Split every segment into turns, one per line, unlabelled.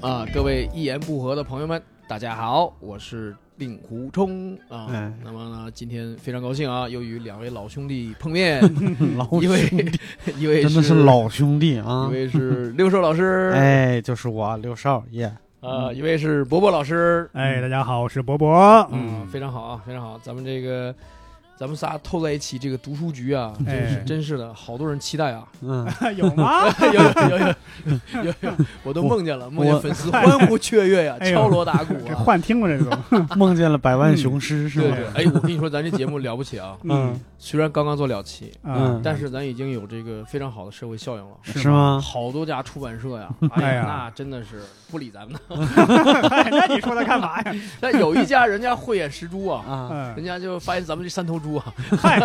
啊一言不合的朋友们，大家好，我是令狐冲啊。
哎
那么呢，今天非常高兴啊，又与两位老兄弟碰面，
老
一位
兄弟
一位
真的是
是，
老兄弟啊
一！位是六兽老师，
哎，就是我六少爷，
呃，一位是伯伯老师，
哎，大家好，我是博博。
嗯，非常好啊，非常好。咱们这个，咱们仨凑在一起，这个读书局啊，真是
哎
真是的，好多人期待啊！
嗯，
有吗？
有有有有有有，我都梦见了，梦见粉丝欢呼雀跃呀，
哎呦
敲锣打鼓
这
啊！
幻听过这种，
梦见了百万雄师是
对
吧
对？，哎，我跟你说，咱这节目了不起啊！
嗯
虽然刚刚做两期，
啊
嗯
但是咱已经有这个非常好的社会效应了。
是吗？
好多家出版社呀，
哎
哎呀
呀，
那真的是不理咱们的。
哎那你说他干嘛呀？
但有一家人家慧眼识珠啊，
啊，
嗯
人，家就发现咱们这三头猪啊，
嗨，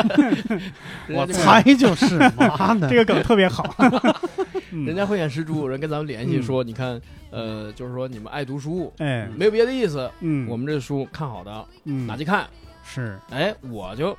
人家
我
这个
猜就是，妈 的
这，个梗特别好。嗯
人家慧眼识珠，人跟咱们联系说，你看，呃，就是说你们爱读书，
哎，
没有别的意思，
嗯，
我们这书看好的
嗯
拿去看，
是
哎，我就嘖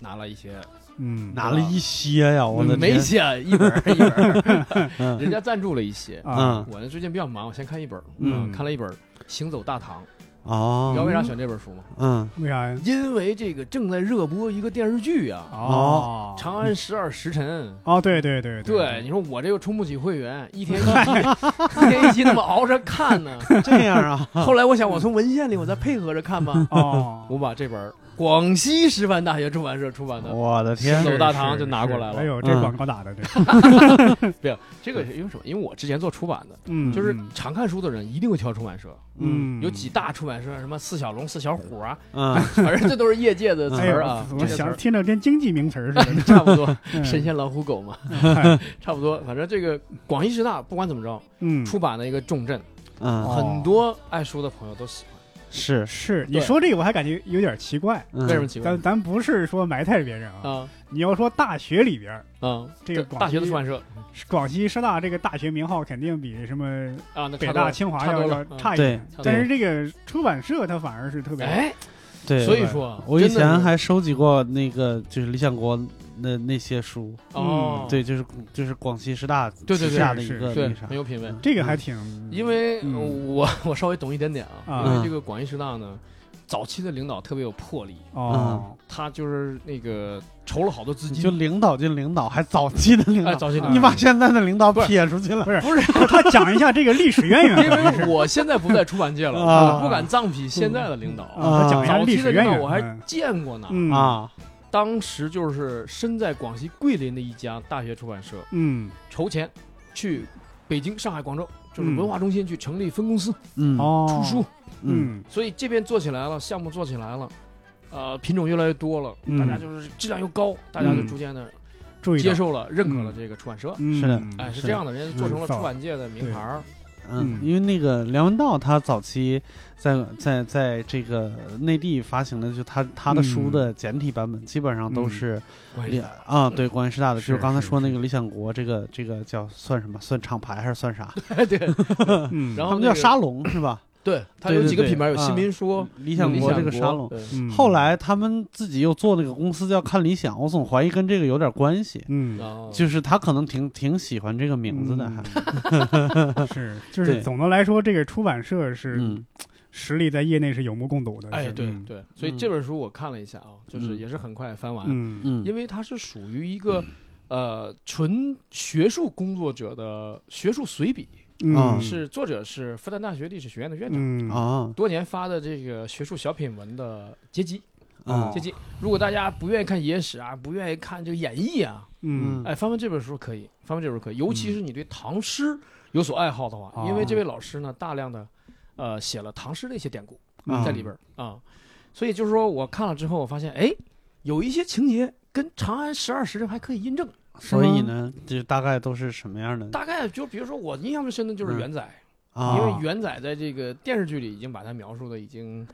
拿了一些，
嗯
拿了一些呀，我的
嗯没一
天，
些一本儿一本儿，人
嗯
家赞助了一些。
啊
我呢最近比较忙，我先看一本儿，
嗯
看了一本儿《行走大唐》，
嗯
啊你知道
哦，
为啥选这本书吗？
嗯，
为啥呀？
因为这个正在热播一个电视剧啊，
哦
《长安十二时辰》。
哦，对对对
对，你说我这又充不起会员，一天一集， 一天一集那么熬着看呢。
这样啊，
后来我想，我从文献里我再配合着看吧。
哦，
我把这本儿广西师范大学出版社出版的
哦
我的
行
天
走，
是
大堂
是
就拿过来了
是
嗯
哎呦，这广告打的，对，
这个是因为什么？因为我之前做出版的，
嗯，
就是常看书的人一定会挑出版社，
嗯
嗯，
有几大出版社，什么四小龙、四小虎啊，
嗯，
反正这都是业界的词
哎呦
儿啊，
我
这些词
想
儿
听着跟经济名词儿 似的
差不多，
嗯。
神仙老虎狗嘛，
哎
差不多。反正这个广西师大不管怎么着，
嗯，
出版的一个重镇，
嗯，
哦
很多爱书的朋友都喜欢。
是，
是你
对
说这个我还感觉有点奇怪。
嗯
为什么？喜欢
咱咱不是说埋汰别人啊，
啊？
你要说大学里边儿，
啊，
这个广
大学的
西
出版社
广西师大这个大学名号肯定比什么
啊，那
北
差
大、
大
清华
差
要
多
要
了嗯
差一
对
点，
差不多
但是这个出版社它反而是特别
哎，
对，
所以说啊
我以
真的
前
是
还收集过那个就是理想国那那些书，
哦，
嗯
对，就是就是广西师大
对对
旗下的一
是
个
对
那，啥
很，有品位。
这
嗯
个还挺
因为
嗯
呃我 我稍微懂一点点啊，
啊
因为这个广西师大呢，早期的领导特别有魄力，
哦，
嗯
他就是那个筹了好多资
你就
金，
领导进领导，还早期的领
哎，
导，
早期的
啊
你
领导
把现在的领导
不是
撇出去了
不。是不是，他讲一下这个历史渊源
因
吧，
为我现在不在出版界了，
啊
我不敢藏痞现在的领导。
啊，他讲一下
早
历
期的
史
领
渊
导
源，
我还见过呢，
嗯
啊，
当时就是身在广西桂林的一家大学出版社
嗯
筹钱，去北京、上海、广州，就是
嗯
文化中心去成立分公司
嗯，
哦
出书，
嗯，
嗯
所以这边做起来了，项目做起来了，呃，品种越来越多了，
嗯
大家就是质量又高，大家就逐渐的
嗯
注意到
接受了、认可了这个出版社。
嗯
是的
哎，是
是
这样的，人家做成了
嗯
出版界的名牌儿。
嗯
嗯，
因为那个梁文道他早期在在在这个内地发行的，就他他的书的简体版本基本上都是
关
理
系
啊，对，关于师大的，就是是刚才
是
说那个理想国，这个这个叫算什么？算厂牌还是算啥？
对，
嗯，
然
他
后
们
那
叫
个
沙龙是吧？
对，它
对
有
对
几个
对
品牌，有
啊
新民说、
理
有
想
理
国
想
这个沙
国。
龙
对
嗯
后来他们自己又做那个公司叫看理想，我总怀疑跟这个有点关系，
嗯
哦
就是他可能挺挺喜欢这个名字的，还
嗯 是就
对
是总的来说，这个出版社是
嗯
实力在业内是有目共睹的。
哎，
是
对
嗯
对，所以这本书我看了一下啊，就是
嗯
也是很快翻完，
嗯
嗯，
因为它是属于一个呃纯学术工作者的学术随笔，
啊
嗯
是作者是复旦大学历史学院的院长，
嗯
啊
多年发的这个学术小品文的结集。
啊
结集，如果大家不愿意看野史啊，不愿意看这个演义啊，
嗯
哎，翻翻这本书可以，翻翻这本书可以，尤其是你对唐诗有所爱好的
嗯
话，因为这位老师呢，大量的呃写了唐诗的一些典故
啊
在里边儿啊、所以就是说我看了之后，我发现哎，有一些情节跟《长安十二时辰》还可以印证，
所以呢，这大概都是什么样的
大概就比如说我印象最深的就是元载，
啊？
因为元载在这个电视剧里已经把他描述的已经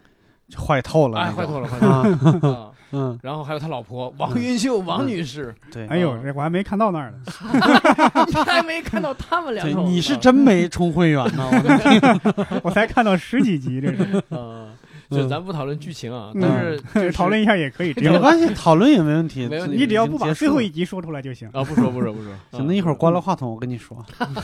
坏透了，
哎坏透了坏透 了
啊，
啊、
嗯，
然后还有他老婆王云秀王女士。
对，
哎呦，这我还没看到那儿呢。
你还没看到他们两
对，
口子呢？
你是真没充会员 呢，我的
我才看到十几集，这 是
呃，
嗯
就咱不讨论剧情啊，
嗯
但 是就是
讨论一下也可以，只
天，没
要
关系，讨论也没问题，
没问题
你只要不
已
把
经结束嗯
最后一集说出来就行。
啊，不说不说不说， 啊
行，那一会儿关了话筒，我跟你说，
嗯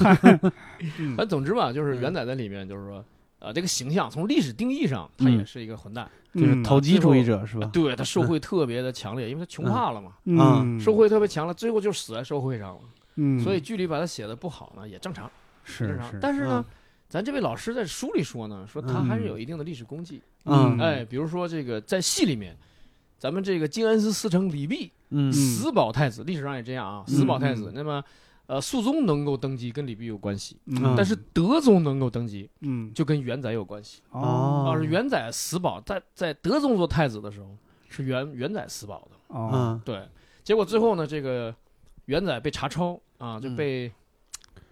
反正总之吧，就是元仔在里面就是说，呃这个形象，从历史定义上，他也是一个混蛋，
嗯
就是投机主义者嗯是
啊
吧？嗯
对他受贿特别的强烈，因为他穷怕了嘛，
嗯，
啊
受贿特别强了，最后就死在受贿上了。
嗯，
所以剧里把他写的不好呢，也正常，
是嗯
正常。但是呢，咱这位老师在书里说呢，说他还是有一定的历史功绩。
嗯
哎，比如说这个在戏里面，咱们这个静安寺司丞李泌，
嗯
死保太子，历史上也这样啊，
嗯
死保太子
嗯。
那么，呃，肃宗能够登基跟李泌有关系，
嗯，
但是德宗能够登基
嗯，
就跟元载有关系。
哦
啊，是元载死保，在在德宗做太子的时候是元元载死保的，
哦，
嗯
对。结果最后呢，这个元载被查抄啊，就被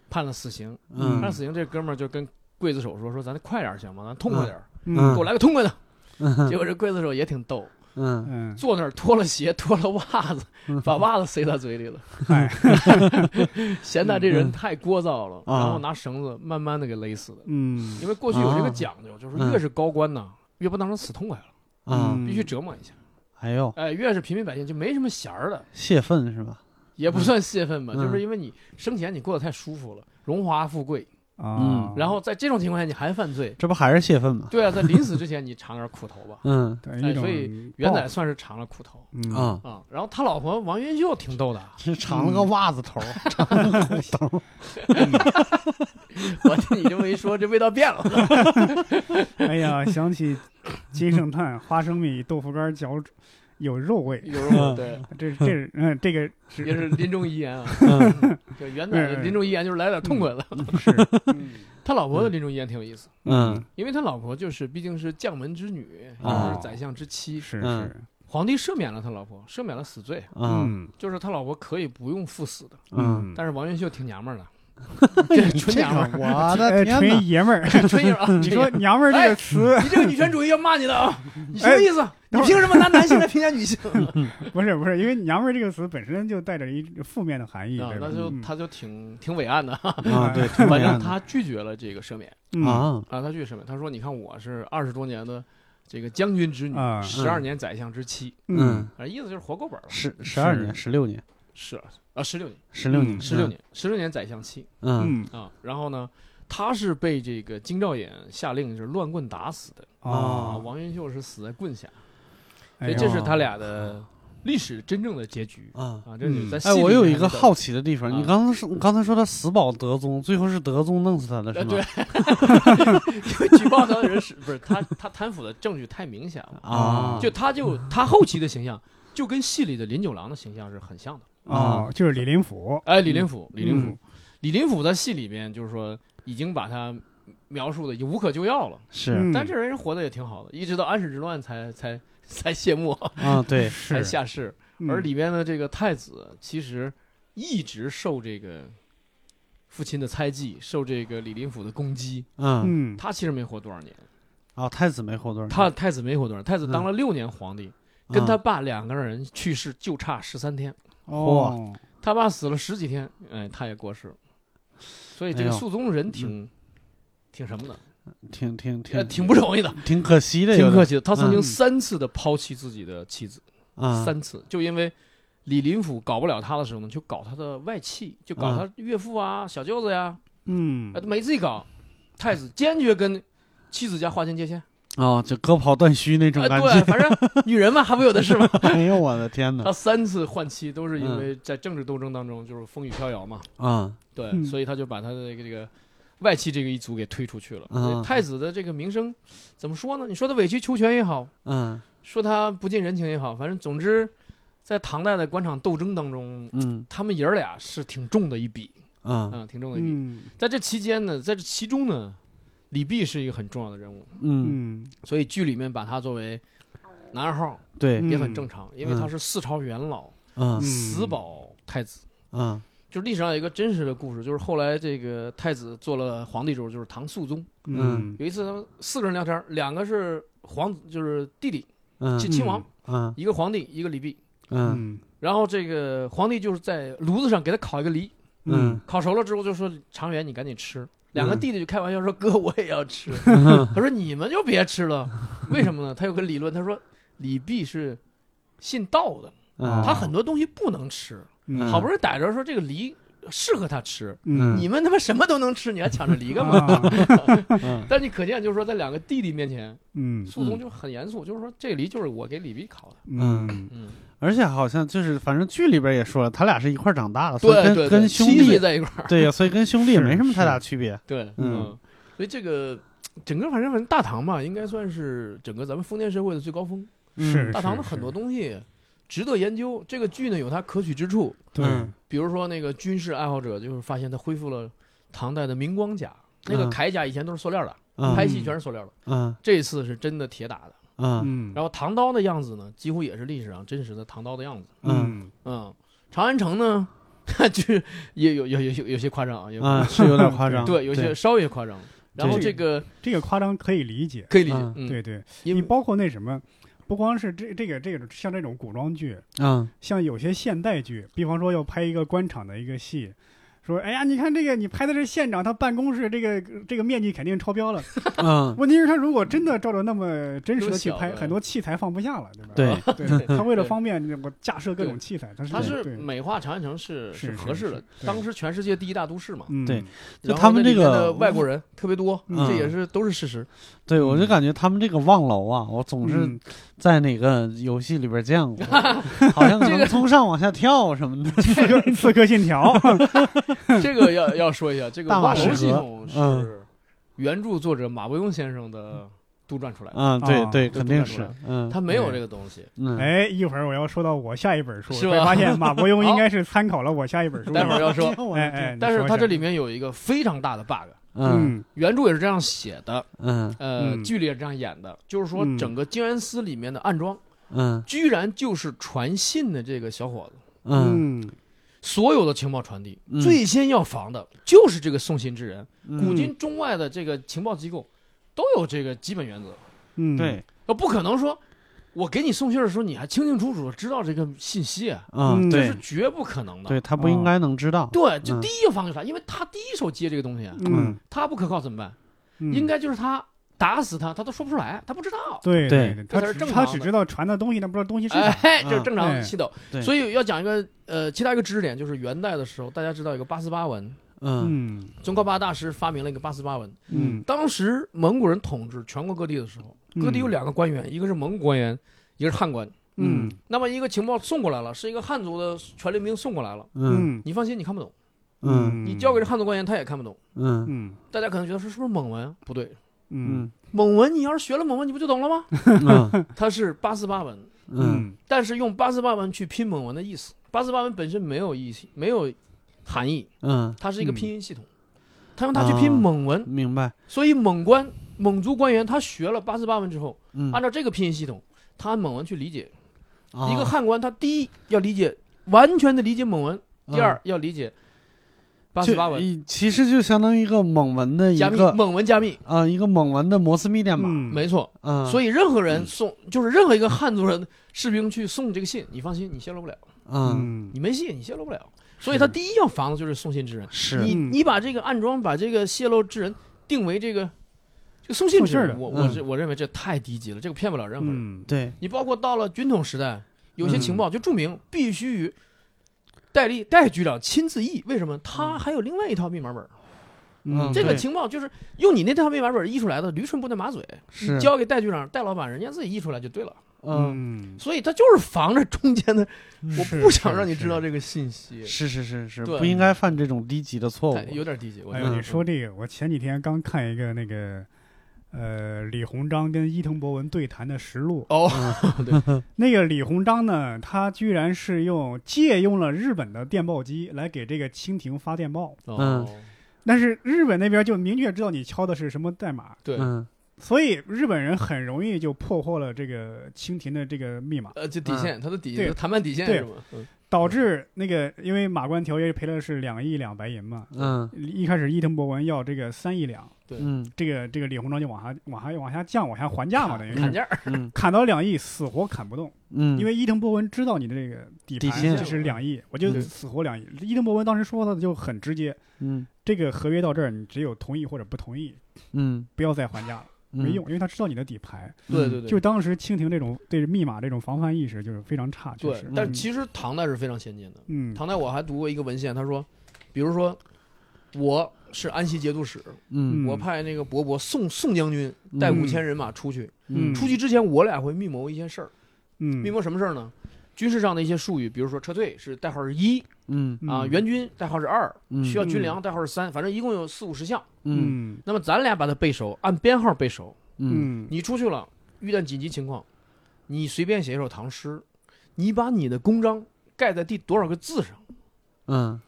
判了死刑。判了
嗯
死刑，这哥们儿就跟刽子手说：“说咱快点儿行吗？咱痛快点儿，
嗯
给我来个痛快的。”
嗯
结果这刽子手也挺逗，
嗯
嗯，
坐那儿脱了鞋，脱了袜子，
嗯
把袜子塞他嘴里了，
哎，
嫌他这人太聒噪了，
嗯
然后拿绳子慢慢的给勒死的。
嗯，
因为过去有这个
啊
讲究，就是
嗯
越是高官呢，越不能让他死痛快了，
啊，
必须折磨一下。
还有
哎，越是平民百姓就没什么闲儿的，
泄愤是吧？
也不算泄愤吧，
嗯
就是因为你生前你过得太舒服了，荣华富贵，
啊，
嗯然后在这种情况下你还犯罪，
这不还是泄愤吗？
对啊，在临死之前你尝点苦头 吧。
嗯
等
哎
于一种
哦
元载算是尝了苦头
嗯
啊，
啊、然后他老婆王云秀挺逗的 啊，
这长了个袜子头，长了个裤头，
我听你这么一说，这味道变了。
哎呀，想起金圣叹花生米豆腐干嚼有肉味，
有时候对，
这这 是嗯这个是
也是临终遗言啊。
嗯
对，元
对
载
对
临终遗言就是来点痛快的。
是
他老婆的临终遗言挺有意思，
嗯
因为他老婆就是毕竟是将门之女，
啊
也是宰相之妻，
是是
皇帝赦免了他老婆，赦免了死罪，
嗯
就是他老婆可以不用赴死的。
嗯，
但是王云秀挺娘们儿的， 这纯娘们儿，
我
哎
的天
纯
哪！啊
爷们儿，
纯娘啊！
你说“娘们儿”这个词
你这个女权主义要骂你的 啊！你什么
哎
意思？你
等会儿
凭什么拿男性来评价女性？
不是不是，因为“娘们儿”这个词本身就带 着一负面的含义，
啊，
对吧
那就
嗯
他就挺挺伟岸的，
啊，对，
反
完
正
了
他拒绝了这个赦免
嗯
啊，
啊，他拒绝赦免。他说：“你看我是二十多年的这个将军之女，
啊
十二年宰相之妻，
嗯，
啊，意思就是活够本了，
十十二年，十六年，
是啊，十六年，
十六年，
十六，年，十六年宰相期
嗯
嗯
啊。然后呢，他是被这个京兆尹下令是乱棍打死的啊，
哦，
王云秀是死在棍下，所
哎呦
以这是他俩的历史真正的结局
啊。
啊。这是在戏
哎，
里面啊
我有一
的
个好奇的地方，你刚刚说，刚才说他死保德宗，最后是德宗弄死他的
呃，
是
对
吗？，
因为举报他的人是不是他？他贪腐的证据太明显了，
啊，
就他就他后期的形象，就跟戏里的林九郎的形象是很像的。
哦，就是李林甫，嗯
哎，李林甫，李林甫，李林甫在戏里边就是说已经把他描述的已经无可救药了，
是
嗯
但这人活得也挺好的，一直到安史之乱才才 才谢幕，
啊， 对，
才
是，
下世。
嗯
而里边的这个太子其实一直受这个父亲的猜忌，受这个李林甫的攻击，
嗯，
嗯
他其实没活多少年。
啊，太子没后啊盾，
他太子没活多少，太子
嗯
当了六年皇帝，跟他爸两个人去世就差十三天，
哦，
他爸死了十几天，哎，他也过世了，所以这
哎
个
呦
肃宗人挺、挺什么的，
挺挺
呃
挺
挺不容易的，
挺可惜的，
挺可惜的。他曾经
嗯
三次的抛弃自己的妻子，
啊，
三次，就因为。李林甫搞不了他的时候呢，就搞他的外戚，就搞他岳父啊、小舅子呀、
嗯
啊，，没自己搞。太子坚决跟妻子家划清界限，
啊，就割袍断须那种
啊，
感
对，
觉。
反正女人嘛，还不有的 是嘛。
哎呦我的天
他
哪！
三次换妻都
嗯
是因为在政治斗争当中就是风雨飘摇嘛，
啊，
对，
嗯
所以他就把他的这个这个外戚这个一族给推出去了。
嗯
太子的这个名声怎么说呢？你说他委曲求全也好，
嗯
说他不近人情也好，反正总之，在唐代的官场斗争当中，
嗯
他们爷儿俩是挺重的一笔，
啊
嗯，挺重的一笔。
嗯
在这期间呢，在这其中呢，李泌是一个很重要的人物，
嗯，
嗯，
所以剧里面把他作为男二号
对，
也很正常，因为他是四朝元老、
嗯
死保太子。
嗯
就历史上有一个真实的故事，就是后来这个太子做了皇帝之后，就是唐肃宗。
嗯，
有一次，他们四个人聊天，两个是皇子，就是弟弟，
嗯
亲亲王，
嗯
一个皇帝，一个李泌。
嗯
嗯
然后这个皇帝就是在炉子上给他烤一个梨，
嗯
烤熟了之后就说：“长元，你赶紧吃。”两个弟弟就开玩笑说：“哥，我也要 吃。”他说：“你们就别吃了，为什么呢？”他有个理论，他说李泌是信道的，
嗯，
他很多东西不能吃。
嗯，
好不容易逮着说这个梨适合他吃。
嗯
你们他妈什么都能吃，你还抢着梨干嘛？
啊
嗯
但你可见就是说，在两个弟弟面前，
嗯
素童就很严肃，就是说这梨就是我给李碧烤的。
嗯
嗯，
而且好像就是，反正剧里边也说了，他俩是一块儿长大的，所以
对
跟
对，
跟
对
兄
七岁
弟，
在一块儿，
对呀，所以跟兄弟也
是
没什么太
是
大区别。
对，
嗯
嗯，所以这个整个反正反正大唐吧，应该算是整个咱们封建社会的最高峰。
是
大唐的很多东西值得研究，这个剧呢有它可取之处，
对
嗯
比如说那个军事爱好者就是发现他恢复了唐代的明光甲，那个
嗯
铠甲以前都是塑料的，
嗯
拍戏全是塑料的，
嗯
这一次是真的铁打的。
嗯
嗯
然后唐刀的样子呢，几乎也是历史上真实的唐刀的样子。
嗯
嗯
嗯，长安城呢，就是也有有有有有些夸张啊，有、
嗯，是有点夸张。
对，有些稍微夸张。然后
这
这个
这个夸张可以理解，
可以理解，
嗯
嗯，
对对，
因
你
为
包括那什么，不光是这这个这个像这种古装剧，
嗯
像有些现代剧，比方说要拍一个官场的一个戏，说哎呀，你看这个你拍的是县长，他办公室这个这个面积肯定超 标了。
嗯，
问题是，他如果真的照着那么真实的去
这么小
拍，
的
很多器材放不下了，对吧？啊
对，
对，他为了
对
方便我架设各种器材，他是
它是
对，
美化长安城是
是
合适的
是是，对
当时全世界第一大都市嘛，
嗯
对，就
然后
他们
那
这
里面的
个
外国人特别多，
嗯
这也是都是事实。
对我就
嗯
感觉他们这个望楼啊，我总是
嗯
在哪个游戏里边见 过，好像能从上往下跳什么的。
刺客刺客 信条，
这个要要说一下，这个
大马
望
士
楼
革
系统
嗯
是原著作者马伯庸先生的杜撰出来的，
嗯，对
啊
对，
哦就
肯
读
定
得出
是
来。
嗯
他没有这个东西。
嗯，
哎，一会儿我要说到我下一本书，
是
会
吧
发现马伯庸应该是参考了我下一本书。
待会儿要说，
我
哎哎，你
但是
说一
它
下
这里面有一个非常大的 bug，
嗯
嗯
原著也是这样写的，
嗯
呃，
嗯
剧里也是这样演的，就是说
嗯
整个静安寺里面的暗桩，
嗯
居然就是传信的这个小伙子。
嗯
所有的情报传递，
嗯
最先要防的就是这个送信之人。
嗯，
古今中外的这个情报机构都有这个基本原则，
嗯，
对，
呃，不可能说我给你送信儿的时候你还清清楚楚地知道这个信息啊，
嗯
嗯
这
对
是哦绝不可能的。
对，他不应该能知道。
对，就
嗯
第一个防御啥？因为他第一手接这个东西啊，
嗯，
他不可靠怎么办？
嗯
应该就是他打死他，他都说不出来，他不知道。
对
对
对，
这
他
才是
只
正
他
常
只
的
知道传的东西，但不知道东西是啥。
哎，
嗯
这是正常的系统。
对
所以要讲一个呃，其他一个知识点就是元代的时候，大家知道一个八思巴文，
嗯
嗯
宗喀巴大师发明了一个八思巴文，
嗯
当时蒙古人统治全国各地的时候，各
嗯
地有两个官员，一个是蒙古官员，一个是汉官。
嗯
那么一个情报送过来了，是一个汉族的传令兵送过来了，
嗯
你放心，你看不懂，
嗯
你交给这汉族官员他也看不懂。
嗯
嗯
大家可能觉得说是不是蒙文？啊不对，
嗯
嗯
蒙文你要是学了蒙文，你不就懂了吗？
嗯
它是八四八文，
嗯
但是用八四八文去拼蒙文的意思，八四八文本身没有意思，没有含义，
嗯，
它是一个拼音系统，他用它去拼
啊
蒙文，
明白。
所以蒙官蒙族官员他学了八四八文之后。
嗯，
按照这个拼音系统，他按蒙文去理解。
啊
啊一个汉官，他第一要理解完全的理解蒙文，
嗯
第二要理解八
就
十八文
一其实就相当于一个蒙文的一
加密，
个
蒙文加密，
啊、一个蒙文的摩斯密电码，
嗯，
没错。
嗯，
所
以
以任何人送，就是任何一个汉族人士兵去送这个信，你放心，你泄露不了，
嗯
嗯
你没信，你泄露不了。所以他第一要防的就是送信之人。
是
你
嗯
你把这个暗装，把这个泄露之人定为这个这个送信之人，
送信儿的
我我
嗯
是我认为这太低级了，这个骗不了任何人。
嗯
对，
你包括到了军统时代，有些情报就注明必须与戴笠戴局长亲自译。为什么？他还有另外一套密码本儿，
嗯
这个
嗯对
情报就是用你那套密码本儿译出来的，驴唇不对马嘴，
是
交给戴局长、戴老板，人家自己译出来就对了。
嗯
所以他就是防着中间的，我
嗯是
不想
是
让你
是
知道这个信息，
是是是是，
对
不应该犯这种低级的错误
太，有点低级。我
哎
觉
呦，
得
你说这个，我前几天刚看一个那个，呃，李鸿章跟伊藤博文对谈的实录。
哦，
嗯
那个李鸿章呢，他居然是用借用了日本的电报机来给这个清廷发电报，
哦，
嗯但是日本那边就明确知道你敲的是什么代码，
对，
嗯
所以日本人很容易就破获了这个清廷的这个密码，
呃，这底线，他的底
嗯对
线，谈判底线
对
是吗？嗯
导致那个因为马关条约赔了是两亿两白银嘛，
嗯
一开始伊藤博文要这个三亿两，
嗯
这个这个李鸿章就往下往下往下降，往下还价嘛，等于
砍
是
价儿，
嗯
砍到两亿，死活砍不动，
嗯，
因为伊藤博文知道你的这个底
底
盘
线
就是两亿，我就
嗯
死活两亿。伊藤博文当时说的就很直接，
嗯
这个合约到这儿，你只有同意或者不同意，
嗯
不要再还价了，
嗯
没用，因为他知道你的底牌。
对对对，
嗯就当时清廷这种对密码这种防范意识就是非常差，确
对
实。。
但
嗯
其实唐代是非常先进的，
嗯
唐代我还读过一个文献，他说，比如说，我是安西节度使，
嗯
我派那个伯伯宋宋将军带
嗯
五千人马出去。
嗯
出去之前，我俩会密谋一些事儿。
嗯，
密谋什么事儿呢？军事上的一些术语，比如说撤退是代号是一
嗯
啊，
嗯
援军代号是二，
嗯
需要军
嗯
粮代号是三，反正一共有四五十项。
嗯
嗯
那么咱俩把它背熟，按编号背熟。
嗯
嗯
你出去了，遇到紧急情况，你随便写一首唐诗，你把你的公章盖在第多少个字上？
嗯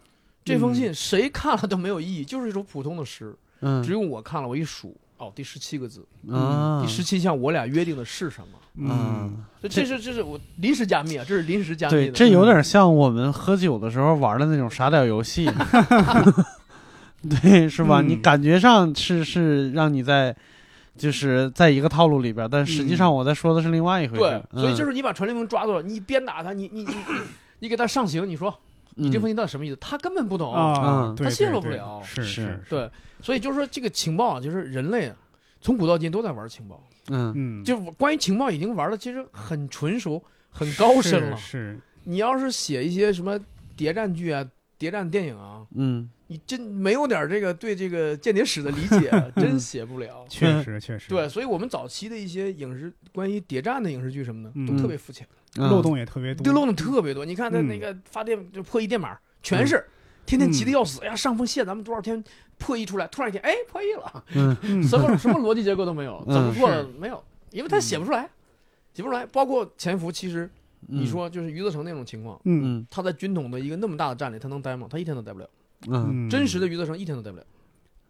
这封
嗯
信谁看了都没有意义，就是一首普通的诗。
嗯，
只有我看了，我一数，哦，第十七个字，
啊
第十七项，我俩约定的是什么？
嗯
嗯，
这这是这是我临时加密啊，这是临时加密
对，
的。
这有点像我们喝酒的时候玩的那种傻屌 游戏， 对，是吧？
嗯
你感觉上是是让你在，就是在一个套路里边，但实际上我在说的是另外一回事。
嗯对，所以
嗯
就是你把传令兵抓住了，你鞭打他，你你你你你给他上刑，你说你这封信到底什么意思？他根本不懂。
啊
嗯，
对
哦他泄
对
露不
对
了
是
是
是，
对，所以就是说这个情报啊，就是人类啊，从古到今都在玩情报，
嗯
嗯，
就关于情报已经玩的其实很纯熟、很高深了。
是
你要是写一些什么谍战剧啊、谍战电影啊，
嗯
你真没有点这个对这个间谍史的理解，啊 真写不了。
是确实确实，
对，，所以我们早期的一些影视关于谍战的影视剧什么的，都
嗯
特别肤浅，
嗯
漏洞也特别多，
就漏的特别多。你看他
嗯
那个发电就破译电码，全是天天急得
嗯
要死，哎呀，上封谢咱们多少天破译出来，突然一天哎破译了，
嗯
嗯
什么什么逻辑结构都没有，怎么
嗯
破的
是
没有，因为他写不出来，写不出来。包括潜伏，其实你说就是余则成那种情况，
嗯
嗯
他在军统的一个那么大的站里，他能待吗？他一天都待不了。
嗯
嗯，
真实的余则成一天都待不了，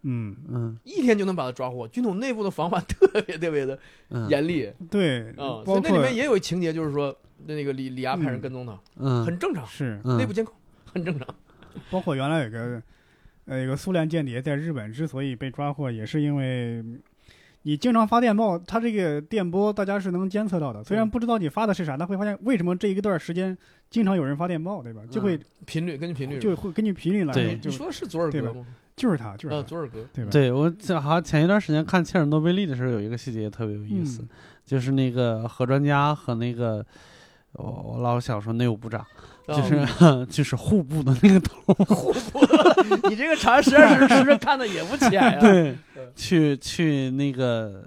嗯
嗯
一天就能把他抓获。军统内部的防范特别特别的
嗯
严厉啊、
对，
嗯所
包
以那里
括
面也有一情节，就是说那个李李涯派人
嗯
跟踪他，
嗯
很正常，
是
嗯
内部监控很正常。
包括原来有个呃有个苏联间谍在日本之所以被抓获，也是因为。你经常发电报，它这个电波大家是能监测到的。虽然
嗯
不知道你发的是啥，但会发现为什么这一段时间经常有人发电报，对吧？就会
频率根据频率，
就会根据频率来，
嗯
对
你
就
说是左耳
对
哥
吧
吗？
就是他，就是
啊，
他，
左耳哥，
对吧？
对我这好像前一段时间看切尔诺贝利的时候，有一个细节特别有意思，
嗯
就是那个核专家和那个我我老想说内务部长，
啊
就是就是 户部的那个头，
你这个长按实验室实时看的也不浅 呀、
对
对，
去去那个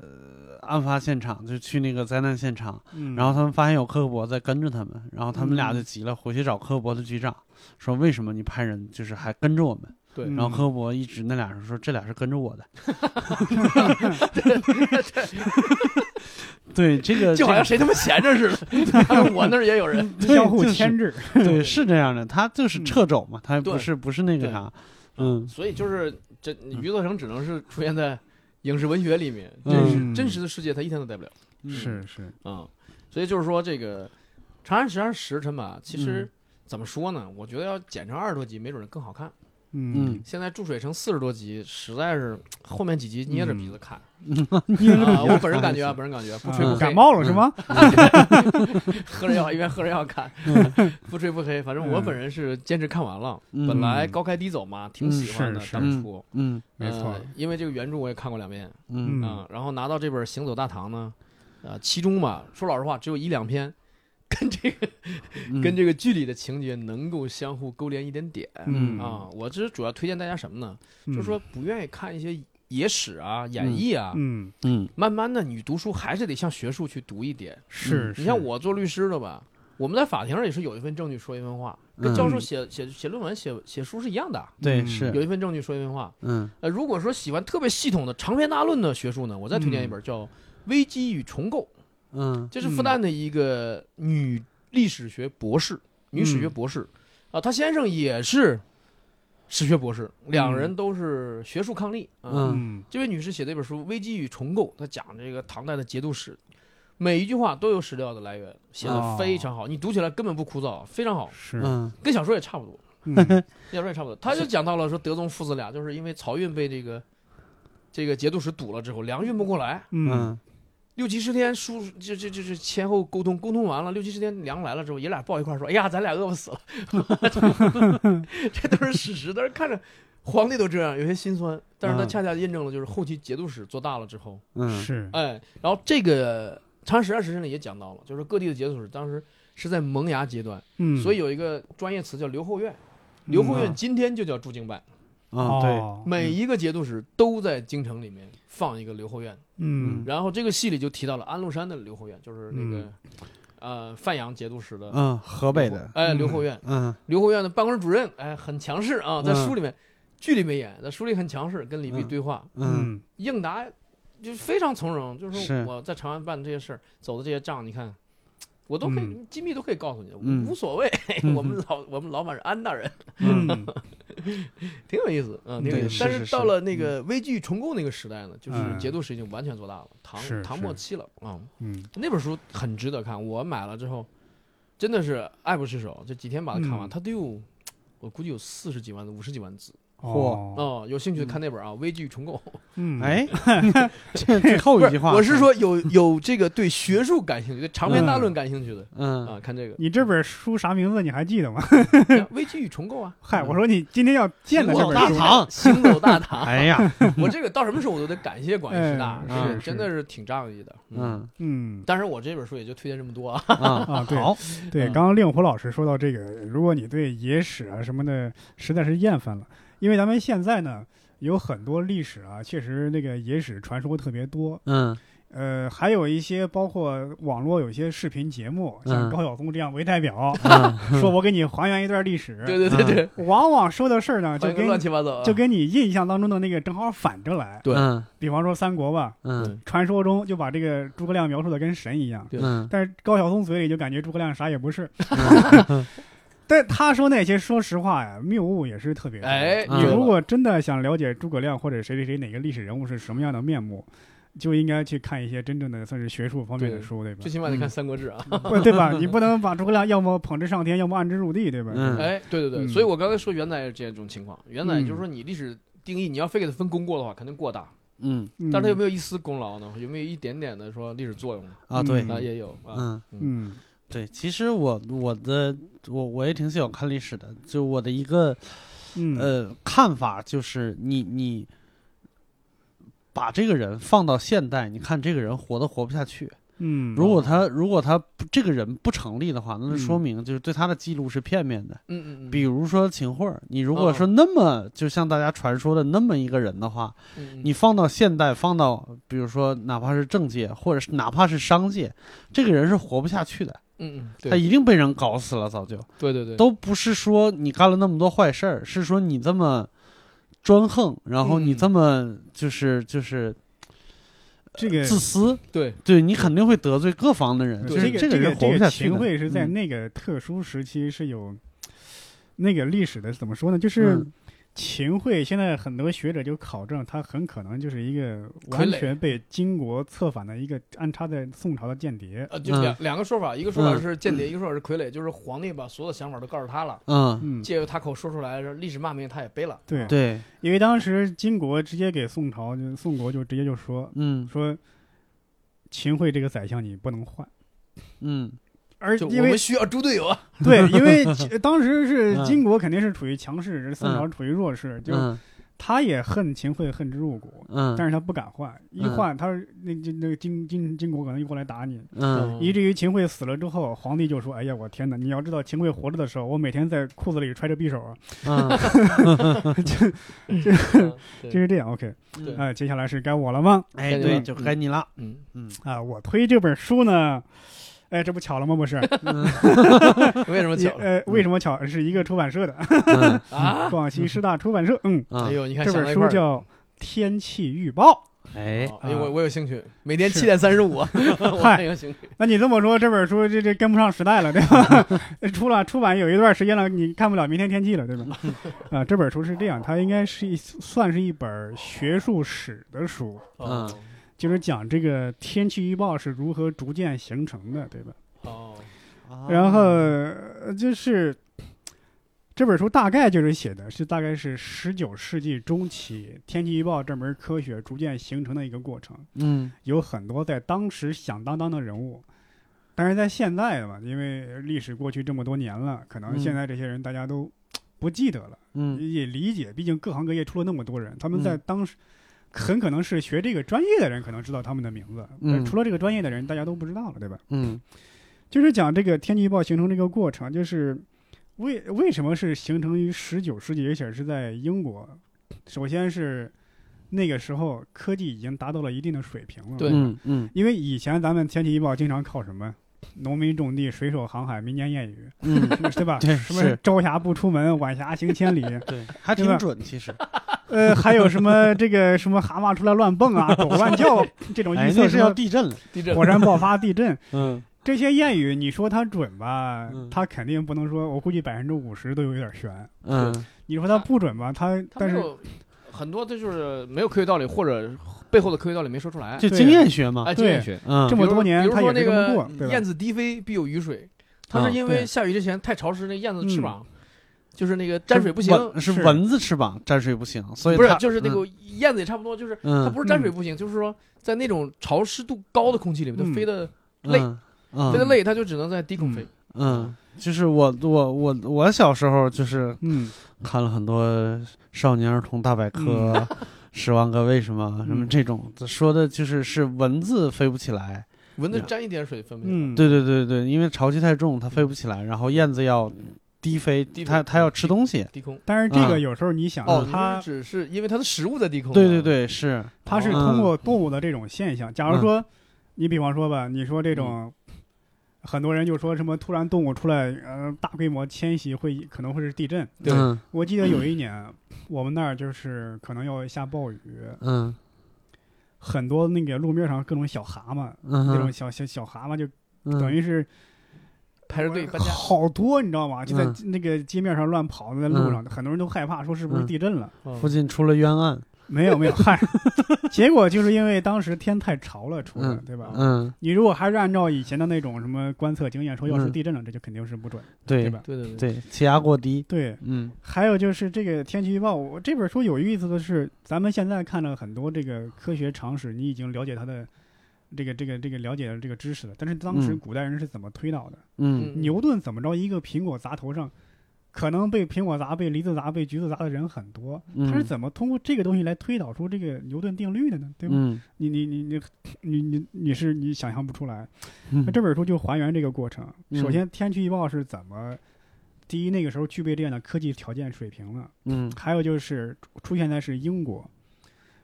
呃案发现场，就去那个灾难现场，
嗯，
然后他们发现有克博在跟着他们，然后他们俩就急了，回去找克博的局长。说为什么你派人就是还跟着我们？
对
嗯
然后克博一直那俩人说这俩是跟着我的，对这
呃
个
就好像
这
谁他妈闲着似的， 我那儿也有人。
个对
相互
就是
牵制，
对，是这样的，他就是
嗯
掣肘嘛，他
对
不是不是那个啥，嗯
所以就是这余则成只能是出现在影视文学里面，真实、
嗯
真实的世界他一天都待不了
是是，
啊、所以就是说这个《长安十二时辰》吧，其
嗯
实怎么说呢？我觉得要剪成二十多集，没准更好看。
嗯
现在注水成四十多集，实在是后面几集捏着鼻
嗯
子看、
捏着
啊！
鼻
我
子
本人感觉啊，本人感觉不吹不
啊
黑，
嗯
嗯
感冒了是吗？
喝着药一边喝着药看，
嗯
不吹不黑。反正我本人是坚持看完了，
嗯
啊本来高开低走嘛，挺喜欢的
嗯是。是
当初，
嗯
没错
呃，因为这个原著我也看过两遍，
嗯
嗯
啊，然后拿到这本《行走大唐》呢，呃，其中吧，说老实话，只有一两篇跟这个、
嗯，
跟这个剧里的情节能够相互勾连一点点、
嗯
啊。我这主要推荐大家什么呢？就是
嗯
说不愿意看一些野史啊、演义啊，
嗯
嗯
慢慢的你读书还是得向学术去读一点。
是，
你
是
像我做律师的吧，我们在法庭上也是有一份证据说一份话，跟
嗯
教授写写写论文、写写书是一样的，
对
有
嗯
是
一份证据说一份话。
嗯
呃，如果说喜欢特别系统的长篇大论的学术呢，我再推荐一本叫《危机与重构》，
嗯
这是复旦的一个女历史学博士，女史
嗯
学博士，啊，她先生也是史学博士，两人都是学术伉俪啊。
嗯
嗯
这位女士写的一本书《危机与重构》，她讲这个唐代的节度使，每一句话都有史料的来源，写的非常好，你读起来根本不枯燥，非常好，
哦是，
嗯
跟小说也差不多。
嗯
要说也差不多。他就讲到了说德宗父子俩，就是因为漕运被这个这个节度使堵了之后，粮运不过来，
嗯
嗯
六七十天输这这这这前后沟通沟通完了，六七十天粮来了之后，爷俩抱一块儿说：“哎呀，咱俩饿不死了。” 这都是事实，但是看着皇帝都这样，有些心酸。但是他
嗯
恰恰印证了，就是后期节度使做大了之后，
嗯
是，
哎，然后这个《长安十二时辰》里也讲到了，就是各地的节度使当时是在萌芽阶段，
嗯，
所以有一个专业词叫留后院。刘后运今天就叫驻京办，
啊，对，
哦
每一个节度使都在京城里面放一个刘后院。
嗯
然后这个戏里就提到了安禄山的刘后院，就是那个、呃范阳节度使的。
嗯，河北嗯的，
哎，
嗯
刘后院，
嗯，
刘后院的办公室主任，哎，很强势啊，在
嗯
书里面，剧里没演，在书里很强势，跟李泌
嗯
对话，
嗯，
应答就非常从容，就是说
是
我在长安办的这些事儿，走的这些账，你看，我都可以、
嗯
机密都可以告诉你，
嗯
无所谓。
嗯
我们老我们老板是安大人，
嗯嗯
挺有意思，嗯，挺
对
有意思。
是
但
是是嗯
到了那个危剧重构那个时代呢，就是
嗯
节度使已经完全做大了，唐
是
唐
是
末期了啊、嗯
嗯
那本书很值得看，我买了之后，真的是爱不释手。这几天把它看完，
嗯
它得有。我估计有四十几万、五十几万字
哦
哦，有兴趣的看那本啊，《危剧重构》。
嗯
哎， 这最后一句话，嗯
我是，说有有这个对学术感兴趣、对长篇大论感兴趣的
嗯，
啊，看 这个
你这本书啥名字你还记得吗？
《危机与重构》啊。
嗨，我说你今天要见的这
行走
本
大
书，
唐， 行走大 唐。
哎呀，
我这个到什么时候我都得感谢广义师大，
哎
是
是
真的是挺仗义的。，
嗯
嗯，
但是我这本书也就推荐这么多啊。
啊，
啊对
好，
对，
嗯
刚刚令狐老师说到这个，如果你对野史啊什么的实在是厌烦了，因为咱们现在呢有很多历史啊，确实那个野史传说特别多，
嗯
呃，还有一些包括网络有一些视频节目，
嗯
像高晓松这样为代表，
嗯，
说我给你还原一段历史，
对对对对，
往往说的事儿啊呢就
反正
跟
乱七八糟啊。
就跟你印象当中的那个正好反着来，
对
嗯
比方说三国吧，
嗯
传说中就把这个诸葛亮描述的跟神一样。
对
嗯
但是高晓松嘴里就感觉诸葛亮啥也不是。
嗯
但他说那些，说实话呀，谬误也是特别多。
哎，
嗯
你如果真的想了解诸葛亮或者谁谁谁哪个历史人物是什么样的面目，就应该去看一些真正的算是学术方面的
对
书，对吧
最？起码得看《
嗯
三国志》啊。
不对吧？你不能把诸葛亮要么捧之上天，要么按之入地，对吧？
嗯
哎，对对对，
嗯
所以我刚才说元载这种情况，元载
嗯
就是说你历史定义，你要非给他分功过的话，肯定过大，
嗯
嗯
但是他有没有一丝功劳呢？有没有一点点的说历史作用呢？
啊，对
嗯，
啊，也有啊。
嗯。
嗯
对，其实我我的我我也挺喜欢看历史的，就我的一个
嗯
呃看法就是你，你把这个人放到现代，你看这个人活都活不下去。
嗯，
如果他如果他不这个人不成立的话，那就说
嗯
明就是对他的记录是片面的。
嗯嗯嗯，
比如说秦桧儿，你如果
哦
说那么就像大家传说的那么一个人的话，
嗯嗯
你放到现代，放到比如说哪怕是政界，或者是哪怕是商界，这个人是活不下去的，
嗯嗯，
他
对
一定被人搞死了，早就。
对对对，
都不是说你干了那么多坏事儿，是说你这么专横，然后你
嗯
这么就是就是
这个
自私，
对
对你肯定会得罪各方的人，
对
就是嗯
这个
个人活
这
不
个
下去
秦
的。
桧是在
嗯
那个特殊时期是有那个历史的，怎么说呢？就是
嗯
秦桧，现在很多学者就考证，他很可能就是一个完
傀儡
全被金国策反的一个安插在宋朝的间谍。
呃，就
嗯
两两个说法，一个说法
嗯
是间谍，一个说法是傀儡，就是皇帝把所有的想法都告诉他了，
嗯，
嗯，
借由他口说出来，历史骂名他也背了。
对
对，
因为当时金国直接给宋朝，就宋国就直接就说
嗯
说秦桧这个宰相你不能换，
嗯
而
就我
因为
们需要猪队友啊！
对，因为 其当时是
嗯
金国肯定是处于强势，
嗯
宋朝处于弱势，就
嗯
他也恨秦桧恨之入骨，
嗯
但是他不敢换，一
嗯
换他是那那那个金金金国可能又过来打你，
嗯
以至于秦桧死了之后，皇帝就说：“哎呀，我天哪！你要知道秦桧活着的时候，我每天在裤子里揣着匕首啊，
嗯
嗯对
就是这样。”OK，
对
呃，接下来是该我了吗？
哎，
该你
对，
了
就
嗯
该你了。
嗯
嗯，
啊、我推这本书呢，哎，这不巧了 吗？不是，
嗯
为什么
你
巧嗯
呃，为什么巧？是一个出版社的，
嗯
啊？
广西师大出版社。呃嗯，
哎
嗯，
呦，你看
这
想
本
到一块
书
儿了
叫《天气预报
哎，
哦哎呦，我
啊
我有兴趣，每天
是
七点三十五， 我很有兴趣。》。
那你这么说，这本书这这跟不上时代了，对吧？出了出版有一段时间了，你看不了明天天气了，对吧？啊、这本书是这样，它应该是一算是一本学术史的书。
哦
嗯
就是讲这个天气预报是如何逐渐形成的，对吧？
哦，
然后呃就是这本书大概就是写的是大概是十九世纪中期天气预报这门科学逐渐形成的一个过程，
嗯
有很多在当时响当当的人物。但是在现在嘛，因为历史过去这么多年了，可能
嗯
现在这些人大家都不记得了，
嗯
也理解，毕竟各行各业出了那么多人，他们在
嗯
当时很可能是学这个专业的人，可能知道他们的名字，
嗯
但除了这个专业的人，大家都不知道了，对吧？
嗯
就是讲这个天气预报形成这个过程，就是为为什么是形成于十九世纪，而且是在英国？首先是那个时候科技已经达到了一定的水平了。
对
嗯嗯
因为以前咱们天气预报经常靠什么？农民种地，水手航海，民间谚语，
嗯，
对吧？
对
什么
是
朝霞不出门，晚霞行千里。
对，还
对
挺
吧
准，其实。
呃，还有什么这个 什么蛤蟆出来乱蹦啊，狗乱叫这种
哎
预，测
那
什
是要
么
地震了。
地震
火山爆发、地震
嗯
这些谚语，你说它准吧
嗯，
它肯定不能说，我估计百分之五十都有点悬。
嗯
你说它不准吧，它
他
但
没
是
有很多，这就是没有科学道理，或者背后的科学道理没说出来。
就
对
经验学嘛。
哎，经验学，
嗯
这么多年
比如
他也
说
是
那
这么
个
过对吧
燕子低飞必有雨水，它
啊
是因为
对
下雨之前太潮湿，那燕子翅
嗯
膀就是那个沾水不行，
蚊是
是
蚊子翅膀沾水不行，所以
不是
它
就是那个燕子也差不多，就是它
嗯
不是沾水不行，就是说在那种潮湿度高的空气里面，它
嗯
飞的累
嗯嗯
飞得累，它就只能在低空飞。
嗯，就是我我我我小时候就是
嗯，
看了很多《少年儿童大百科》十万个为什么》什么
嗯
这种说的就是是蚊子飞不起来，
蚊子沾一点水分不了。
嗯，
对对对对，因为潮气太重它飞不起来，然后燕子要低飞，
低飞
它它要
嗯
吃东西，
低空
但是这
啊
个有时候你想，
哦，
它
只是因为它的食物在低空。
对
啊
对，对是，
它是
嗯
通过动物的这种现象。假如说，你比方说吧，你说这
嗯
种，很多人就说什么突然动物出来，呃，大规模迁徙会可能会是地震。
对
嗯
我记得有一年，我们那儿就是可能要下暴雨，
嗯
很多那个路面上各种小蛤蟆，
嗯
那种小小小蛤蟆就
嗯
等于是
排着队搬家。
好多，你知道吗？就在
嗯
那个街面上乱跑，在路上，很多人都害怕，说是不是
嗯
地震了？
附近出了冤案，
没有没有，嗨， 结果就是因为当时天太潮了出的，
嗯
对吧？
嗯
你如果还是按照以前的那种什么观测经验说，要是
嗯
地震了，这就肯定是不准，
对
对吧？
对对对，
对气压过低，
对，
嗯
还有就是这个天气预报，我这本书有意思的是，咱们现在看了很多这个科学常识，你已经了解它的这个这个这个了解了这个知识了，但是当时
嗯
古代人是怎么推导的？
嗯
嗯
牛顿怎么着一个苹果砸头上，可能被苹果砸、被梨子砸、被橘子砸的人很多，
嗯
他是怎么通过这个东西来推导出这个牛顿定律的呢？对吧？
嗯
你你你你你你你是你想象不出来。
嗯
那这本书就还原这个过程。
嗯
首先，天气预报是怎么？第一，那个时候具备这样的科技条件水平了。
嗯
还有就是出现在是英国，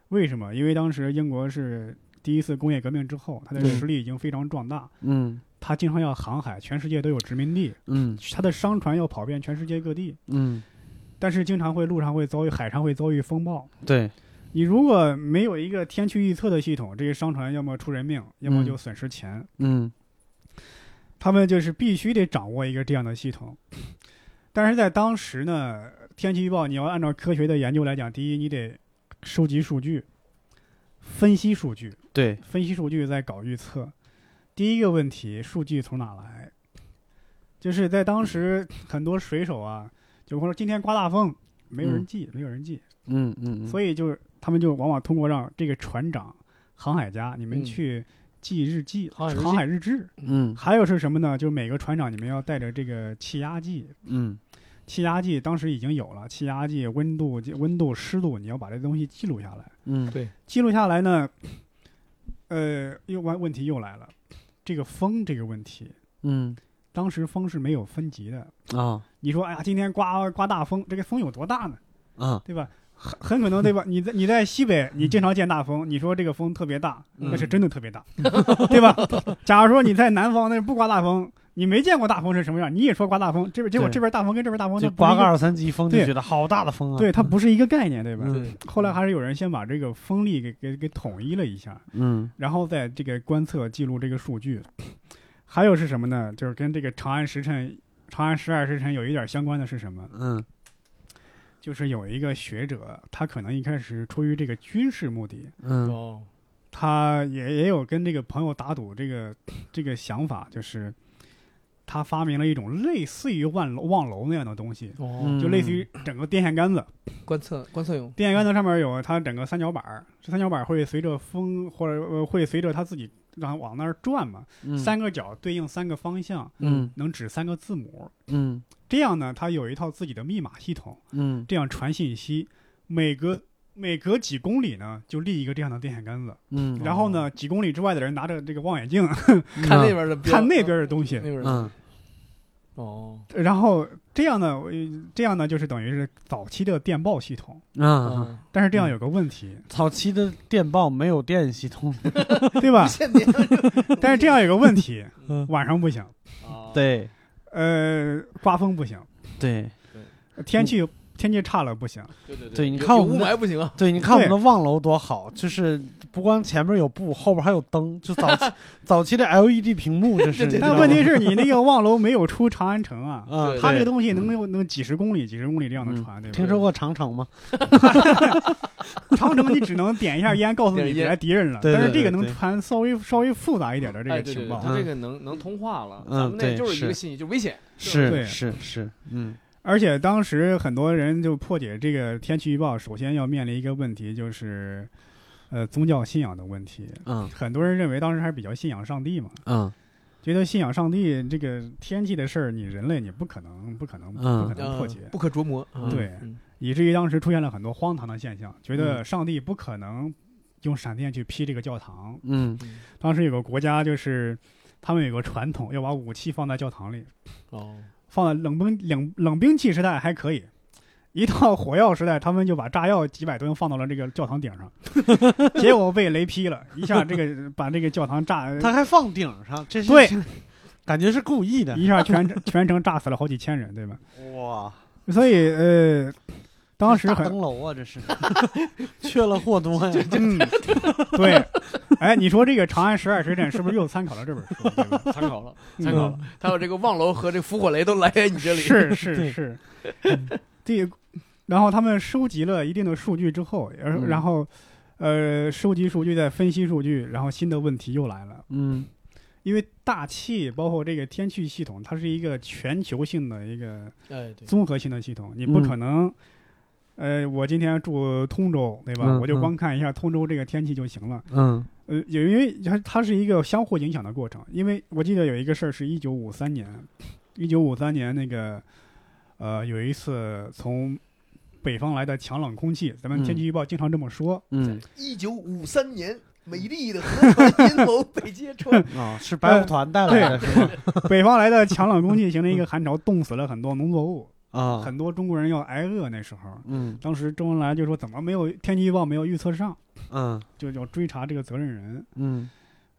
为什么？因为当时英国是第一次工业革命之后，它的
对
实力已经非常壮大，
嗯
它经常要航海，全世界都有殖民地。
嗯
它的商船要跑遍全世界各地，
嗯
但是经常会路上会遭遇海上会遭遇风暴。
对
你如果没有一个天气预测的系统，这些商船要么出人命，要么就损失钱。
嗯
他们就是必须得掌握一个这样的系统。但是在当时呢，天气预报你要按照科学的研究来讲，第一你得收集数据，分析数据，
对
分析数据再搞预测。第一个问题，数据从哪来？就是在当时很多水手啊，就说今天刮大风，没有人记，没有人记，
嗯嗯
所
以
以就是他们就往往通过让这个船长、航海家你们
嗯
去记日记、
航海日记
航海日志。
嗯
还有是什么呢？就是每个船长你们要带着这个气压计，
嗯
气压计当时已经有了，气压计、温度、温度、湿度，你要把这东西记录下来。
嗯
记录下来呢，呃，又问问题又来了，这个风这个问题，
嗯
当时风是没有分级的。
啊
你说，哎呀，今天刮刮大风，这个风有多大呢？
啊
对吧？很很可能对吧？你在你在西北，
嗯
你经常见大风，你说这个风特别大，
嗯
那是真的特别大， 对吧？假如说你在南方，那不刮大风，你没见过大风是什么样，你也说刮大风，这边结果
对
这边大风跟这边大风它
就
哦不是
刮
一
个二三级风就
对
觉得好大的风啊
对，它不是一个概念，对吧？
嗯
对
后来还是有人先把这个风力给给给统一了一下，
嗯
然后再这个观测记录这个数据。还有是什么呢？就是跟这个长安时辰、长安十二时辰有一点相关的是什么？
嗯
就是有一个学者，他可能一开始出于这个军事目的，
嗯
哦，
他也也有跟这个朋友打赌这个这个想法，就是他发明了一种类似于望楼望楼那样的东西，
哦，
就类似于整个电线杆子，
观测观测用，
电线杆子上面有它整个三角板儿，这三角板儿会随着风或者、呃、会随着它自己然后往那儿转嘛，三个角对应三个方向，
嗯
能指三个字母，
嗯
这样呢，它有一套自己的密码系统，
嗯
这样传信息，每隔每隔几公里呢就立一个这样的电线杆子。
哦
嗯
然后呢，几公里之外的人拿着这个望远镜
嗯 看那边的标，
看那边的东西
那。边的
嗯
哦，
然后这样呢，我这样呢就是等于是早期的电报系统，
嗯哦
啊，
但是这样有个问题，
早期的电报没有电系统，
对
无
吧？
线电，
但是这样有个 问题，
嗯
晚上不行，
啊，
对
呃，刮风不行，
对
天
嗯
气天气差了不行，
对对
对你
有
看
有
我们
雾
的
霾不行啊，
对，你看我们
对
的望楼多好，就是不光前面有布，后边还有灯，就早期早期的 LED 屏幕，这
对
是。
对对
你知道
但
吗
问题是你那个望楼没有出长安城啊。
啊，
对嗯
它这
对
个东西能有能几十公里、几十公里这样的传，对吧？
听说过长城吗？
长城你只能点一下烟，告诉你别来敌人了。
对对
但是这个
对对
能传稍微稍微复杂一点的这
哎
个
对对
情
对，
报，
它这个能能通话了，
嗯
咱们那
对
就是一个
是
信息，就危险，
是
对
是是，嗯
而且当时很多人就破解这个天气预报，首先要面临一个问题，就是呃宗教信仰的问题。
嗯
很多人认为当时还比较信仰上帝嘛，
嗯
觉得信仰上帝这个天气的事儿，你人类你不可能不可能不
嗯
可能破解，
不可琢磨，啊
对
嗯
以至于当时出现了很多荒唐的现象，觉得上帝不可能用闪电去劈这个教堂。
嗯
嗯
当时有个国家就是他们有个传统，要把武器放在教堂里，
哦，
放在冷兵冷冷兵器时代还可以，一到火药时代，他们就把炸药几百吨放到了这个教堂顶上， 结果被雷劈了，一下这个把这个教堂炸，
他还放顶上，这是
对，
感觉是故意的。
一下全城全城炸死了好几千人，对吧？
哇，
所以呃，当时
大
很
灯笼啊，这是 缺了货多 呀。
嗯，对，哎，你说这个《长安十二时辰》是不是又参考了这本书？对吧？
参考了，参考了，嗯还有这个望楼和这个伏火雷都来源你这里，
是 是是， 这个，然后他们收集了一定的数据之后，而
嗯
然后，呃，收集数据再分析数据，然后新的问题又来了，
嗯
因为大气包括这个天气系统，它是一个全球性的一个
哎对，
综合性的系统，你不
嗯
可能。呃，我今天住通州，对吧？
嗯
我
嗯
就光看一下通州这个天气就行了。
嗯
呃，有因为它它是一个相互影响的过程，因为我记得有一个事儿是一九五三年，一九五三年那个，呃，有一次从北方来的强冷空气，咱们天气预报经常这么说，
嗯
一九五三年，美丽的河川阴谋被揭 穿，
啊，是白虎团带来的是吗？
北方来的强冷空气形成一个寒潮，冻死了很多农作物，
啊，
很多中国人要挨饿。那时候，
嗯
当时周恩来就说怎么没有天气预报没有预测上，
嗯
就要追查这个责任人。
嗯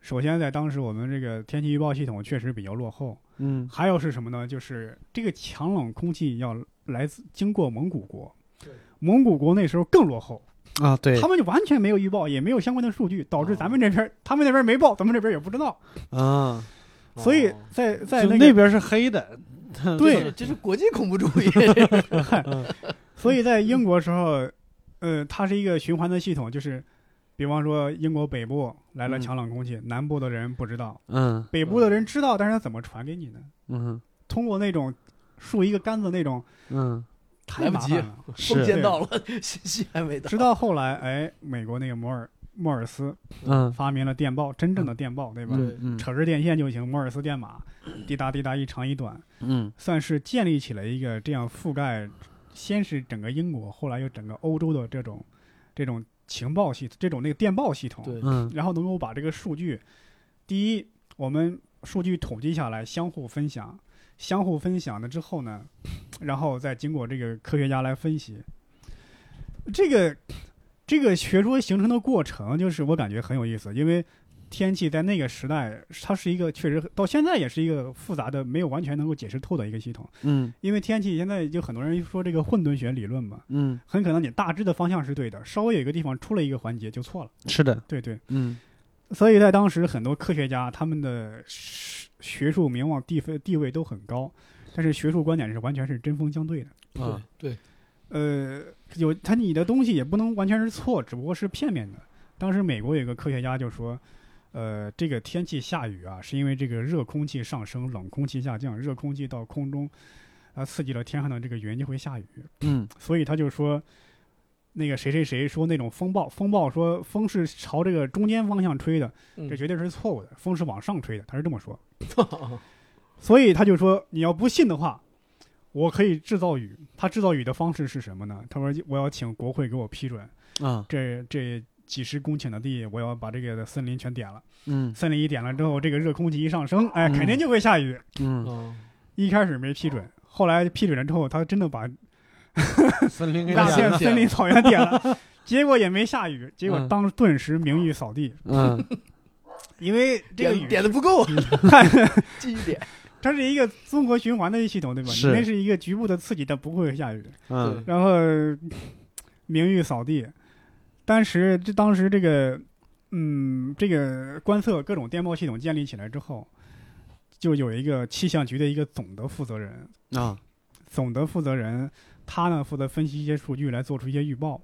首先，在当时我们这个天气预报系统确实比较落后，
嗯
还有是什么呢？就是这个强冷空气要来自经过蒙古国
对，
蒙古国那时候更落后，
啊，对
他们就完全没有预报，也没有相关的数据，导致
哦
咱们这边、他们那边没报，咱们这边也不知道，
啊，
所以
哦
在在
就
那
那
个，
边是黑的，
这
对
这是国际恐怖主义，
所以在英国时候，呃，它是一个循环的系统，就是。比方说，英国北部来了
嗯
强冷空气，南部的人不知道，
嗯
北部的人知道，但是他怎么传给你呢？
嗯
通过那种竖一个杆子那种，
嗯，
太麻烦了。
封
是
建到了，信息还没到，
直到后来，哎，美国那个摩尔莫尔斯
嗯
发明了电报，真正的电报，对吧？
嗯
嗯
扯根电线就行，摩尔斯电码，滴答滴答，一长一短，
嗯
算是建立起了一个这样覆盖，先是整个英国，后来又整个欧洲的这种这种情报系统，这种那个电报系统，
对
嗯
然后能够把这个数据，第一，我们数据统计下来，相互分享，相互分享了之后呢，然后再经过这个科学家来分析，这个这个学说形成的过程，就是我感觉很有意思，因为天气在那个时代，它是一个确实到现在也是一个复杂的，没有完全能够解释透的一个系统，
嗯
因为天气现在就很多人说这个混沌学理论嘛。
嗯，
很可能你大致的方向是对的，稍微有一个地方出了一个环节就错了。
是的，
对对，
嗯
所以在当时，很多科学家他们的学学术名望、地位地位都很高，但是学术观点是完全是针锋相对的。
对
啊
对，
呃，有他你的东西也不能完全是错，只不过是片面的。当时美国有个科学家就说，呃，这个天气下雨啊，是因为这个热空气上升，冷空气下降，热空气到空中，啊，刺激了天上的这个云就会下雨。
嗯
所以他就说，那个谁谁谁说那种风暴，风暴说风是朝这个中间方向吹的，
嗯
这绝对是错误的，风是往上吹的，他是这么 说。所以他就说，你要不信的话，我可以制造雨。他制造雨的方式是什么呢？他说，我要请国会给我批准，
啊
这这几十公顷的地，我要把这个森林全点了。
嗯
森林一点了之后，这个热空气一上升，哎，
嗯
肯定就会下雨。
嗯
哦
一开始没批准，后来批准了之后，他真的把
森林给
大
了
点
片
了，
森林草原点 了，结果也没下雨，结果
嗯
当顿时名誉扫地，
嗯
因为这个
点
雨
点的不
啊
够，
太
记一点。
它是一个综合循环的一系统，对吧？
是
里面是一个局部的刺激，但不会下雨。
嗯
然后名誉扫地，当时这当时这个，嗯，这个观测各种电报系统建立起来之后，就有一个气象局的一个总的负责人，
啊
总的负责人他呢负责分析一些数据来做出一些预报。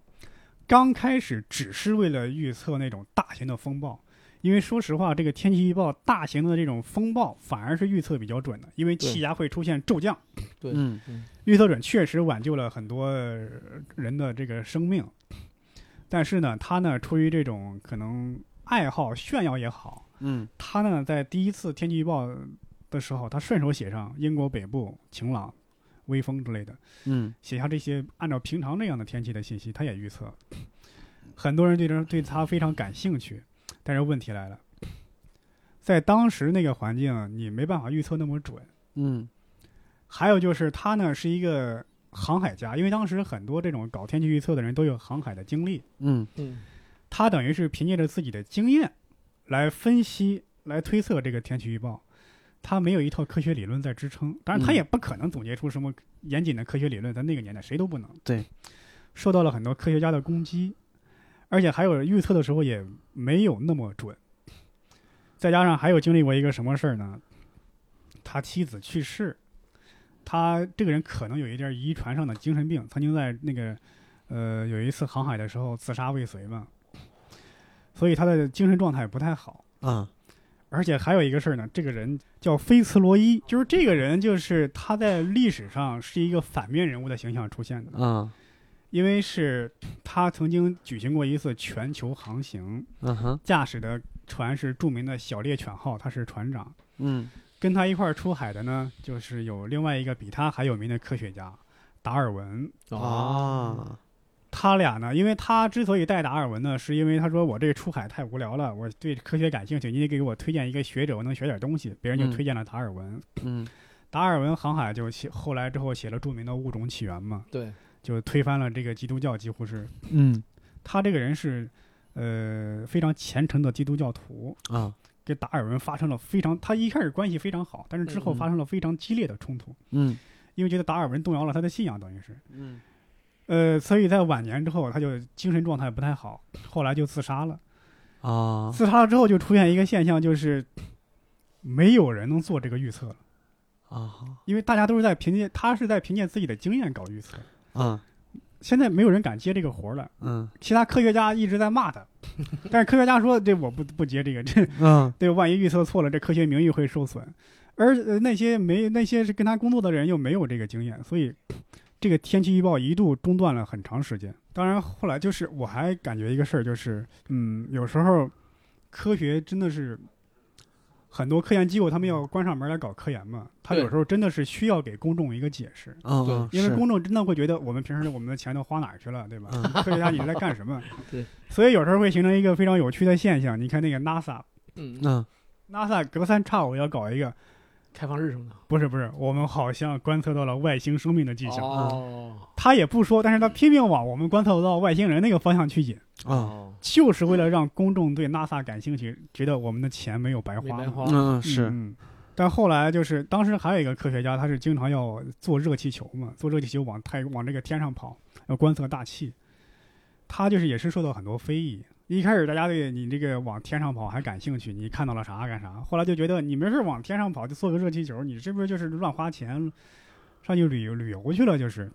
刚开始只是为了预测那种大型的风暴，因为说实话，这个天气预报大型的这种风暴反而是预测比较准的，因为气压会出现骤降，
对
嗯
预测准确实挽救了很多呃人的这个生命。但是呢，他呢出于这种可能爱好炫耀也好，
嗯
他呢在第一次天气预报的时候，他顺手写上英国北部晴朗、微风之类的。
嗯
写下这些按照平常那样的天气的信息，他也预测。很多人对这对他非常感兴趣，但是问题来了，在当时那个环境，你没办法预测那么准。
嗯
还有就是他呢是一个航海家，因为当时很多这种搞天气预测的人都有航海的经历，
嗯
嗯
他等于是凭借着自己的经验来分析、来推测这个天气预报。他没有一套科学理论在支撑，当然他
嗯
也不可能总结出什么严谨的科学理论，在那个年代谁都不能。
对，
受到了很多科学家的攻击，而且还有预测的时候也没有那么准。再加上还有经历过一个什么事儿呢？他妻子去世，他这个人可能有一点遗传上的精神病，曾经在那个呃有一次航海的时候自杀未遂嘛，所以他的精神状态不太好。
啊
而且还有一个事儿呢，这个人叫菲茨罗伊，就是这个人就是他在历史上是一个反面人物的形象出现的，
啊
因为是他曾经举行过一次全球航行，
嗯哼
驾驶的船是著名的小猎犬号，他是船长。
嗯
跟他一块儿出海的呢，就是有另外一个比他还有名的科学家达尔文。
哦
哦
啊
他俩呢，因为他之所以带达尔文呢，是因为他说我这出海太无聊了，我对科学感兴趣，你得给我推荐一个学者，我能学点东西。别人就
嗯
推荐了达尔文。
嗯
达尔文航海就写后来之后写了著名的《物种起源》嘛，
对，
就推翻了这个基督教，几乎是
嗯
他这个人是，呃，非常虔诚的基督教徒，
啊
跟达尔文发生了非常，他一开始关系非常好，但是之后
嗯嗯
发生了非常激烈的冲突，
嗯
因为觉得达尔文动摇了他的信仰，等于是，
嗯
呃，所以在晚年之后，他就精神状态不太好，后来就自杀了。
啊
自杀了之后，就出现一个现象，就是没有人能做这个预测了，
啊
因为大家都是在凭借他是在凭借自己的经验搞预测，
啊
现在没有人敢接这个活儿了。
嗯
其他科学家一直在骂他， 但是科学家说这我不不接这个，这
嗯
对，万一预测错了，这科学名誉会受损。而呃那些没那些是跟他工作的人又没有这个经验，所以这个天气预报一度中断了很长时间。当然，后来就是我还感觉一个事儿，就是嗯，有时候科学真的是很多科研机构他们要关上门来搞科研嘛，他
对
有时候真的是需要给公众一个解释，
嗯
因为公众真的会觉得我们平时我们的钱都花哪儿去了，对吧？
嗯
科学家你是在干什么？
对，
所以有时候会形成一个非常有趣的现象。你看那个 NASA。
嗯，
嗯
NASA 隔三差五要搞一个，
开放日什么的。
不是不是，我们好像观测到了外星生命的迹象。
哦
他也不说，但是他拼命往我们观测到外星人那个方向去引，
啊
哦
就是为了让公众对 NASA 感兴趣，觉得我们的钱没有白
没
花。
白花
嗯
嗯
是
嗯但后来就是，当时还有一个科学家，他是经常要做热气球嘛，做热气球往太往这个天上跑，要观测大气。他就是也是受到很多非议。一开始大家对你这个往天上跑还感兴趣，你看到了啥干啥。后来就觉得你没事儿往天上跑就做个热气球，你是不是就是乱花钱，上去旅游旅游去了就是。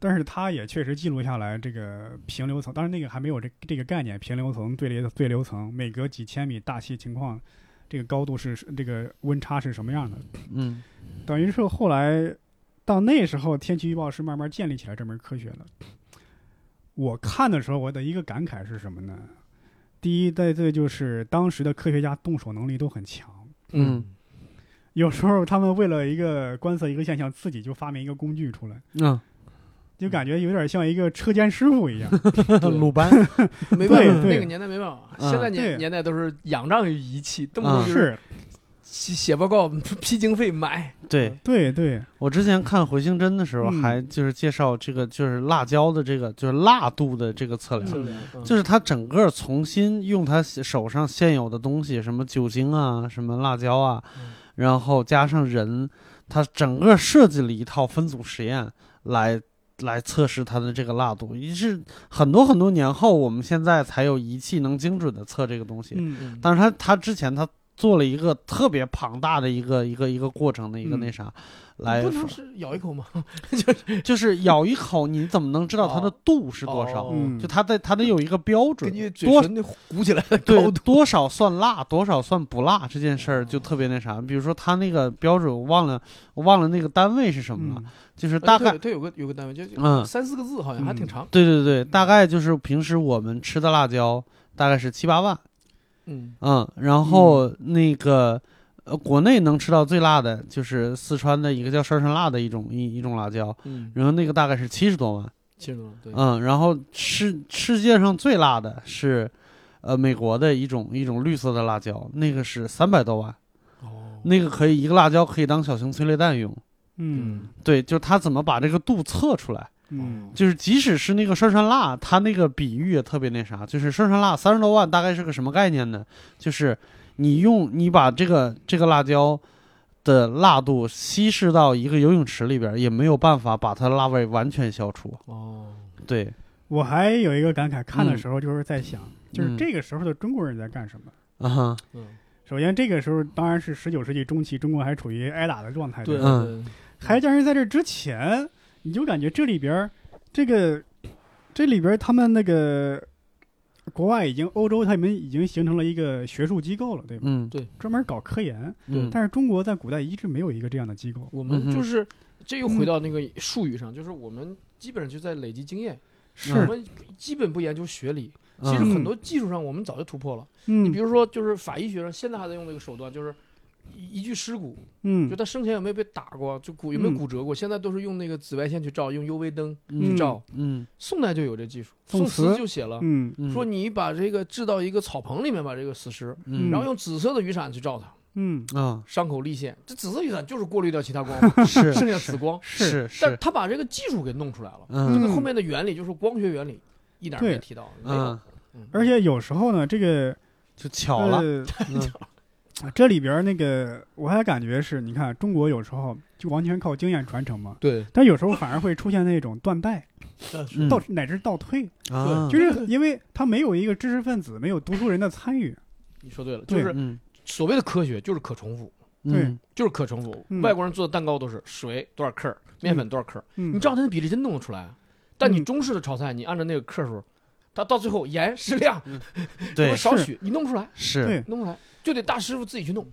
但是他也确实记录下来这个平流层，当然那个还没有这这个概念，平流层、对流对流层，每隔几千米大气情况这个高度是是这个温差是什么样的？
嗯
等于是后来到那时候，天气预报是慢慢建立起来这门科学的。我看的时候，我的一个感慨是什么呢？第一，在这就是当时的科学家动手能力都很强，
嗯
有时候他们为了一个观测一个现象，自己就发明一个工具出来，
嗯
就感觉有点像一个车间师傅 一样。
鲁班
没办法，
对对
那个年代没办法。
嗯
现在年
对
年代都是仰仗于仪器，动不动就是写写报告批经费 买，
对
对对，
我之前看回形针的时候，
嗯
还就是介绍这个就是辣椒的这个就是辣度的这个测量，
嗯
就
就是他整个重新用他手上现有的东西，什么酒精啊，什么辣椒啊
嗯，
然后加上人，他整个设计了一套分组实验来来测试它的这个辣度。于是很多很多年后，我们现在才有仪器能精准的测这个东西。
嗯
当
但是他他之前他做了一个特别庞大的一个一个一个过程的一个
嗯
那啥，来
不能是咬一口吗？就是
就是咬一口，你怎么能知道它的
哦
度是多少？
哦
嗯，
就它得它得有一个标准
根，据嘴
多
唇那鼓起来的
对
高，度，
多少算辣，多少算不辣这件事儿就特别那啥。比如说他那个标准，我忘了，我忘了那个单位是什么了，
嗯
就是
呃
大
对
概，
对有个有个单位就
嗯，
三四个字，好像还挺长。
对对对，大概就是平时我们吃的辣椒大概是七八万，
嗯，
嗯，然后那个。呃，国内能吃到最辣的就是四川的一个叫酸酸辣的一种一一种辣椒，
嗯，
然后那个大概是七十多万，
清楚了，对，
嗯，然后世世界上最辣的是，呃，美国的一种一种绿色的辣椒，那个是三百多万，
哦，
那个可以一个辣椒可以当小型催泪弹用。
嗯
对，就是他怎么把这个度测出来，
嗯
就是即使是那个涮涮辣，他那个比喻也特别那啥，就是涮涮辣三十多万大概是个什么概念呢？就是你用你把这个这个辣椒。的辣度稀释到一个游泳池里边，也没有办法把它的辣味完全消除。
哦，
对，
我还有一个感慨，看的
嗯
时候就是在想，就是
嗯
这个时候的中国人在干什么？
啊哈，
嗯，
首先，这个时候当然是十九世纪中期，中国还处于挨打的状态。
对，
吧
嗯
还但是在这之前，你就感觉这里边儿这个这里边儿他们那个国外已经欧洲他们已经形成了一个学术机构了，对吧？
嗯，
专门搞科研，
嗯
但是中国在古代一直没有一个这样的机构。
我
嗯
们
哼嗯
就是这又回到那个术语上，就是我们基本上就在累积经验，
是
我们基本不研究学理，
嗯
其实很多技术上我们早就突破了。你比
嗯
如说，就是法医学上现在还在用这个手段，就是一一具尸骨，就
嗯
他生前有没有被打过，就骨有没有
嗯
骨折过，现在都是用那个紫外线去照，用 UV 灯
嗯
去照。
嗯
宋代就有这技术，
宋
宋
词
词就写了，
嗯
嗯，
说你把这个置到一个草棚里面，把这个死尸，
嗯
然后用紫色的雨伞去照它，
嗯，
啊，
伤口立现。这紫色雨伞就是过滤掉其他光嘛
是
剩下紫光。
是
但
是
他把这个技术给弄出来了，
嗯
后面的原理就是光学原理，一点儿没
对
提到，没有
嗯。，
嗯
而且有时候呢，这个
就巧了，
呃，
嗯
这里边儿那个我还感觉是，你看中国有时候就完全靠经验传承嘛，
对，
但有时候反而会出现那种断代、
但是
嗯
倒乃至倒退。
嗯
啊，
就
对
是因为他没有一个知识分子，没有读书人的参与。
你说对了，就
对
是
嗯
所谓的科学就是可重复，
嗯
就是可重复。
嗯
外国人做的蛋糕都是水多少克儿，面粉多少克儿，
嗯
你照它的比例真弄得出来啊。但你
嗯
中式的炒菜，你按照那个克数，它到最后盐适量，什
对
么少
是
许，你弄不出来，
是
对
弄不出来就得大师傅自己去弄。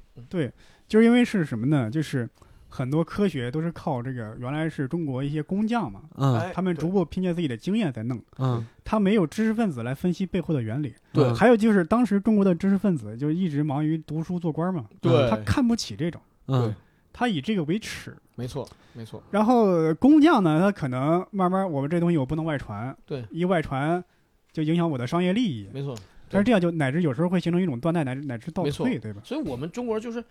就是因为是什么呢？就是很多科学都是靠这个，原来是中国一些工匠嘛，
嗯
哎
他们逐步凭借自己的经验在弄，
嗯
他没有知识分子来分析背后的原理。
对
嗯
还有就是当时中国的知识分子就一直忙于读书做官嘛，
对
他看不起这种，
嗯
他以这个为耻。
没错，没错，
然后工匠呢，他可能慢慢我们这东西我不能外传，
对，
一外传就影响我的商业利益。
没错。
但是这样就乃至有时候会形成一种断代，乃至乃至倒
没错
退，对吧？
所以我们中国人就是，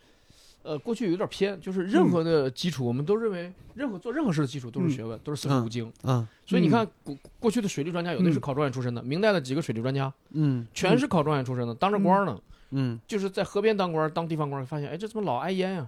呃，过去有点偏，就是
嗯
任何的基础，我们都认为任何做任何事的基础都是学问，都是四书五经。
嗯
所以你看，过过去的水利专家有的是考状元出身的，明代的几个水利专家
嗯
全是考状元出身的，当着官呢，
嗯
就是在河边当官，当地方官，发现哎，这怎么老挨淹呀、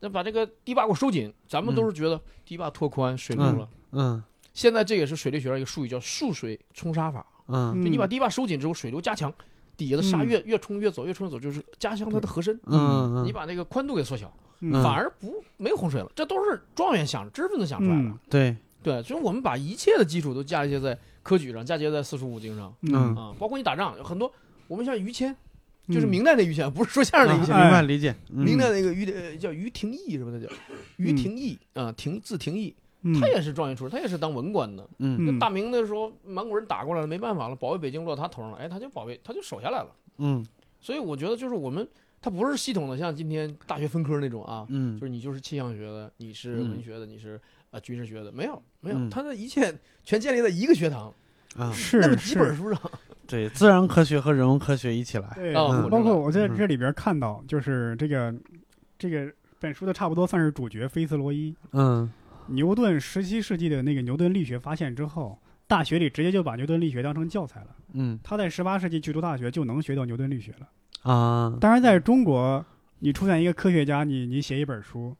那把这个堤坝给我收紧，咱们都是觉得堤坝拓宽，水路了。
嗯
现在这也是水利学上一个术语，叫束水冲沙法。
嗯
就你把堤坝收紧之后，水流加强，底下的沙越越冲越走，越冲越走，就是加强它的河身。
嗯，
你把那个宽度给缩小，
嗯
反而不没有洪水了。这都是状元想、知识分子想出来的。
嗯
对
对，所以我们把一切的基础都嫁接在科举上，嫁接在四书五经上
嗯
啊，包括你打仗，有很多我们像于谦，
嗯
就是明代那于谦，不是说相
这
声的于
理解
啊
谦。
明白理解，
明代那个于呃叫于廷义什么的叫于廷义啊，廷字廷义，
嗯
他也是状元出身，他也是当文官的。
嗯
那
嗯
大明的时候，蒙古人打过来了，没办法了，保卫北京落他头上了，哎，他就保卫，他就守下来了。
嗯
所以我觉得就是我们，他不是系统的，像今天大学分科那种啊，
嗯
就是你就是气象学的，你是
嗯
文学的，你是呃军事学的，没有没有
嗯，
他的一切全建立在一个学堂，
啊，
是
那么几本
是，
书上，
对，自然科学和人文科学一起来，
对，嗯
啊
我
包
知道
括我在
嗯
这里边看到，就是这个这个本书的差不多算是主角菲茨罗伊。
嗯
牛顿十七世纪的那个牛顿力学发现之后，大学里直接就把牛顿力学当成教材了。
嗯
他在十八世纪去读大学就能学到牛顿力学了。
啊，
当然，在中国，你出现一个科学家，你你写一本书，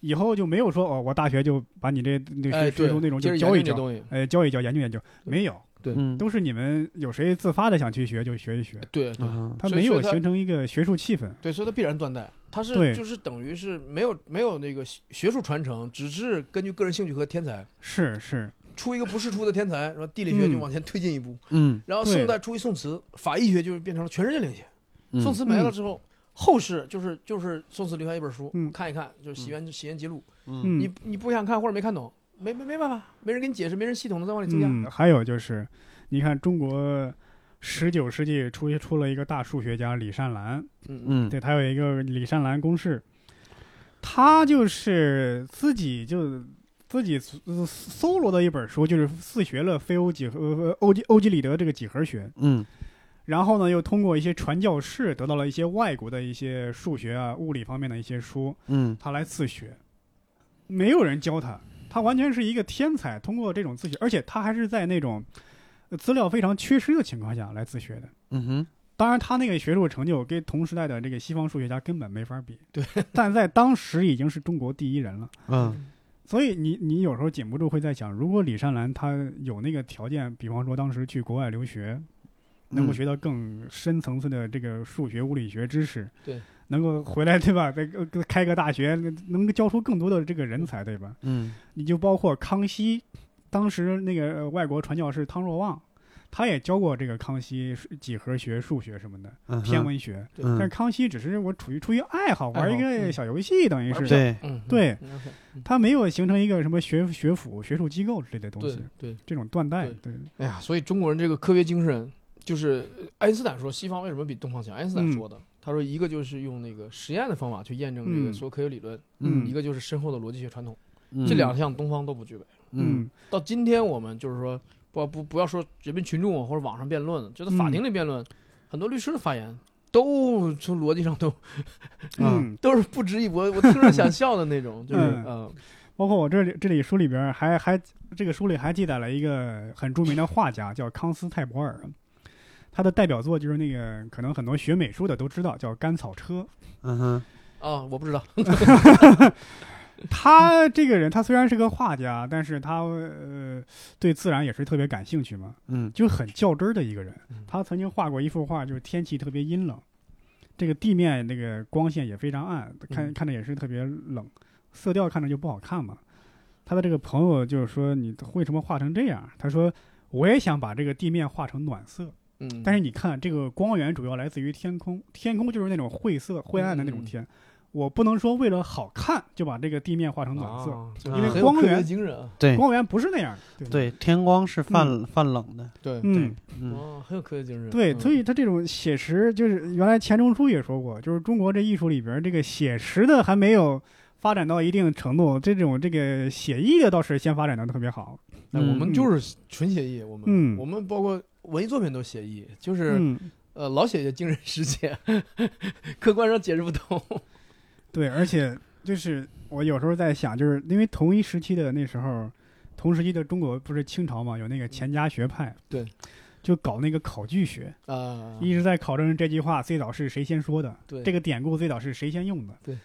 以后就没有说哦，我大学就把你这那
哎，
学
对
学术内容
接
就
着
教一
研究这
教，
东西，
哎，教一教，研究研究，没有，
嗯
都是你们有谁自发的想去学就学一学，
对对
啊
他
所以
没
所
有
以他
形成一个学术气氛。
对，所以它必然断代。它是
对
就是等于是没有没有那个学学术传承，只是根据个人兴趣和天才，
是是，
出一个不世出的天才，然后地理学就
嗯
往前推进一步，
嗯
然后
对
宋代出一宋词，法医学就是变成了全世界领先。
嗯
宋词没了
嗯
之后，后世就是就是宋词留下一本书，
嗯
看一看就是《洗冤洗冤集录》
嗯
嗯
你你不想看或者没看懂，没没没办法，没人给你解释，没人系统的再往里增加。
嗯，还有就是，你看中国十九世纪出出了一个大数学家李善兰，
嗯
嗯
对他有一个李善兰公式，他就是自己就自己搜搜罗的一本书，就是自学了非欧几何、呃欧几欧几里得这个几何学，
嗯
然后呢又通过一些传教士得到了一些外国的一些数学啊、物理方面的一些书，
嗯
他来自学，没有人教他，他完全是一个天才，通过这种自学，而且他还是在那种呃资料非常缺失的情况下来自学的。
嗯哼
当然，他那个学术成就跟同时代的这个西方数学家根本没法比。
对，
但在当时已经是中国第一人了。
嗯
所以你你有时候禁不住会在想，如果李善兰他有那个条件，比方说当时去国外留学，
嗯
能够学到更深层次的这个数学、物理学知识，
对，
能够回来对吧？再呃开个大学，能够教出更多的这个人才，对吧？
嗯
你就包括康熙，当时那个呃外国传教士汤若望，他也教过这个康熙数几何学、数学什么的
嗯哼
天文学，
对
但是
嗯
康熙只是我处于出于爱好玩一
爱好
个
嗯
小游戏，等于
玩
是
不
对
嗯，
对
嗯，OK，嗯
它没有形成一个什么学学府、学术机构之类的东
对
西，
对，
这种断代，
对
对，
哎呀，所以中国人这个科学精神，就是呃爱因斯坦说西方为什么比东方强？爱因斯坦
嗯
说的，他说一个就是用那个实验的方法去验证这个
嗯
所有科学理论，
嗯
一个就是深厚的逻辑学传统，
嗯
这两项东方都不具备。
嗯
到今天我们就是说，不不不要说人民群众啊或者网上辩论，就在法庭里辩论，很多律师的发言都从逻辑上都
嗯，
都是不值一驳，我听着想笑的那种，就是
嗯
嗯
包括我这里这里书里边儿还还这个书里还记载了一个很著名的画家叫康斯泰伯尔，他的代表作就是那个可能很多学美术的都知道叫《甘草车》。
嗯哼
啊，我不知道，
他这个人他虽然是个画家，但是他呃对自然也是特别感兴趣嘛，
嗯
就很较真儿的一个人
嗯。
他曾经画过一幅画，就是天气特别阴冷，这个地面那个光线也非常暗，看
嗯
看着也是特别冷，色调看着就不好看嘛。他的这个朋友就是说：“你为什么画成这样？”他说：“我也想把这个地面画成暖色，
嗯，
但是你看这个光源主要来自于天空，天空就是那种晦涩、灰暗的
嗯
那种天。我不能说为了好看就把这个地面画成暖色，
啊
因为
很有
光
科学
源
精神啊，
对
光源不是那样的。对吧，
对天光是泛泛冷的
对，
嗯。”
嗯
哦，很有科学精神，
对，
嗯
所以他这种写实，就是原来钱钟书也说过，就是中国这艺术里边儿这个写实的还没有发展到一定程度，这种这个写意的倒是先发展的特别好。
哎我们
嗯
就是纯写意，我们、
嗯
我们包括文艺作品都写意，就是、
嗯，
呃老写些精神世界， 客观上解释不通。
对，而且就是我有时候在想，就是因为同一时期的那时候，同时期的中国不是清朝嘛，有那个钱家学派，
对，
就搞那个考据学，
啊，
一直在考证这句话最早是谁先说的，
对
这个典故最早是谁先用的？
对，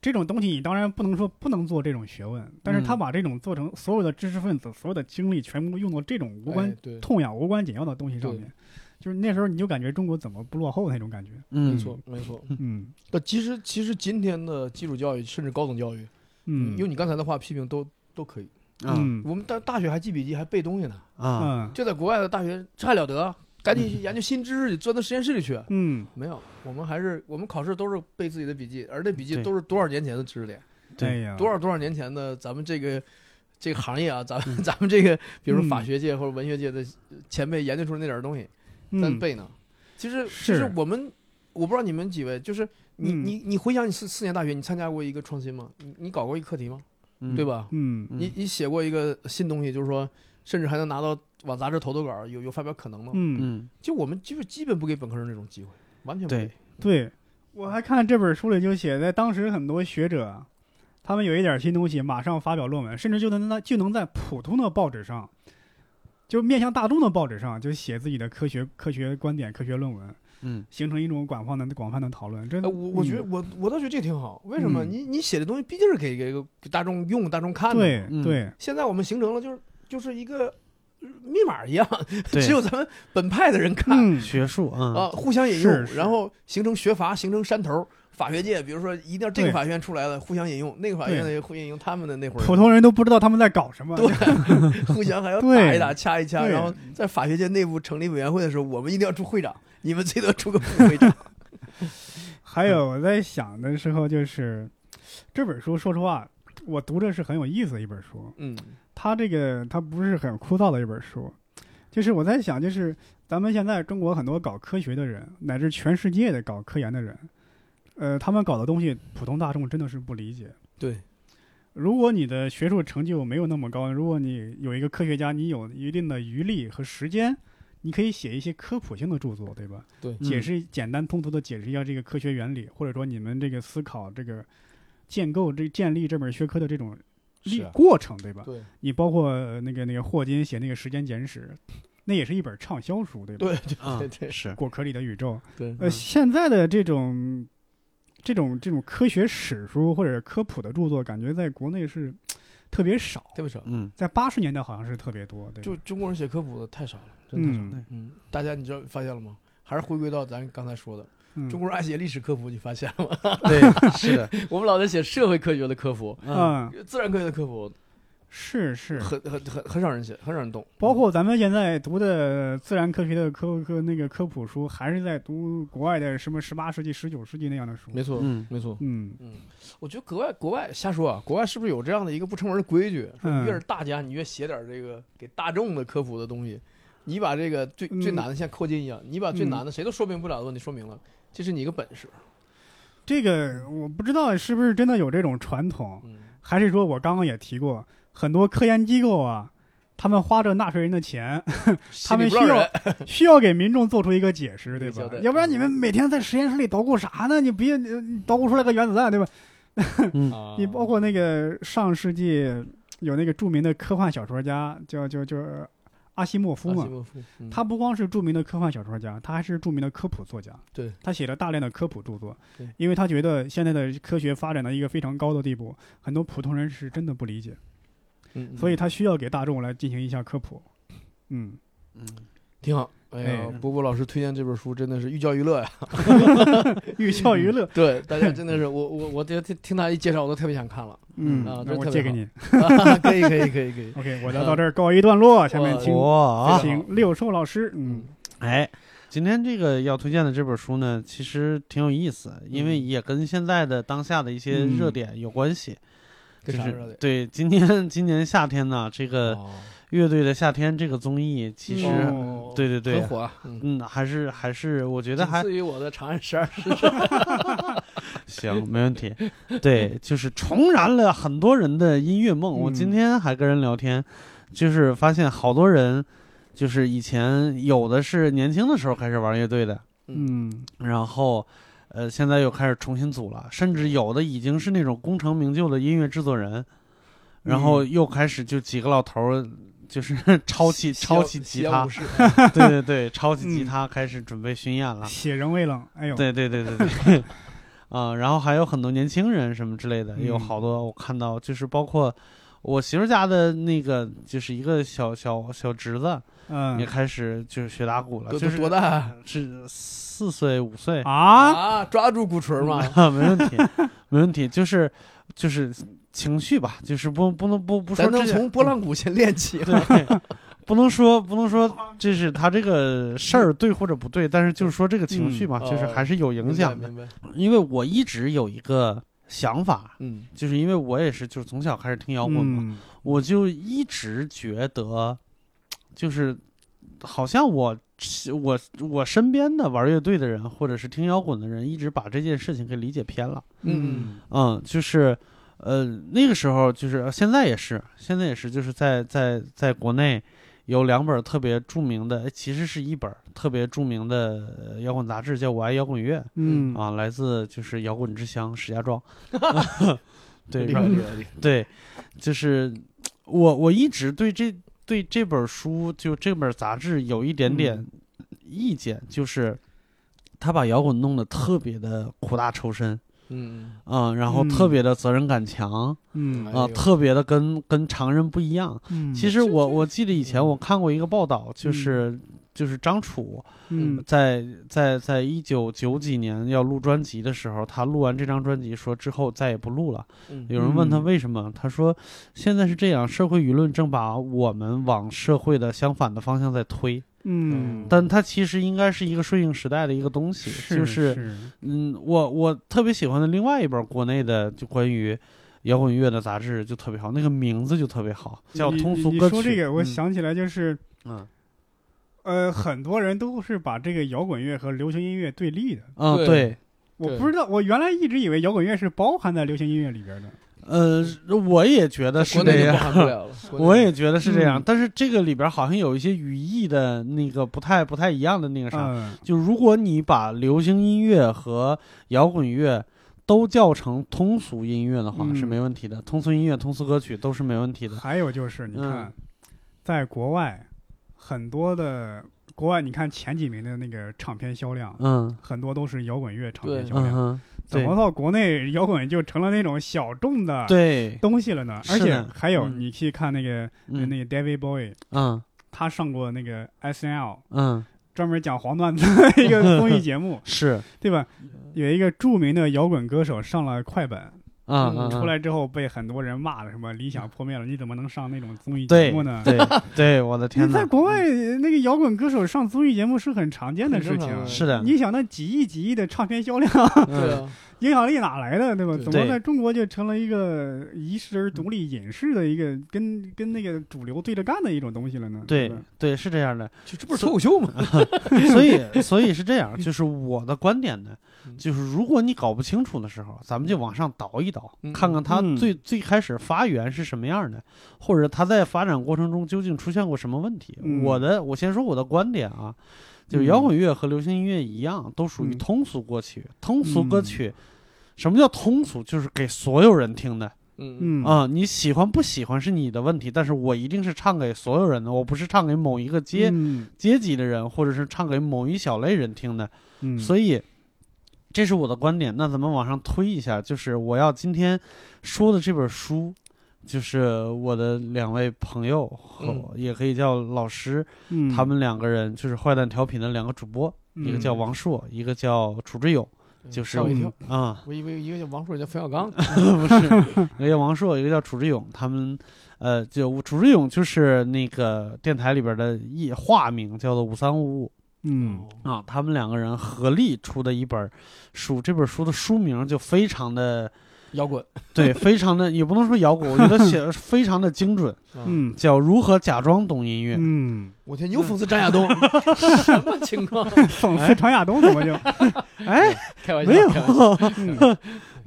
这种东西你当然不能说不能做这种学问，但是
嗯
他把这种做成所有的知识分子、所有的精力全部用到这种无关、
哎对，
痛痒、无关紧要的东西上
对
面，就是那时候你就感觉中国怎么不落后那种感觉。
没
嗯
错没错。
嗯
那其实其实今天的基础教育甚至高等教育，
嗯
用你啊刚才的话批评都都可以。
嗯
嗯
我们大大学还记笔记还背东西呢，
啊
嗯
就在国外的大学差了得，赶紧去研究新知识去，钻到实验室里去。
嗯，
没有，我们还是我们考试都是背自己的笔记，而那笔记
对
都是多少年前的知识点。
对
哎呀，
多少多少年前的咱们这个 这个行业啊，咱们、咱们这个，比如说
嗯
法学界或者文学界的前辈研究出来那点儿东西，咱
嗯
背呢。其实
是
其实我们，我不知道你们几位，就是你、
嗯
你你回想你四四年大学，你参加过一个创新吗？你你搞过一个课题吗？
嗯
对吧？
嗯
嗯
你你写过一个新东西，就是说，甚至还能拿到往杂志投投稿，有有发表可能吗？
嗯
嗯
就我们就是基本不给本科生这种机会，完全不
对
给。
对。我还看这本书里就写，在当时很多学者，啊他们有一点新东西，马上发表论文，甚至就能在就能在普通的报纸上，就面向大众的报纸上，就写自己的科学科学观点、科学论文，
嗯，
形成一种广泛的广泛的讨论。这
哎，我我觉得
嗯
我我倒觉得这挺好，为什么？
嗯
你你写的东西毕竟是给给给大众用、大众看的。，
对
嗯
对，
现在我们形成了就是就是一个呃密码一样，
对
只有咱们本派的人看
嗯，
学术啊，
啊，互相引
是
用，
是
然后形成学阀，形成山头。法学界，比如说一定要这个
对
法学院出来了，互相引用；那个法学院
对
的互相引用他们的那会儿，
普通人都不知道他们在搞什 么。
对， 互相还要打一打、掐一掐，
对
然后在法学界内部成立委员会的时候，我们一定要出会长，你们最多出个副会 长。
还
嗯
有我在想的时候，就是这本书，说实话，我读着是很有意思的一本书。
嗯，
它这个它不是很枯燥的一本书，就是我在想，就是咱们现在中国很多搞科学的人，乃至全世界的搞科研的人，呃，他们搞的东西，普通大众真的是不理解。
对，
如果你的学术成就没有那么高，如果你有一个科学家，你有一定的余力和时间，你可以写一些科普性的著作，对吧？
对
解释简单通俗的解释一下这个科学原理，或者说你们这个思考这个建构这建立这门学科的这种历
是啊
过程，对吧？
对
你包括呃那个那个霍金写那个《时间简史》，那也是一本畅销书，对 吧？
对
啊
对对
是
果壳里的宇宙。
对
呃，
嗯
现在的这种这种这种科学史书或者科普的著作，感觉在国内是特别少，
特别少，
嗯，
在八十年代好像是特别多，对吧？
就中国人写科普的太少了，真的。
嗯
嗯，大家你知道发现了吗？还是回归到咱刚才说的，
嗯，
中国人爱写历史科普，你发现了吗？
对，是的，
我们老在写社会科学的科普、
嗯，
嗯
自然科学的科普，
是是，
很很很很少人写，很少人懂。
包括咱们现在读的自然科学的科科那个科普书，还是在读国外的什么十八世纪、十九世纪那样的书。
没错，
嗯
没错。
嗯，
我觉得国外国外瞎说啊，国外是不是有这样的一个不成文的规矩？说
嗯
你越是大家，你越写点这个给大众的科普的东西，你把这个最最
嗯
难的像扣金一样，你把最
嗯
难的谁都说明不了的问题说明了，这是你一个本事。
这个我不知道是不是真的有这种传统，
嗯，
还是说我刚刚也提过，很多科研机构啊，他们花着纳税人 的钱，他
心
们
里
需
不让
要
人
需要给民众做出一个解释，对
一
吧
个交代？
要不然你们每天在实验室里捣鼓啥呢？你别你你捣鼓出来个原子弹，对吧？
啊
你包括那个上世纪有那个著名的科幻小说家，叫叫叫阿西莫夫
阿
嘛
西，莫夫，嗯
他不光是著名的科幻小说家，他还是著名的科普作家。
对，
他写了大量的科普著作
对，
因为他觉得现在的科学发展到一个非常高的地步，很多普通人是真的不理解，
嗯嗯
所以他需要给大众来进行一下科普。嗯，
嗯，
挺好。哎呀
哎，
波波老师推荐这本书真的是寓教于乐呀。
寓教于乐。
对，大家真的 是我我我听听他一介绍，我都特别想看了。
嗯，
啊
那
这
我
特别
借给
好
你。
啊可以可以可以可以。
OK，我聊到这儿告一段落，下面
哇
请
哇啊，
请六兽老师。嗯
哎，今天这个要推荐的这本书呢，其实挺有意思，
嗯
因为也跟现在的当下的一些热点有关系。
跟
就
啥
是
似的？
对，今年今年夏天呢，这
呃
个《
哦，
乐队的夏天》这个综艺，其实、
嗯
哦
对对对
很火啊。嗯，
嗯，还是还是，我觉
觉
得还
至于我的《长安十二时辰》
行，没 问题。对，就是重燃了很多人的音乐梦。我今
嗯
天还跟人聊天，就是发现好多人，就是以前有的是年轻的时候开始玩乐队的，
嗯
然后，呃，现在又开始重新组了，甚至有的已经是那种功成名就的音乐制作人，然
嗯
后又开始就几个老头儿。就是 抄起抄起吉他， 对对对，抄起吉
嗯
他开始准备巡演了。
血仍未冷。哎呦，
啊对对对对对， 啊、然后还有很多年轻人什么之类的，有
嗯
好多我看到，就是包括我媳妇儿家的那个，就是一个小小小侄子也
嗯
开始就是学打鼓了，
多
就是
多大啊
是四岁五岁
啊，
啊？抓住鼓槌嘛。
啊，没问题，没问题，就是就是情绪吧，就是不不能不不说
咱能
这个
从拨浪鼓先练起。
对，不能说不能说这是他这个事儿对或者不对，但是就是说这个情绪嘛，
嗯
就是
哦
还是有 影
明白
响的。
明白。
因为我一直有一个想法，
嗯
就是因为我也是就是从小开始听摇滚嘛，
嗯
我就一直觉得，就是好像我我我身边的玩乐队的人或者是听摇滚的人，一直把这件事情给理解偏了。
嗯
嗯，就是，呃，那个时候就是呃现在也是，现在也是，就是在在在国内有两本特别著名的，哎其实是一本特别著名的呃摇滚杂志，叫《我爱摇滚乐》
嗯
啊，来自就是摇滚之乡石家庄。 对，
厉
然
害
后
厉害厉害
对，就是我我一直对这对这本书就这本杂志有一点点意见，就是他把摇滚弄得特别的苦大仇深
嗯，
啊、然后
嗯
特别的责任感强
嗯
啊、
哎呦
特别的跟跟常人不一样。
嗯，
其
实
实我
这
我记得以前我看过一个报道，就是。就是张楚
嗯
在在在一九九几年要录专辑的时候，他录完这张专辑说之后再也不录了，
嗯
有人问他
嗯
为什么，他说现在是这样，社会舆论正把我们往社会的相反的方向在推，
嗯，
但它其实应该是一个顺应时代的一个东西。就是嗯，我我特别喜欢的另外一本国内的就关于摇滚乐的杂志就特别好，那个名字就特别好，叫
你
通
你
俗
你
歌曲。
说这个，我
嗯
想起来就是，
嗯
呃，很多人都是把这个摇滚乐和流行音乐对立的。
嗯
对
对。
我
对
不知道，我原来一直以为摇滚乐是包含在流行音乐里边的。
呃，我也觉得是
国内
这
就包
样，
含不了了。国内
我也觉得是这样，
嗯
但是这个里边好像有一些语义的那个不太不太一样的那个啥，
嗯
就如果你把流行音乐和摇滚乐都叫成通俗音乐的话，
嗯
是没问题的。通俗音乐、通俗歌曲都是没问题的。
还有就是，你看
嗯，
在国外，很多的国外，你看前几名的那个唱片销量，
嗯
很多都是摇滚乐唱
对
片销
嗯
量。
哼，
怎
对
么到国内摇滚就成了那种小众的
对，
东西了呢？而
是
且
的
还有，
嗯
你去看那个
嗯
那个 David Bowie，
嗯
他上过那个 S N L，
嗯
专门讲 黄段子的一个综艺节目，
是
对吧？有一个著名的摇滚歌手上了快本，
啊
嗯
啊
出。
啊
来之后被很多人骂了，什么理想破灭了，你怎么能上那种综艺节
对
目 呢？
对对，我的天
你
哪！
在国外那个摇滚歌手上综艺节目是很常见的事
很正常
情啊
的。
是的，
你想那几亿几亿的唱片销量，
对
嗯
啊，
影响力哪来的，对吧？
对
怎么在中国就成了一个遗世而独立、隐士的一个跟跟那个主流对着干的一种东西了呢？
对
吧
对是这样 的，
就这不是脱口秀吗？
所以所以是这样，就是我的观点呢
嗯，
就是如果你搞不清楚的时候，咱们就往上倒一倒，
嗯
看看它
嗯
最、最开始发源是什么样的，或者它在发展过程中究竟出现过什么问题。
嗯
我的我先说我的观点啊，就是
嗯
摇滚乐和流行音乐一样，都属于
嗯
通俗歌曲。通俗歌曲，什么叫通俗？就是给所有人听的啊、
嗯
嗯，
你喜欢不喜欢是你的问题，但是我一定是唱给所有人的，我不是唱给某一个阶、
嗯
阶级的人，或者是唱给某一小类人听的。
嗯，
所以这是我的观点。那咱们往上推一下，就是我要今天说的这本书，就是我的两位朋友和
嗯
我也可以叫老师，
以
他们两个人就是坏蛋调频的两个主播，
嗯
一个叫王硕，一个叫楚志勇就是
吓我一跳，
啊、
我以为一个叫王朔，一个叫冯小刚。
不是， 一个叫王硕，一个叫楚志勇，他们。呃，就楚志勇就是那个电台里边的一化名，叫做五三五五。
嗯
啊，他们两个人合力出的一本书，这本书的书名就非常的
摇 滚，
对，非常的也不能说摇滚，我觉得写的非常的精准，
啊，
嗯
叫如何假装懂音乐。
嗯，
我天，你又讽刺张亚 东， 什么情况？
讽刺常亚东 怎么就
哎，
开玩笑，
没有
开玩笑，
嗯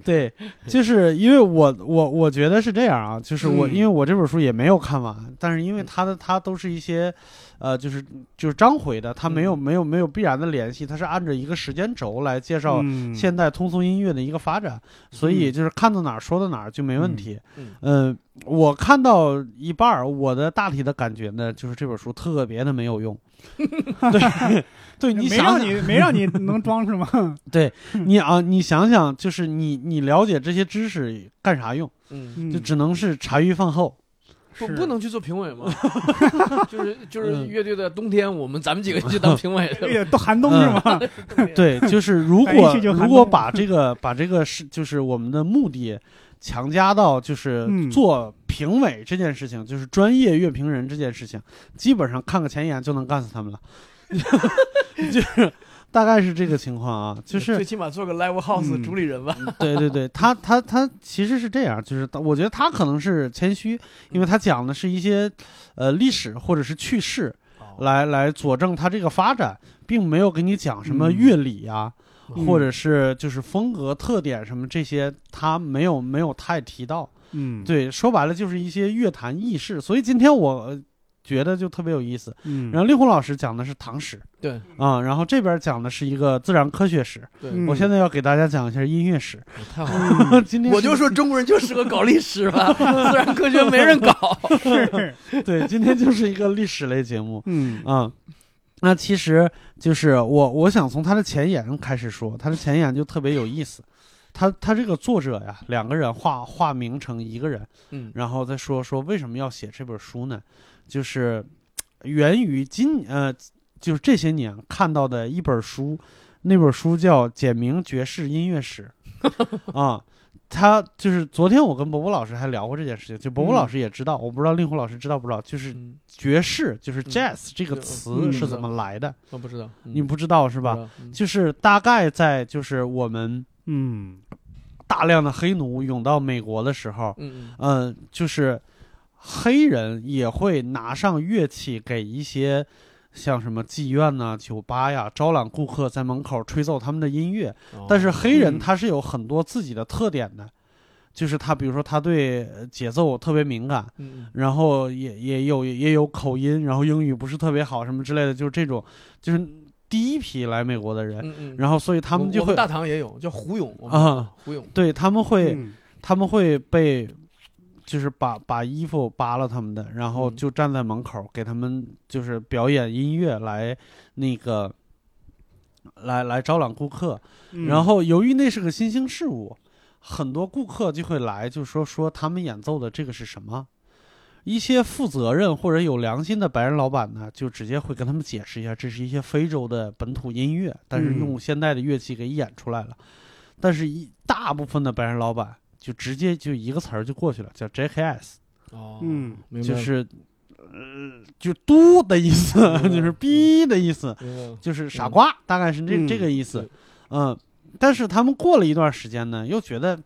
对，就是因为我我我觉得是这样啊，就是我、
嗯
因为我这本书也没有看完，但是因为它的它都是一些，呃，就是就是章回的，它没
嗯
有、没有没有必然的联系，它是按照一个时间轴来介绍
嗯
现代通俗音乐的一个发展，所以就是看到哪儿说到哪儿就没问题。
嗯
嗯，我看到一半儿，我的大体的感觉呢，就是这本书特别的没有用。 对，对你
没
想
让
想，
你没让你能装 是吗？
你啊，你想想，就是你你了解这些知识干啥用？
嗯，
嗯
就只能是茶余饭后。
不
是
不 能去做评委 吗？就是就是
嗯
乐队的冬天，我们咱们几 个去当评委
哎
的。
呀，都寒冬是吗？
对，就是如
来一
果
句就寒
如果
冬
把这个把这个是就是我们的目的强加到就是
嗯
做评委这件事情，就是专业乐评人这件事情，基本上看个前眼就能干死他们了， 就是大概是这个情况啊，就是
最起码做个 live house
嗯
主理人吧。
对对对，他他他其实是这样，就是他我觉得他可能是谦虚，因为他讲的是一些呃历史或者是趣事，
哦
来来佐证它这个发展，并没有给你讲什么
嗯
乐理呀、
嗯
或者是就是风格特点什么这些，它没有没有太提到。
嗯，
对，说白了就是一些乐坛轶事。所以今天我呃觉得就特别有意思。
嗯，
然后令狐老师讲的是唐史
对，
啊、然后这边讲的是一个自然科学史。
对，
嗯
我现在要给大家讲一下音乐史。
太好了。
今天
我就是说中国人就适合搞历史 吧，自然科学没人搞。
是，
对，今天就是一个历史类节目。
嗯
啊、那其实就是我我想从他的前言开始说，他的前言就特别有意思。他他这个作者呀，两个人化化名成一个人，
嗯
然后再说说为什么要写这本书呢？就是呃源于今呃，就是这些年看到的一本书，那本书叫《简明爵士音乐史》啊。他就是昨天我跟伯伯老师还聊过这件事情，就伯伯老师也知道，我不知道令狐老师知道不知道，就是
嗯，
爵士就是
嗯
jazz 这个
对
词
嗯
是怎么来的，
我不知道，嗯
你不知道是吧？？
不知道嗯
就是大概在就是我们
嗯
大量的黑奴涌到美国的时候，
嗯嗯
嗯、就是黑人也会拿上乐器给一些像什么妓院呐、酒吧呀招揽顾客，在门口吹奏他们的音乐。
嗯，哦
但是黑人
嗯
他是有很多自己的特点的，就是他比如说他对呃节奏特别敏感，
嗯
然后也也有也有口音，然后英语不是特别好什么之类的，就是这种，就是第一批来美国的人，
嗯嗯，后
哎然后所以他们就会
大唐也有叫胡勇我们
啊，
胡勇，
对他们会、
嗯
他们会被，就是把把衣服扒了他们的，然后
嗯
就站在门口给他们就是表演音乐来那个，来来招揽顾客，
嗯
然后由于那是个新兴事物，很多顾客就会来，就说说他们演奏的这个是什么。一些负责任或者有良心的白人老板呢，就直接会跟他们解释一下，这是一些非洲的本土音乐，但是
嗯
用现代的乐器给演出来了。但是，一大部分的白人老板就直接就一个词儿就过去了，叫 JKS，
哦，
嗯
明白
就
了，
是，呃，就嘟的意思，
明白 嗯
就是逼的意思。
明白了
就是傻瓜，大概是这、
嗯
这个意思。嗯、但是他们过了一段时间呢，又觉得，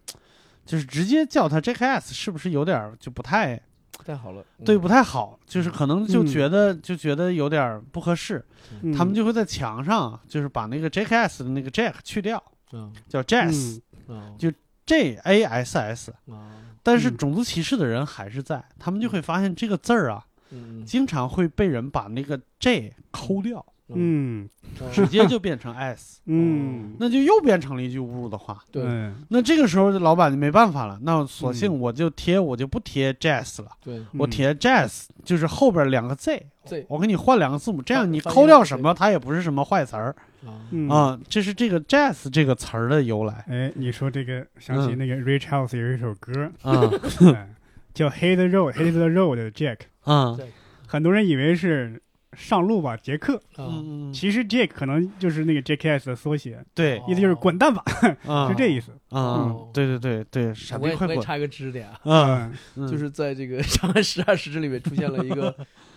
就是直接叫他 JKS 是不是有点儿就不太、
太好了，嗯
对，不太好？就是可能就
嗯
觉得、就觉得有点儿不合适，
嗯
他们就会在墙上就是把那个 JKS 的那个 Jack 去掉，
嗯
叫
嗯
Jazz、
嗯
就 J A S S。
啊
但是
嗯
种族歧视的人还是在，他们就会发现这个字儿啊，
嗯
经常会被人把那个 J 抠掉，
嗯
直接就变成 S，
嗯，
那就又变成了一句侮辱的话。
对
嗯
那这个时候老板就没办法了，那索性
嗯
我就贴，我就不贴 jazz 了，
对
我贴 jazz 就是后边两个 z，
Z
我给你换两个字母，这样你
发
抠掉什么，它也不是什么坏词儿
啊
嗯
啊、这是这个 jazz 这个词儿的由 来
哎，你说这个想起
嗯
那个 Rich House 有一首 歌，
啊
哎叫《Hit the Road》，《Hit the Road》的 Jack，
啊
对
很多人以为是上路吧，杰克，
啊，
嗯，嗯
其实 Jack 可能就是那个 JKS 的缩写，
对
哦
意思就是滚蛋吧，
啊
就这意思。
啊
嗯，
对对对对，傻
我
逼
也
快
我也
滚，
插一个知识点啊，
嗯，
嗯
就
就是在这个《 长安十二时辰》里面出现了一 个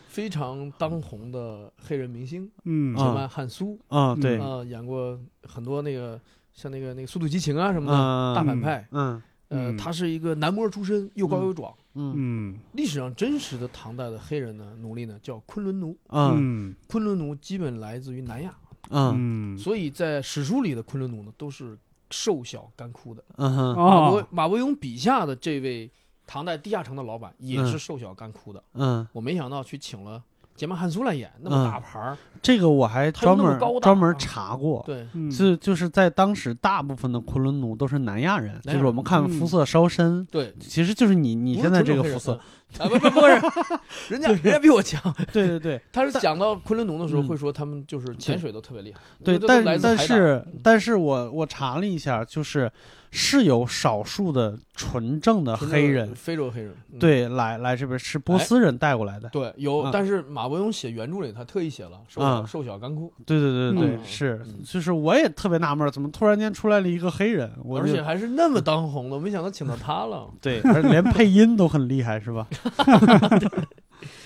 非常当红的黑人明星，
嗯
什
啊
么汉苏
啊对，
啊，演过很多那个像那个那个《速度与激情》啊什么的大
嗯
反派，
嗯
呃，
嗯
他是一个男模出身，又高又壮。
嗯
嗯
历史上真实的唐代的黑人呢，奴隶呢叫昆仑奴，
嗯
嗯
昆仑奴基本来自于南亚，
嗯
嗯，
所以在史书里的昆仑奴呢都是瘦小干枯的。
嗯哼
马伯
哦，
马伯庸笔下的这位唐代地下城的老板也是瘦小干枯的，
嗯，
我没想到去请了杰曼汉苏来演，那么大牌儿，
这个我还
它又
专
那么
门
高大
专门
啊
查过，
对，
嗯
就就是在当时，大部分的昆仑奴都是南亚人，
南亚
就是我们看肤色稍深，
对，
其实就是你你
不是
现在这
纯
个
种黑人
肤色，，
啊不不不是，人 家人家比我强。
对 对对
他是讲到昆仑奴的时候
嗯
会说他们就是潜水都特别厉害，
对，
因为都
但
来自
但
海岛嗯
是但是我我查了一下，就是是有少数的纯正的
纯
黑
正
人，
非洲黑人，嗯哎
对来来这边是波斯人带过来的，
对，有
啊，
但是马伯庸写原著里，他特意写了瘦
啊
小瘦小干枯，
对对对对，
嗯
是
嗯
就是我也特别纳闷儿，怎么突然间出来了一个黑人，我
而
就
且还是那么当红的，我没想到请到他 了。
对，而连配音都很厉害，是吧？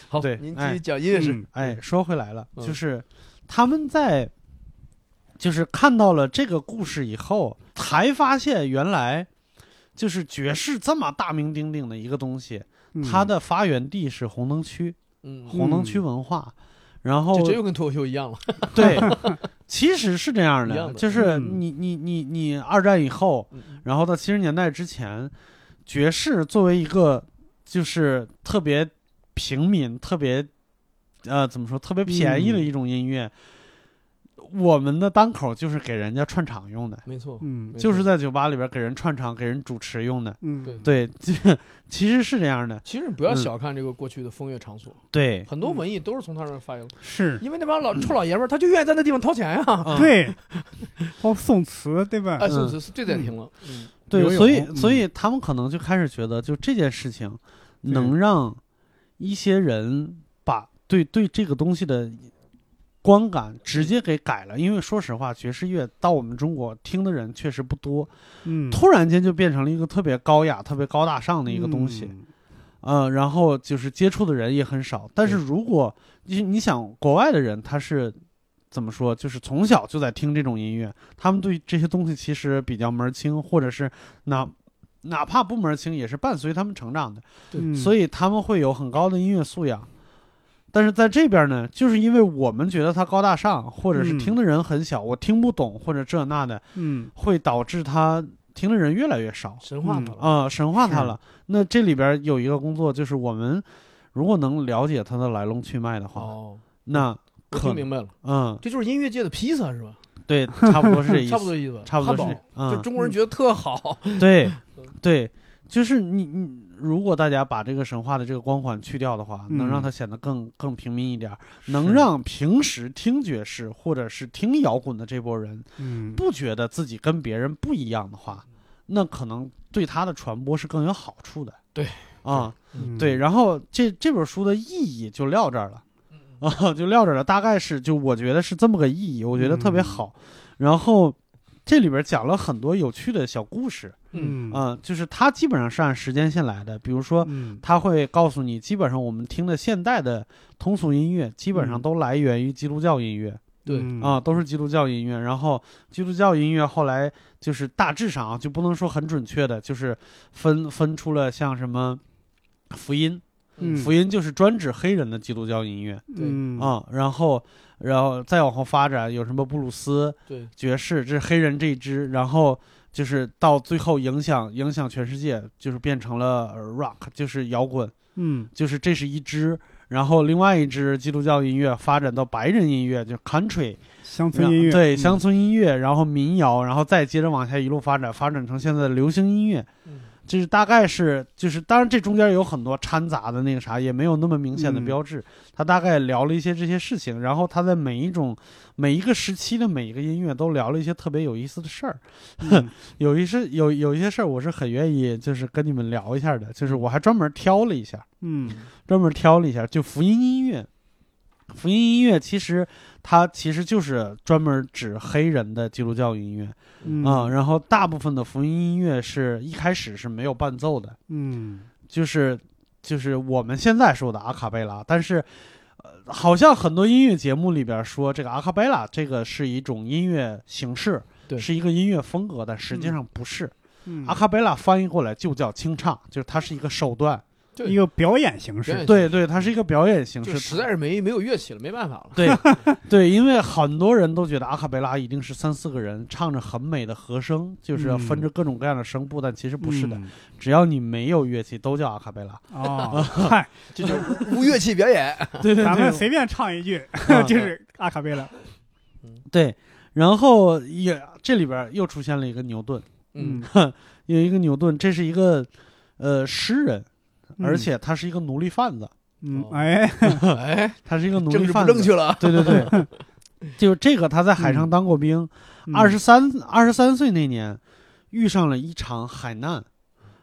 好，
对
您继
哎
续讲音乐史。
嗯
哎，说回来了，
嗯
就是他们在就是看到了这个故事以后，才发现原来就是爵士这么大名鼎鼎的一个东西，
嗯
它的发源地是红灯区，
嗯，
红灯区文化。然后
这这又跟脱口秀一样了。
对，其实是这样
一
的，
样的
就是
嗯
你你你你二战以后，
嗯
然后到七十年代之前，爵士作为一个就是特别平民、特别呃怎么说特
嗯
别便宜的一种音乐。我们的单口就是给人家串场用的，
没错，
嗯
没错
就是在酒吧里边给人串场、给人主持用的。
嗯，
对
对， 这其实是这样的。
其实不要
嗯
小看这个过去的风月场所，
对，
很多文艺都是从他那儿发源，
是，
因为那帮老臭老爷们儿，他就愿意在那地方掏钱呀。
嗯
对，包括宋词，对吧？
呃
哎，是是是，这点听了，嗯，
游
对，
泳
所以
嗯
所以他们可能就开始觉得，就这件事情能让一些人把对对这个东西的观感直接给改了。因为说实话，爵士乐到我们中国听的人确实不多，
嗯，
突然间就变成了一个特别高雅、特别高大上的一个东西。
嗯，
嗯，然后就是接触的人也很少。但是如果你你想，国外的人他是怎么说？就是从小就在听这种音乐，他们对这些东西其实比较门儿清，或者是哪哪怕不门儿清，也是伴随他们成长的，
对
嗯
所以他们会有很高的音乐素养。但是在这边呢，就是因为我们觉得它高大上，或者是
嗯
听的人很小，我听不懂或者这那的，
嗯，
会导致他听的人越来越少。
神话他了，
啊、神化它
是
了。那这里边有一个工作，就是我们如果能了解它的来龙去脉的话，
哦，
那
我
可
听明白了，
嗯，
这就是音乐界的披萨是吧？
对，差不多是这意
差不
思，
多意思吧，
差不多
汉
是
堡，，就
嗯，
中国人觉得特好，
对，对，就是你你。如果大家把这个神话的这个光环去掉的话，能让
嗯
它显得更更平民一点儿，能让平时听爵士或者是听摇滚的这波人
嗯
不觉得自己跟别人不一样的
嗯
话，那可能对他的传播是更有好处的。
对
啊，
嗯
对，然后这这本书的意义就撂这儿了，啊， 就撂这儿了，大概是就我觉得是这么个意义，我觉得
嗯
特别好。然后这里边讲了很多有趣的小故事，
嗯，
嗯
啊，就是它基本上是按时间线来的，比如说
嗯
它会告诉你，基本上我们听的现代的通俗音乐，基本上
嗯
都来源于基督教音乐，
对，
啊，，都是基督教音乐。然后基督教音乐后来就是大致上啊，就不能说很准确的，就是分分出了像什么福音，
嗯
福音就是专指黑人的基督教音乐
对
嗯，
啊、然后然后再往后发展有什么布鲁斯
对，
爵士，这是黑人这一支，然后。就是到最后影响影响全世界，就是变成了呃 rock，就是摇滚，
嗯
就是这是一支。然后另外一支基督教音乐发展到白人音乐，就是 country，
乡
然
村音乐，
对
嗯
乡村音乐，然后民谣，然后再接着往下一路发展，发展成现在的流行音乐，
嗯
就是大概是就是，当然这中间有很多掺杂的那个啥，也没有那么明显的
嗯
标志。他大概聊了一些这些事情，然后他在每一种每一个时期的每一个音乐都聊了一些特别有意思的事儿。
嗯
有一些有有一些事儿，我是很愿意就是跟你们聊一下的，就是我还专门挑了一下，
嗯
专门挑了一下，就福音音乐。福音音乐其实它其实就是专门指黑人的基督教音乐
嗯
啊、然后大部分的福音音乐是一开始是没有伴奏的，
嗯
就是就是我们现在说的阿卡贝拉，但是。呃，好像很多音乐节目里边说这个阿卡贝拉这个是一种音乐形式，
对
是一个音乐风格，但实际上不是。
嗯
阿卡贝拉翻译过来就叫清唱，就是它是一个手段，
对
一个表演形
表演
式，
对对，它是一个表演形
就
式。
实在是没没有乐器了，没办 法了，
对对，因为很多人都觉得阿卡贝拉一定是三四个人唱着很美的和声，就是要分
嗯
着各种各样的声部，但其实不是的，
嗯。
只要你没有乐器都叫阿卡贝拉。
哦，嗨，
这 就是无乐器表演，
对啊对
咱们
对
随便唱一句，
啊
就是阿卡贝拉。
对，然后也这里边又出现了一个牛顿，
嗯，
有一个牛顿，这是一个呃诗人，
嗯
而且他是一个奴隶贩子，
嗯
哦，
哎，
哎，
他是一个奴
政
隶
治不
贩
正
子。
确了，
对对对，就这个他在海上当过兵，
嗯
二十三二十三岁那年，遇上了一场海难，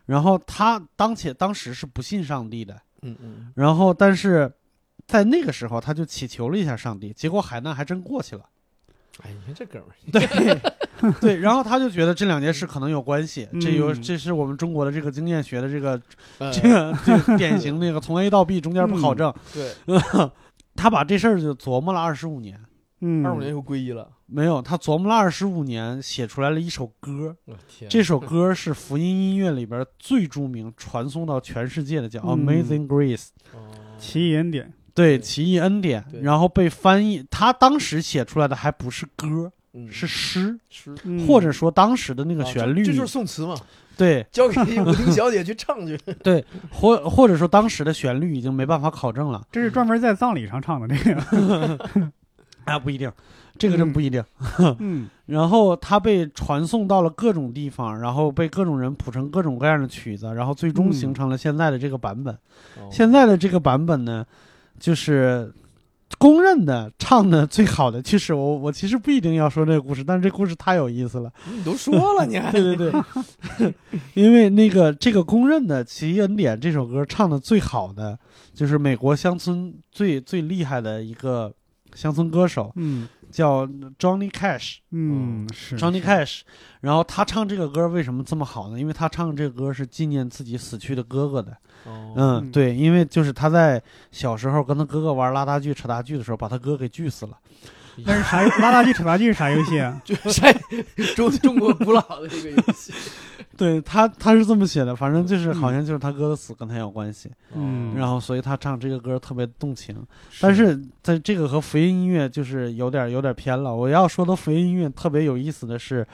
然后他当且当时是不信上帝的，
嗯嗯，
然后但是在那个时候他就祈求了一下上帝，结果海难还真过去了。
哎，你看这哥们儿，
对，然后他就觉得这两件事可能有关系，这有
嗯
这是我们中国的这个经验学的这个
呃
这个这个典型那个从 A 到 B 中间不考证，
对，
他把这事儿就琢磨了二十五年，
嗯，
二五年又皈依了，
没有他琢磨了二十五年写出来了一首歌，
我天，
这首歌是福音音乐里边最著名、传送到全世界的，叫《
嗯
Amazing Grace》。
哦
奇异恩典，
对，
对
奇异恩典
对。
然后被翻译，他当时写出来的还不是歌，
嗯
是诗，
诗，
嗯
或者说当时的那个
啊
旋
这
律，
这就是宋词嘛，
对，
交给舞厅小姐去唱去。
或或者说当时的旋律已经没办法考证了
这是专门在葬礼上唱的 这个。
啊，不一定，这个真不一定。
嗯
然后它被传送到了各种地方，然后被各种人谱成各种各样的曲子，然后最终
嗯
形成了现在的这个版本。
哦
现在的这个版本呢，就是公认的唱的最好的。其实我我其实不一定要说这个故事，但是这故事太有意思了。
哦你都说了，你还
对对对，因为那个这个公认的《奇恩典》这首歌唱的最好的，就是美国乡村最最厉害的一个乡村歌手，
嗯
叫 Johnny Cash。
嗯，是
Johnny Cash，然后他唱这个歌为什么这么好呢？因为他唱这个歌是纪念自己死去的哥哥的。
哦
嗯，
嗯
对，因为就是他在小时候跟他哥哥玩拉大锯、扯大锯的时候，把他哥给锯死了。
但是啥拉大锯、扯大锯是啥游戏啊？
就晒中中国古老的这个游 戏。
对他，他是这么写的，反正就是好像就是他哥的死跟他有关系，
哦
嗯
然后所以他唱这个歌特别动情。但是在这个和福音音乐就是有点有点偏了。我要说的福音音乐特别有意思的是，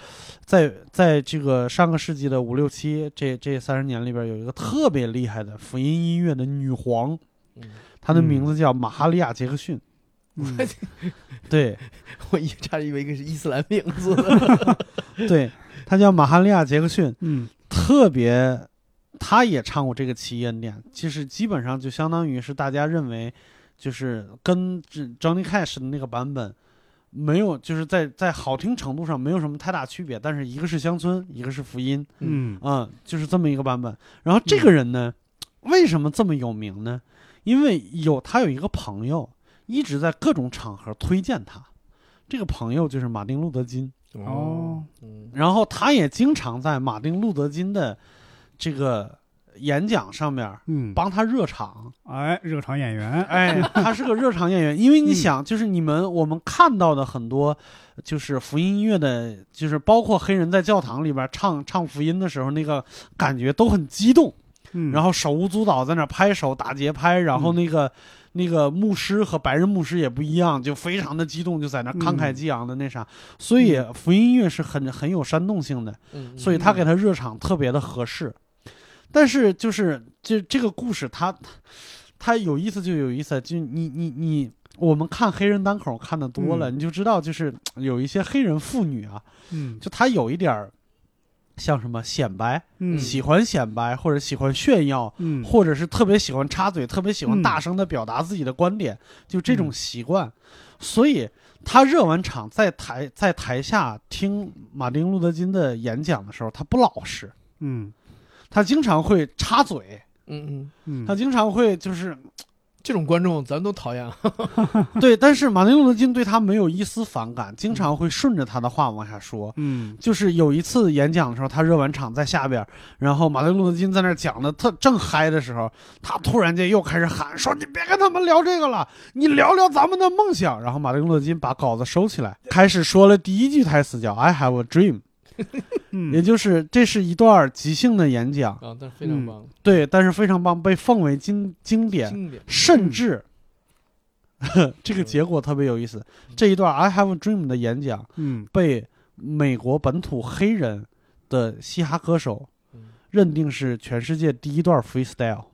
在在这个上个世纪的五六七这这三十年里边，有一个特别厉害的福音音乐的女皇，
嗯
她的
嗯
名字叫玛哈利亚·杰克逊。
嗯
对，
我一差点以为一个是伊斯兰名字呢。
对，他叫马哈利亚·杰克逊，
嗯
特别，他也唱过这个《奇异恩典》，其实基本上就相当于是大家认为，就是跟这 Johnny Cash 的那个版本没有，就是在在好听程度上没有什么太大区别，但是一个是乡村，一个是福音，
嗯
嗯，就是这么一个版本。然后这个人呢，为什么这么有名呢？因为有他有一个朋友一直在各种场合推荐他，这个朋友就是马丁·路德·金。
哦，
嗯
然后他也经常在马丁·路德·金的这个演讲上面
嗯，
帮他热场。
哎，热场演员，
哎，他是个热场演员，因为你
嗯
想，就是你们我们看到的很多，就是福音音乐的，就是包括黑人在教堂里边唱唱福音的时候，那个感觉都很激动，
嗯，
然后手舞足蹈在那拍手打节拍，然后
嗯
那个、那个牧师和白人牧师也不一样，就非常的激动，就在那慷慨
嗯
激昂的那啥，所以
嗯
福音音乐是很很有煽动性的。
嗯
所以他给他热场特别的合适。但是就是这这个故事他，他有意思就有意思，就你你你，我们看黑人单口看的多了，
嗯
你就知道，就是有一些黑人妇女啊，
嗯
就她有一点儿像什么显摆，
嗯
喜欢显摆或者喜欢炫耀。
嗯
或者是特别喜欢插嘴，特别喜欢
嗯
大声的表达自己的观点，就这种
嗯
习惯。所以他热完场在台在台下听马丁路德金的演讲的时候，他不老实，
嗯
他经常会插嘴，
嗯嗯，
嗯，
他经常会就是、
这种观众咱都讨厌。啊
对，但是马丁路德金对他没有一丝反感，经常会顺着他的话往下说。
嗯
就是有一次演讲的时候，他热完场在下边，然后马丁路德金在那儿讲的特正嗨的时候，他突然间又开始喊说：“你别跟他们聊这个了，你聊聊咱们的梦想。”然后马丁路德金把稿子收起来，开始说了第一句台词叫 “I have a dream”，
嗯，
也就是这是一段即兴的演讲，
啊，但是非常
嗯
棒，
对，但是非常棒，被奉为经经典，
经典。
甚至。 这个结果特别有意思。这一段 “I have a dream” 的演讲
嗯
被美国本土黑人的嘻哈歌手
嗯
认定是全世界第一段 freestyle。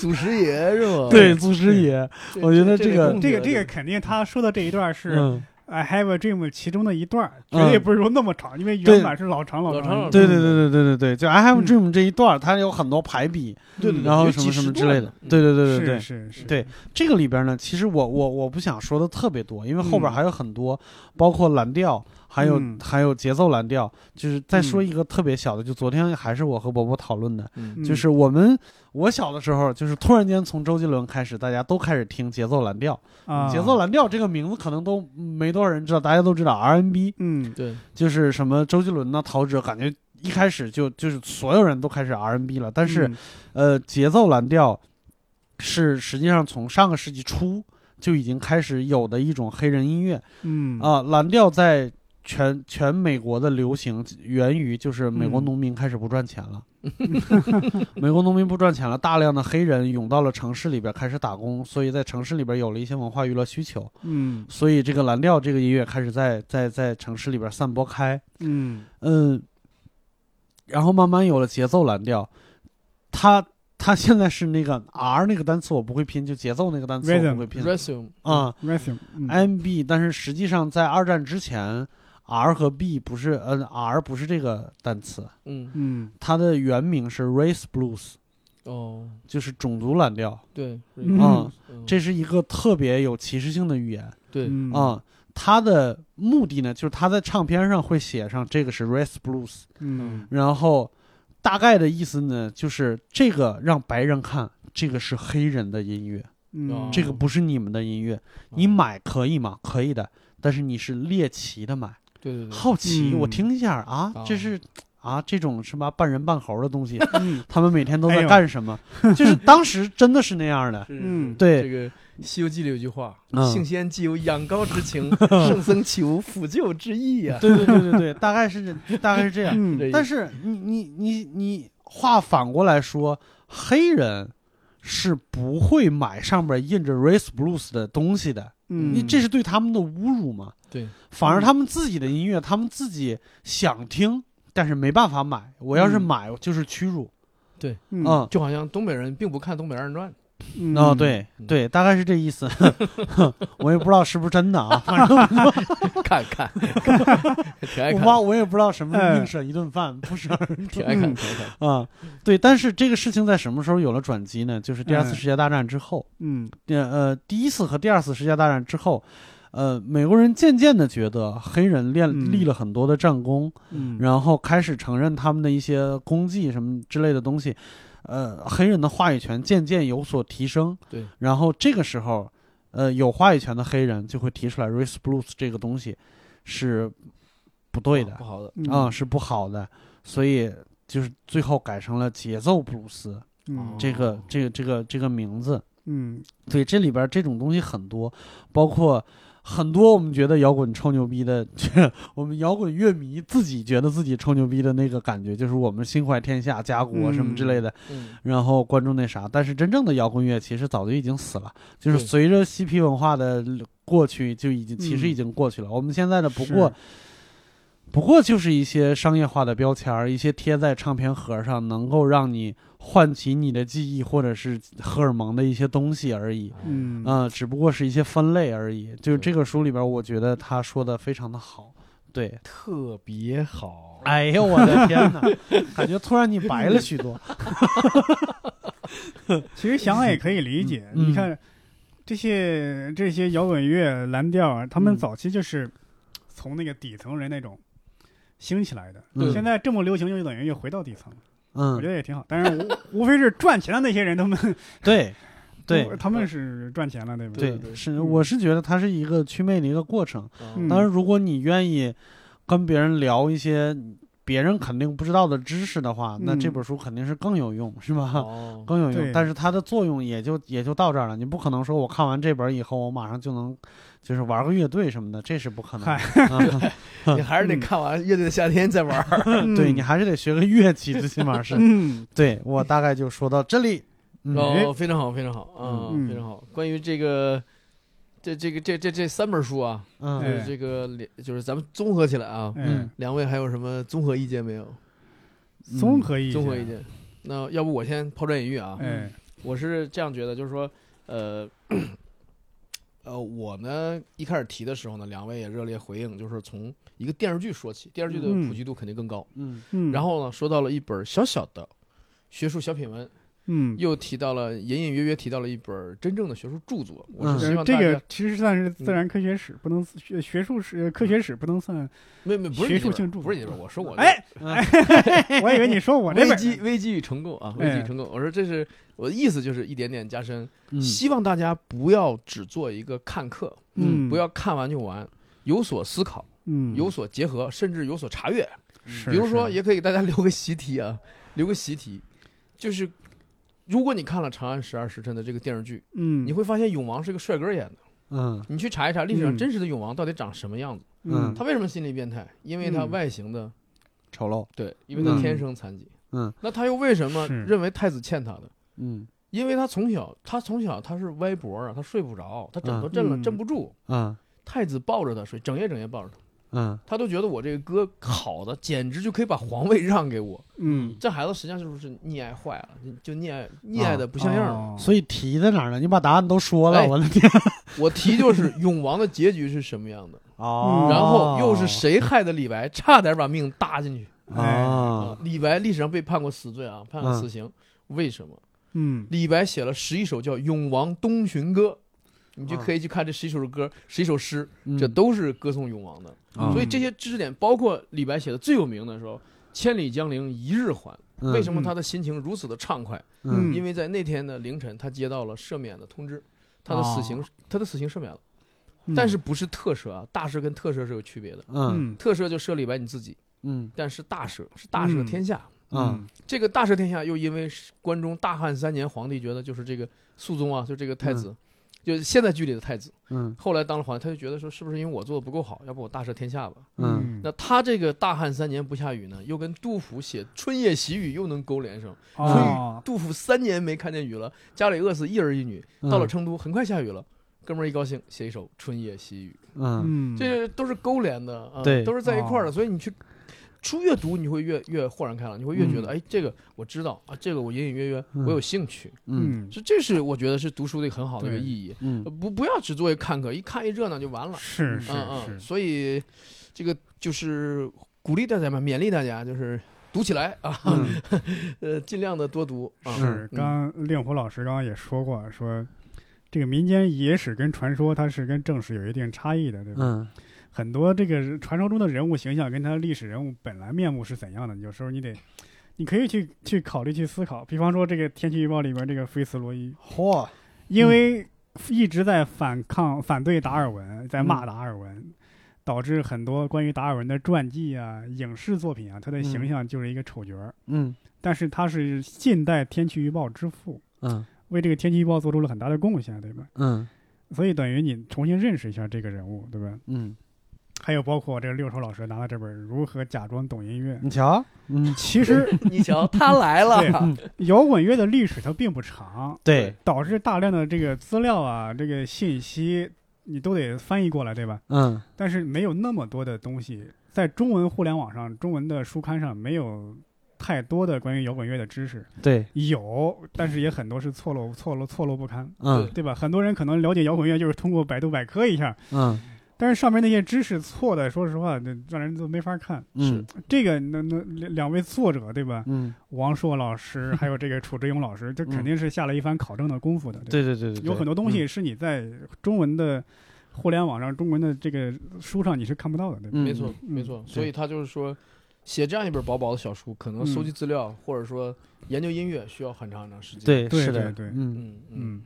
祖师爷是吧？
对，，祖师爷，
这
我觉得这个
风格
这个这个肯定，他说的这一段是《
嗯，
I Have a Dream》其中的一段儿，
嗯
绝对不是说那么长，因为
对
原版是老长
老长
长
老
的。
对对对对对对对，就 I have a
嗯
dream 这一段，它有很多排比，
对对对
然后
有
什
几
么
十
什么之
段
类的
呢。嗯
对对对对对
是，是是，
对这个里边呢，其实我我我不想说的特别多，因为后边
嗯
还有很多，包括蓝调，还有
嗯
还有节奏蓝调，就是再说一个特别小的，就昨天还是我和伯伯讨论的，
嗯
嗯
就是我们我小的时候，就是突然间从周杰伦开始，大家都开始听节奏蓝调。
啊，
节奏，蓝调这个名字可能都没多少人知道，大家都知道 R&B，
嗯
对，
就是什么周杰伦呐、陶喆，感觉一开始就就是所有人都开始 R&B 了。但是、
嗯
呃，节奏蓝调是实际上从上个世纪初就已经开始有的一种黑人音乐
嗯
啊、蓝调在全全美国的流行源于就是美国
嗯
农民开始不赚钱了， 美国农民不赚钱了，大量的黑人涌到了城市里边开始打工，所以在城市里边有了一些文化娱乐需求，
嗯
所以这个蓝调这个音乐开始在在在城市里边散播开，
嗯
嗯，然后慢慢有了节奏蓝调，它它现在是那个 R 那个单词我不会拼，就节奏那个单词我
Rhythm
不会拼
resume
啊、
，resume，嗯
M B，但是实际上在二战之前，R 和 B 不是，嗯、r 不是这个单词，
嗯
嗯
它的原名是 Race Blues，
哦
就是种族蓝调
对
嗯
啊、嗯
嗯
这是一个特别有歧视性的语言啊、
对
嗯，
嗯它的目的呢，就是它在唱片上会写上这个是 Race Blues，
嗯
然后大概的意思呢，就是这个让白人看，这个是黑人的音乐，
嗯，
这个不是你们的音乐，你
嗯
买可以吗？可以的，但是你是猎奇的买。
对对对
好奇，
嗯
我听一下啊
啊，
这是啊这种什么半人半猴的东西，
嗯
他们每天都
哎
在
呦
干什么？ 就是当时真的是那样 的，
是
嗯
是
对
这个《西游记》里有句话
嗯：“
性仙既有仰高之情，圣僧岂无抚救之意啊呀
对对对对对， 大概是大概是这 样。
嗯？”
但
是
是你你你你话反过来说，黑人是不会买上边印着 race blues 的东西的，
嗯，
你这是对他们的侮辱嘛？
对，
反而他们自己的音乐，他们自己想听，但是没办法买。我要是
嗯
买，就是屈辱。
嗯
嗯，
就好像东北人并不看东北二人转，
嗯
哦，，对
嗯
对，大概是这意 思， 我也不知道是不是真的啊，反正
看看，挺爱
我
看
妈
的，
我也不知道什么是
哎
命舍一顿饭，不是
挺爱看的，挺爱看
嗯
的。
啊，对，但是这个事情在什么时候有了转机呢？就是第二次
嗯
世界大战之后，
嗯
呃呃，第一次和第二次世界大战之后。呃，美国人渐渐的觉得黑人练
嗯
立了很多的战功，
嗯，
然后开始承认他们的一些功绩什么之类的东西，呃，黑人的话语权渐渐有所提升。
对，
然后这个时候，呃，有话语权的黑人就会提出来 race blues 这个东西是不对的
不好嗯的，
嗯
啊、是不好的，所以就是最后改成了节奏布鲁斯
嗯
这个、
哦
这个这个这个名字。
嗯
对，这里边这种东西很多，包括很多我们觉得摇滚臭牛逼的， 我们摇滚乐迷自己觉得自己臭牛逼的那个感觉，就是我们心怀天下、家国什么之类的，
嗯，
然后观众那啥。但是真正的摇滚乐其实早就已经死了，就是
对
随着嬉皮文化的过去，就已经其
嗯
实已经过去了。我们现在的不过
是。
不过就是一些商业化的标签儿，一些贴在唱片盒上，能够让你唤起你的记忆或者是荷尔蒙的一些东西而已。
哎
嗯
嗯、只不过是一些分类而已。就是
对
这个书里边，我觉得他说的非常的好。 对，
特别好，
哎呦我的天哪，感觉突然你白了许多。
嗯其实想也可以理解，
嗯
你看这些这些摇滚乐、蓝调啊，他们
嗯
早期就是从那个底层人那种兴起来的。
嗯
现在这么流行摇滚乐，又回到底层， 我觉
嗯，
得也挺好。但是无无非是赚钱的那些人，他们，
对， 对
他们是赚钱了，对吧？
对
对，
对
是，
嗯
我是觉得它是一个祛魅的一个过程。
嗯
嗯
当然，如果你愿意跟别人聊一些别人肯定不知道的知识的话，那
嗯
这本书肯定是更有用，是吧？
哦，
更有用，
对
但是它的作用也就也就到这儿了。你不可能说我看完这本以后，我马上就能就是玩个乐队什么的，这是不可能的。啊
你还是得看完《乐队的夏天》再玩儿。
嗯
对你还是得学个乐器，最起码是。
嗯
对我大概就说到这里。嗯，
哦，非常好，非常好，
嗯
嗯，非常好。关于这个，这这个这这这三本书啊，就
嗯
是这个两，就是咱们综合起来啊，
哎，
两位还有什么综合意见没有？
嗯
综合意见，
综合意，见。那要不我先抛砖引玉啊，
哎，
我是这样觉得，就是说，呃，呃，我呢一开始提的时候呢，两位也热烈回应，就是从一个电视剧说起，电视剧的
嗯
普及度肯定更高。
嗯
嗯，
然后呢，说到了一本小小的学术小品文，
嗯，
又提到了隐隐约约提到了一本真正的学术著作。我
嗯
是希
呃
望
这
大家、
个其实算是
嗯
自然科学史，不能学学术史、科学史不能算。
没没不是你
学
这
术
本
性著
不是
作
你这本，我说我这
哎，
嗯
我以为 你说我这嗯
危
本
机危机与成功啊，危机与成功。我说这是我的意思，就是一点点加深，
嗯
希望大家不要只做一个看课，
嗯，
不要看完就完，有所思考，
嗯
有所结合，甚至有所查阅。
是
比如说，
是
也可以给大家留个习题啊， 留个习题，就是如果你看了《长安十二时辰》的这个电视剧，
嗯，
你会发现永王是个帅哥演的。
嗯
你去查一查历史上
嗯
真实的永王到底长什么样子，
嗯
他为什么心理变态？因为他
嗯
外形的
丑陋，
对，因为他
嗯
天生残疾。
嗯
那他又为什么
是
认为太子欠他的？
嗯
因为他从小，他从小他是歪脖啊，他睡不着，他枕头震了、
嗯
震不住，
嗯
太子抱着他睡，整夜整夜抱着他，
嗯
他都觉得我这个哥好的，简直就可以把皇位让给我。
嗯，
这孩子实际上是不是溺爱坏了？就溺爱溺
啊
爱的不像样了。
哦
所以题在哪儿呢？你把答案都说了，
哎
我的天！
我提就是永王的结局是什么样的，
哦，
嗯然后又是谁害的李白，差点把命搭进去。
啊？嗯
啊，李白历史上被判过死罪啊，判过死刑，为什么？
嗯
李白写了十一首叫《永王东巡歌》，你
嗯
就可以去看这十一首歌、十一首诗，这都是歌颂永王的。
嗯
所以这些知识点，包括李白写的最有名的时候。千里江陵一日还，为什么他的心情如此的畅快？
嗯
嗯
因为在那天的凌晨，他接到了赦免的通知，他的死刑，他的死刑赦免了，
嗯
但是不是特赦啊？大赦跟特赦是有区别的，
嗯
嗯
特赦就赦李白你自己，
嗯
但是大赦是大赦
嗯
天下，
嗯
这个大赦天下又因为是关中大汉三年，皇帝觉得就是这个肃宗啊，就这个太子，就是现在剧里的太子，
嗯
后来当了皇帝，他就觉得说是不是因为我做的不够好，要不我大赦天下吧？
嗯
哦
那他这个大汉三年不下雨呢，又跟杜甫写《春夜喜雨》又能勾连上。
哦
杜甫三年没看见雨了，家里饿死一儿一女，
嗯，
到了成都很快下雨了。哥们儿一高兴，写一首《春夜喜雨》，
嗯
嗯
这些都是勾连的啊，
对
都是在一块儿的，
哦
所以你去书越读，你会越越豁然开朗，你会越觉得，哎，这个我知道啊，这个我隐隐约约
嗯
我有兴趣，
嗯
嗯
这这是我觉得是读书的一个很好的一个
对
意义，
嗯
呃不不要只作为看客，一看一热闹就完了，
是是
嗯嗯，
是，
所以这个就是鼓励大家嘛，勉励大家就是读起来啊，
嗯
呃，尽量的多读啊，
是，
嗯
刚令狐老师刚刚也说过，说这个民间野史跟传说，它是跟正史有一定差异的，对吧？
嗯
很多这个传说中的人物形象跟他历史人物本来面目是怎样的，有时候你得，你可以去去考虑去思考。比方说这个天气预报里边这个菲茨罗伊，
嗯嚯，
因为一直在反抗、反对达尔文，在骂达尔文。导致很多关于达尔文的传记啊、影视作品啊，他的形象就是一个丑角儿。
嗯
但是他是近代天气预报之父，
嗯
为这个天气预报做出了很大的贡献，对吧？
嗯
所以等于你重新认识一下这个人物，对吧？
嗯，
还有包括这个六兽老师拿了这本《如何假装懂音乐》，
你瞧，嗯
其实
你瞧他来了，
摇滚乐的历史它并不长，
对，
导致大量的这个资料啊、这个信息你都得翻译过来，对吧？
嗯
但是没有那么多的东西在中文互联网上、中文的书刊上没有太多的关于摇滚乐的知识，
对，
有，但是也很多是错漏、错漏、错漏不堪。
嗯
对吧？很多人可能了解摇滚乐就是通过百度百科一下，
嗯
但是上面那些知识错的，说实话，那让人都没法看。
嗯
这个那那两两位作者 对吧？
嗯，
王朔老师还有这个楚志勇老师，这
嗯
肯定是下了一番考证的功夫的。吧，
对对对对，
有很多东西是你在中文的互联网上、中文的这个书上你是看不到的，对吧？
嗯，
没错没错，所以他就是说。写这样一本薄薄的小书，可能收
嗯
集资料、或者说研究音乐需要很长很长时间。
对，
对
是
对
的，
对
嗯
嗯嗯，
嗯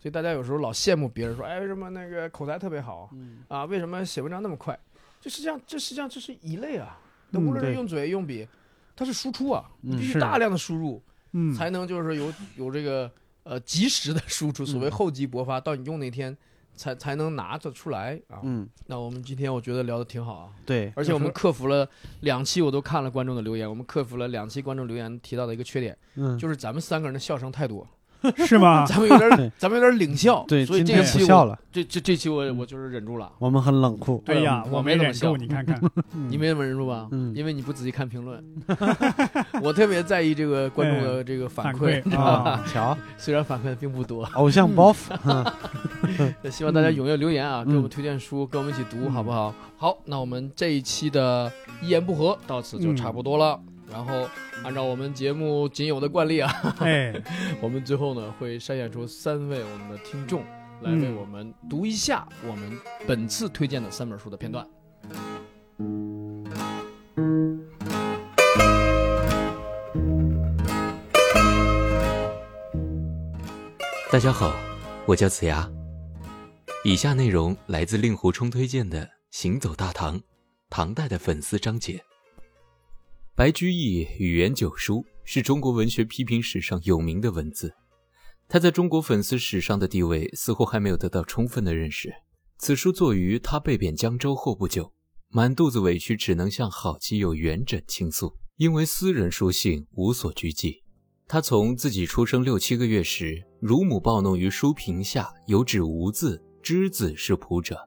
所以大家有时候老羡慕别人说，哎，为什么那个口才特别好
嗯
啊？为什么写文章那么快？这实际上，这实际上这是一类啊。那
嗯
无论
对
是用嘴用笔，它是输出啊，
嗯
必须
是
大量的输入，
嗯，
才能就是有有这个呃及时的输
嗯
出，所谓厚积薄发，到你用那天才才能拿得出来啊。
嗯，
那我们今天我觉得聊得挺好啊，
对，
而且我们克服了两期，我都看了观众的留言，我们克服了两期观众留言提到的一个缺点，
嗯，
就是咱们三个人的笑声太多。
是吗？
咱们有点
对
儿，咱们有点儿领笑，
对，
所以
今
这
天
一
不
期
笑
我，
了，
这这这期我我就是忍住了，
我们很 冷酷，
哎呀，
对
我
我没
没
怎么
忍住，
笑
你看看，嗯
你没怎么忍住吧？
嗯
因为你不仔细看评论， 我特别在意这个观众
哎
的这个
反
反馈，
馈啊，
瞧，
虽然反馈并不多，
偶像 包袱，
那希望大家踊跃留言啊，
嗯
给我们推荐书，跟我们一起读，
嗯
好不好？好，那我们这一期的一言不合到此就差不多了。然后，按照我们节目仅有的惯例啊，
哎，
我们最后呢会筛选出三位我们的听众来为
嗯
我们读一下我们本次推荐的三本书的片段。
大家好，我叫子牙。以下内容来自令狐冲推荐的《行走大唐》，唐代的粉丝章节。白居易《语言九书》是中国文学批评史上有名的文字，他在中国粉丝史上的地位似乎还没有得到充分的认识。此书作于他被贬江州后不久，满肚子委屈只能向好基友元稹倾诉。因为私人书信无所拘忌，他从自己出生六七个月时，乳母暴弄于书屏下，有指无字，知字是仆者。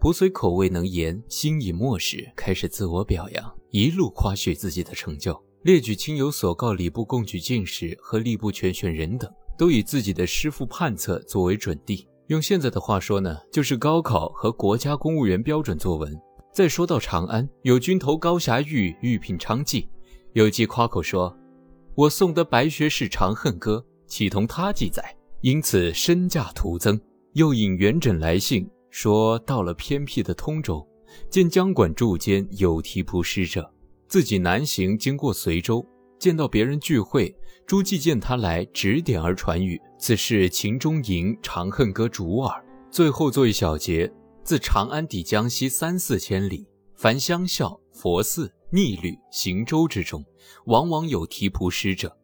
仆虽口未能言，心已默时，开始自我表扬，一路夸许自己的成就，列举亲友所告礼部贡举进士和吏部全选人等，都以自己的师傅判策作为准地。用现在的话说呢，就是高考和国家公务员标准作文。再说到长安，有军头高侠玉，玉品昌妓，有记夸口说：“我诵得白学士《长恨歌》，岂同他记载？”因此身价徒增。又引元稹来信说，到了偏僻的通州，见江管柱间有题仆施者，自己南行经过随州，见到别人聚会，朱季见他来，指点而传语：“此是秦中吟《长恨歌》主耳。”最后做一小节：自长安抵江西三四千里，凡乡校、佛寺、逆旅、行舟之中，往往有题仆诗者，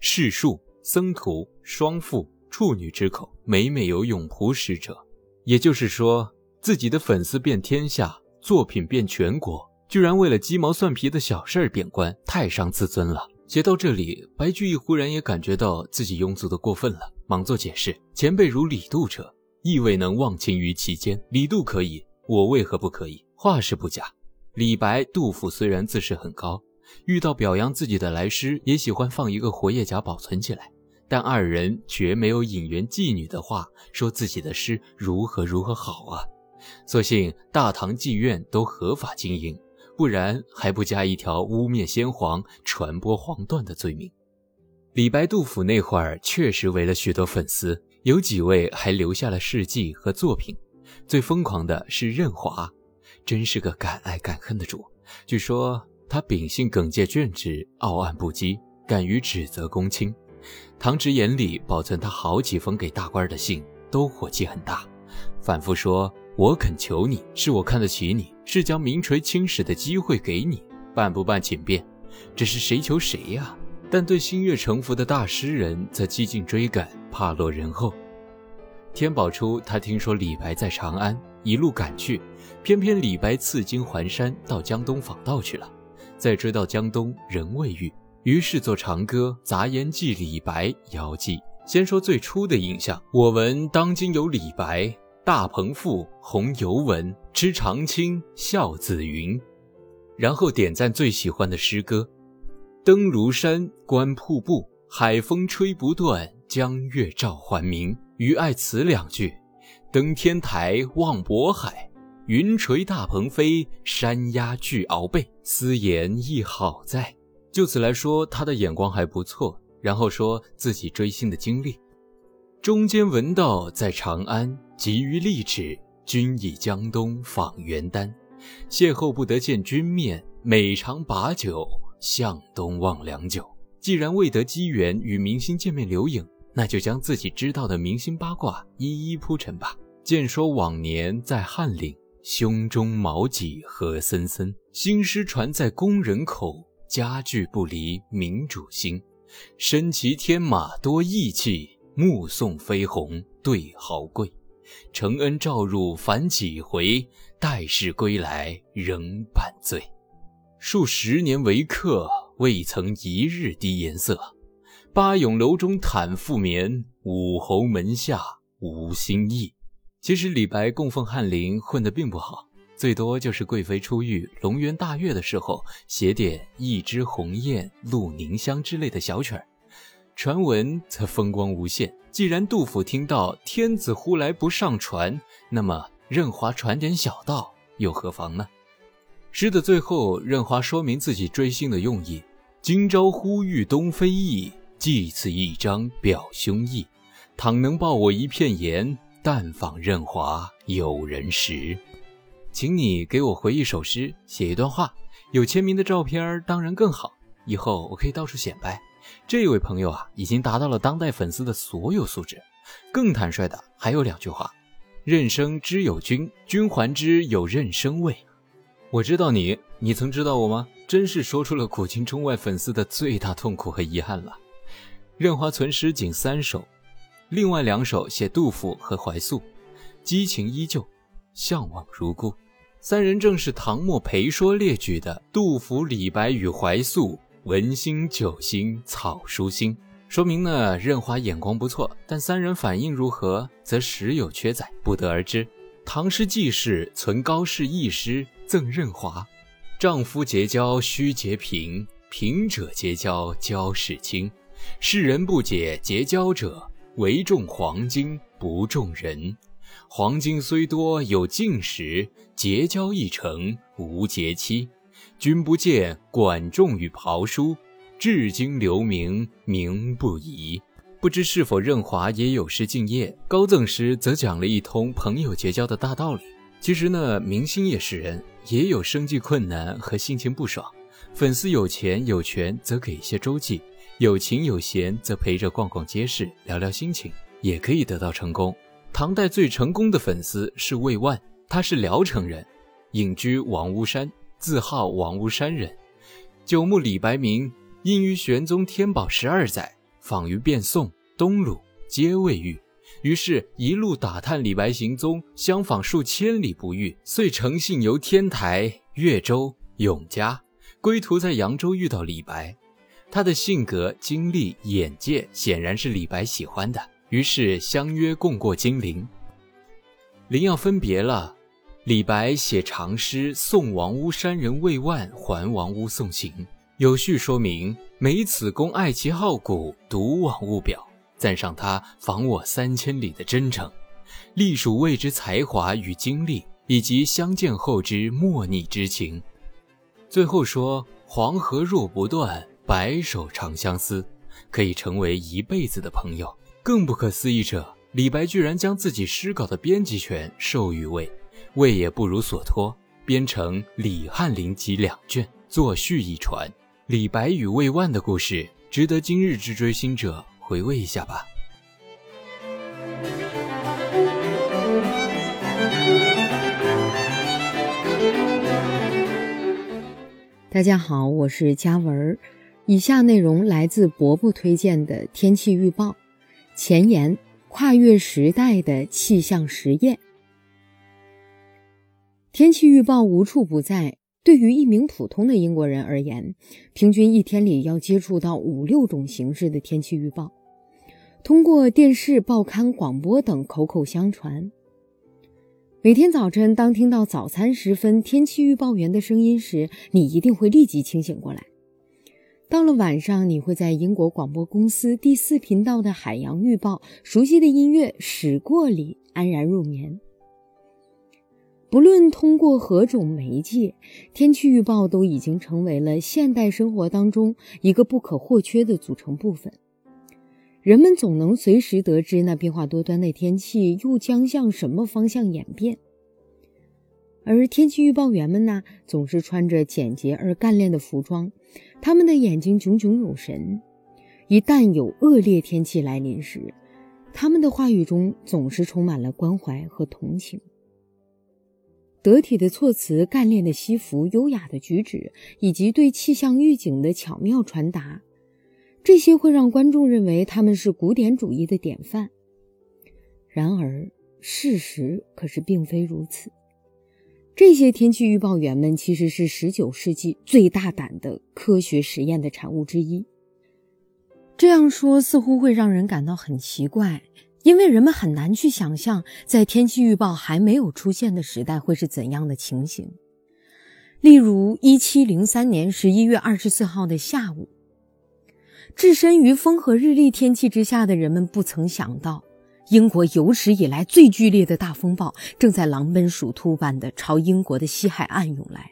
士庶、僧徒、双妇、处女之口，每每有咏仆诗者。也就是说，自己的粉丝遍天下，作品遍全国，居然为了鸡毛蒜皮的小事儿贬官，太伤自尊了。写到这里，白居易忽然也感觉到自己庸俗的过分了，忙作解释：前辈如李杜者，亦未能忘情于其间。李杜可以，我为何不可以？话是不假，李白、杜甫虽然自视很高，遇到表扬自己的来诗，也喜欢放一个活页夹保存起来，但二人绝没有引援妓女的话，说自己的诗如何如何好啊。所幸大唐妓院都合法经营，不然还不加一条污蔑先皇、传播黄段的罪名。李白、杜甫那会儿确实围了许多粉丝，有几位还留下了事迹和作品。最疯狂的是任华，真是个敢爱敢恨的主。据说他秉性耿介倦直，傲岸不羁，敢于指责公卿。唐直眼里保存他好几封给大官儿的信，都火气很大，反复说：“我肯求你，是我看得起你，是将名垂青史的机会给你，办不办请便。”这是谁求谁呀、但对心悦诚服的大诗人则激进追赶，怕落人后。天宝初，他听说李白在长安，一路赶去，偏偏李白赐金还山，到江东访道去了。再追到江东，仍未遇，于是作《长歌》《杂言记》李白遥寄。先说最初的印象，我闻当今有李白、大鹏赋、红游文、吃长青、笑子云，然后点赞最喜欢的诗歌，登庐山，观瀑布，海风吹不断，江月照还明。余爱此两句：登天台，望渤海，云垂大鹏飞，山鸦俱敖背。斯言亦好哉。就此来说，他的眼光还不错。然后说自己追星的经历，中间闻道在长安，急于立旨，君以江东访元丹。邂逅不得见君面，每尝把酒，向东望良久。既然未得机缘与明星见面留影，那就将自己知道的明星八卦一一铺陈吧。见说往年在翰林，胸中毛戟何森森；新诗传在宫人口，家具不离民主心。身骑天马多义气，目送飞鸿对豪贵。承恩照入凡几回，待世归来仍半醉。数十年为客，未曾一日低颜色。八咏楼中袒复眠，武侯门下无新意。其实李白供奉翰林混得并不好，最多就是贵妃出浴、龙颜大悦的时候写点“一枝红艳露凝香”之类的小曲儿。传闻则风光无限。既然杜甫听到“天子呼来不上船”，那么任华传点小道又何妨呢？诗的最后，任华说明自己追星的用意：“今朝呼吁东非议，寄此一张表兄意。倘能报我一片言，但访任华有人识。”请你给我回一首诗，写一段话，有签名的照片儿当然更好。以后我可以到处显摆。这位朋友啊，已经达到了当代粉丝的所有素质。更坦率的还有两句话：“任生之有君，君还之有任生味。”我知道你，你曾知道我吗？真是说出了古今中外粉丝的最大痛苦和遗憾了。任华存诗仅三首，另外两首写杜甫和怀素，激情依旧，向往如故。三人正是唐末裴说列举的杜甫、李白与怀素文心、酒心、草书心，说明呢任华眼光不错，但三人反应如何，则时有缺载，不得而知。唐诗纪事存高适一诗赠任华：“丈夫结交须结平，平者结交交是亲。世人不解结交者，唯重黄金不重人。黄金虽多有尽时，结交易成无结期。君不见管仲与鲍叔，至今留名名不移。不知是否任华也有失敬业？高赠时则讲了一通朋友结交的大道理。其实呢，明星也是人，也有生计困难和心情不爽。粉丝有钱有权，则给一些周济；有情有闲，则陪着逛逛街市，聊聊心情，也可以得到成功。唐代最成功的粉丝是魏万，他是聊城人，隐居王屋山，自号王屋山人。九牧李白明，因于玄宗天宝十二载，访于汴宋、东鲁，皆未遇。于是，一路打探李白行踪，相访数千里不遇，遂乘信游天台、越州、永嘉，归途在扬州遇到李白。他的性格、经历、眼界显然是李白喜欢的，于是相约共过金陵。临要分别了，李白写长诗送王屋山人魏万还王屋送行，有序说明：每此公爱其好古，独往勿表，赞赏他访我三千里的真诚，隶属谓之才华与经历，以及相见后之莫逆之情。最后说“黄河若不断，白首长相思”，可以成为一辈子的朋友。更不可思议者，李白居然将自己诗稿的编辑权授予魏，魏也不如所托，编成《李翰林集》两卷，作序一传。李白与魏万的故事，值得今日之追星者回味一下吧。
大家好，我是佳文儿。以下内容来自伯伯推荐的天气预报。前言：跨越时代的气象实验。天气预报无处不在。对于一名普通的英国人而言，平均一天里要接触到五六种形式的天气预报，通过电视、报刊、广播等口口相传。每天早晨，当听到早餐时分天气预报员的声音时，你一定会立即清醒过来。到了晚上，你会在英国广播公司第四频道的海洋预报、熟悉的音乐驶过里安然入眠。不论通过何种媒介，天气预报都已经成为了现代生活当中一个不可或缺的组成部分。人们总能随时得知那变化多端的天气又将向什么方向演变，而天气预报员们呢，总是穿着简洁而干练的服装，他们的眼睛炯炯有神。一旦有恶劣天气来临时，他们的话语中总是充满了关怀和同情。得体的措辞、干练的西服、优雅的举止，以及对气象预警的巧妙传达，这些会让观众认为他们是古典主义的典范。然而，事实可是并非如此。这些天气预报员们其实是19世纪最大胆的科学实验的产物之一。这样说似乎会让人感到很奇怪，因为人们很难去想象，在天气预报还没有出现的时代会是怎样的情形。例如，1703年11月24号的下午，置身于风和日丽天气之下的人们不曾想到，英国有史以来最剧烈的大风暴正在狼奔鼠突般的朝英国的西海岸涌来。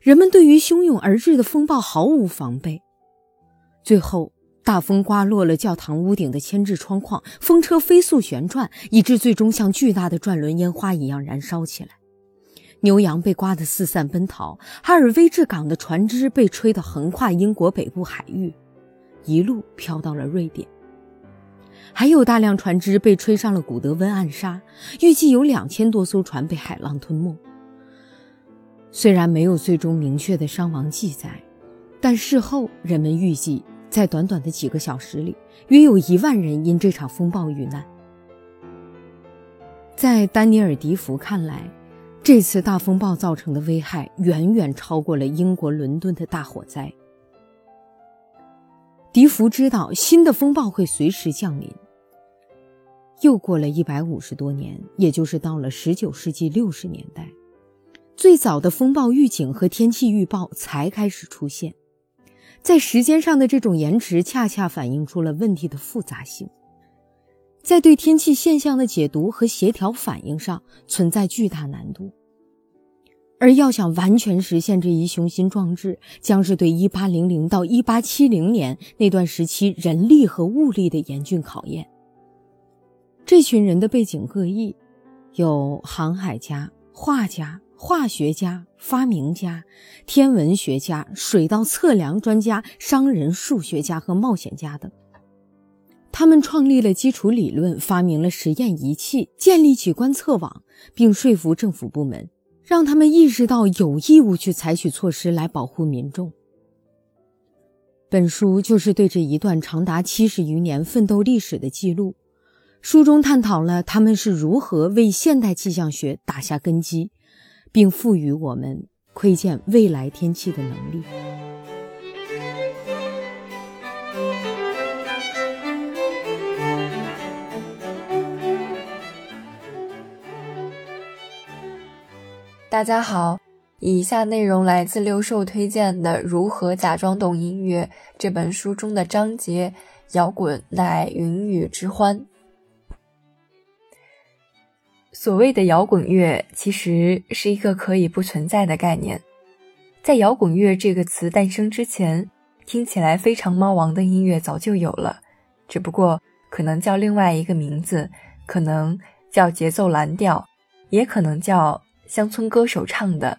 人们对于汹涌而至的风暴毫无防备，最后大风刮落了教堂屋顶的铅制窗框，风车飞速旋转，以致最终像巨大的转轮烟花一样燃烧起来。牛羊被刮得四散奔逃，哈尔威治港的船只被吹得横跨英国北部海域，一路飘到了瑞典。还有大量船只被吹上了古德温暗沙，预计有两千多艘船被海浪吞没。虽然没有最终明确的伤亡记载，但事后人们预计，在短短的几个小时里，约有一万人因这场风暴遇难。在丹尼尔·迪福看来，这次大风暴造成的危害远远超过了英国伦敦的大火灾。迪福知道新的风暴会随时降临。又过了一百五十多年，也就是到了十九世纪六十年代，最早的风暴预警和天气预报才开始出现。在时间上的这种延迟，恰恰反映出了问题的复杂性，在对天气现象的解读和协调反应上存在巨大难度。而要想完全实现这一雄心壮志，将是对1800到1870年那段时期人力和物力的严峻考验。这群人的背景各异，有航海家、画家、化学家、发明家、天文学家、水稻测量专家、商人、数学家和冒险家等。他们创立了基础理论，发明了实验仪器，建立起观测网，并说服政府部门。让他们意识到有义务去采取措施来保护民众。本书就是对这一段长达七十余年奋斗历史的记录。书中探讨了他们是如何为现代气象学打下根基，并赋予我们窥见未来天气的能力。
大家好，以下内容来自六兽推荐的《如何假装懂音乐》这本书中的章节：摇滚乃云雨之欢。所谓的摇滚乐，其实是一个可以不存在的概念。在摇滚乐这个词诞生之前，听起来非常猫王的音乐早就有了，只不过可能叫另外一个名字，可能叫节奏蓝调，也可能叫。乡村歌手唱的。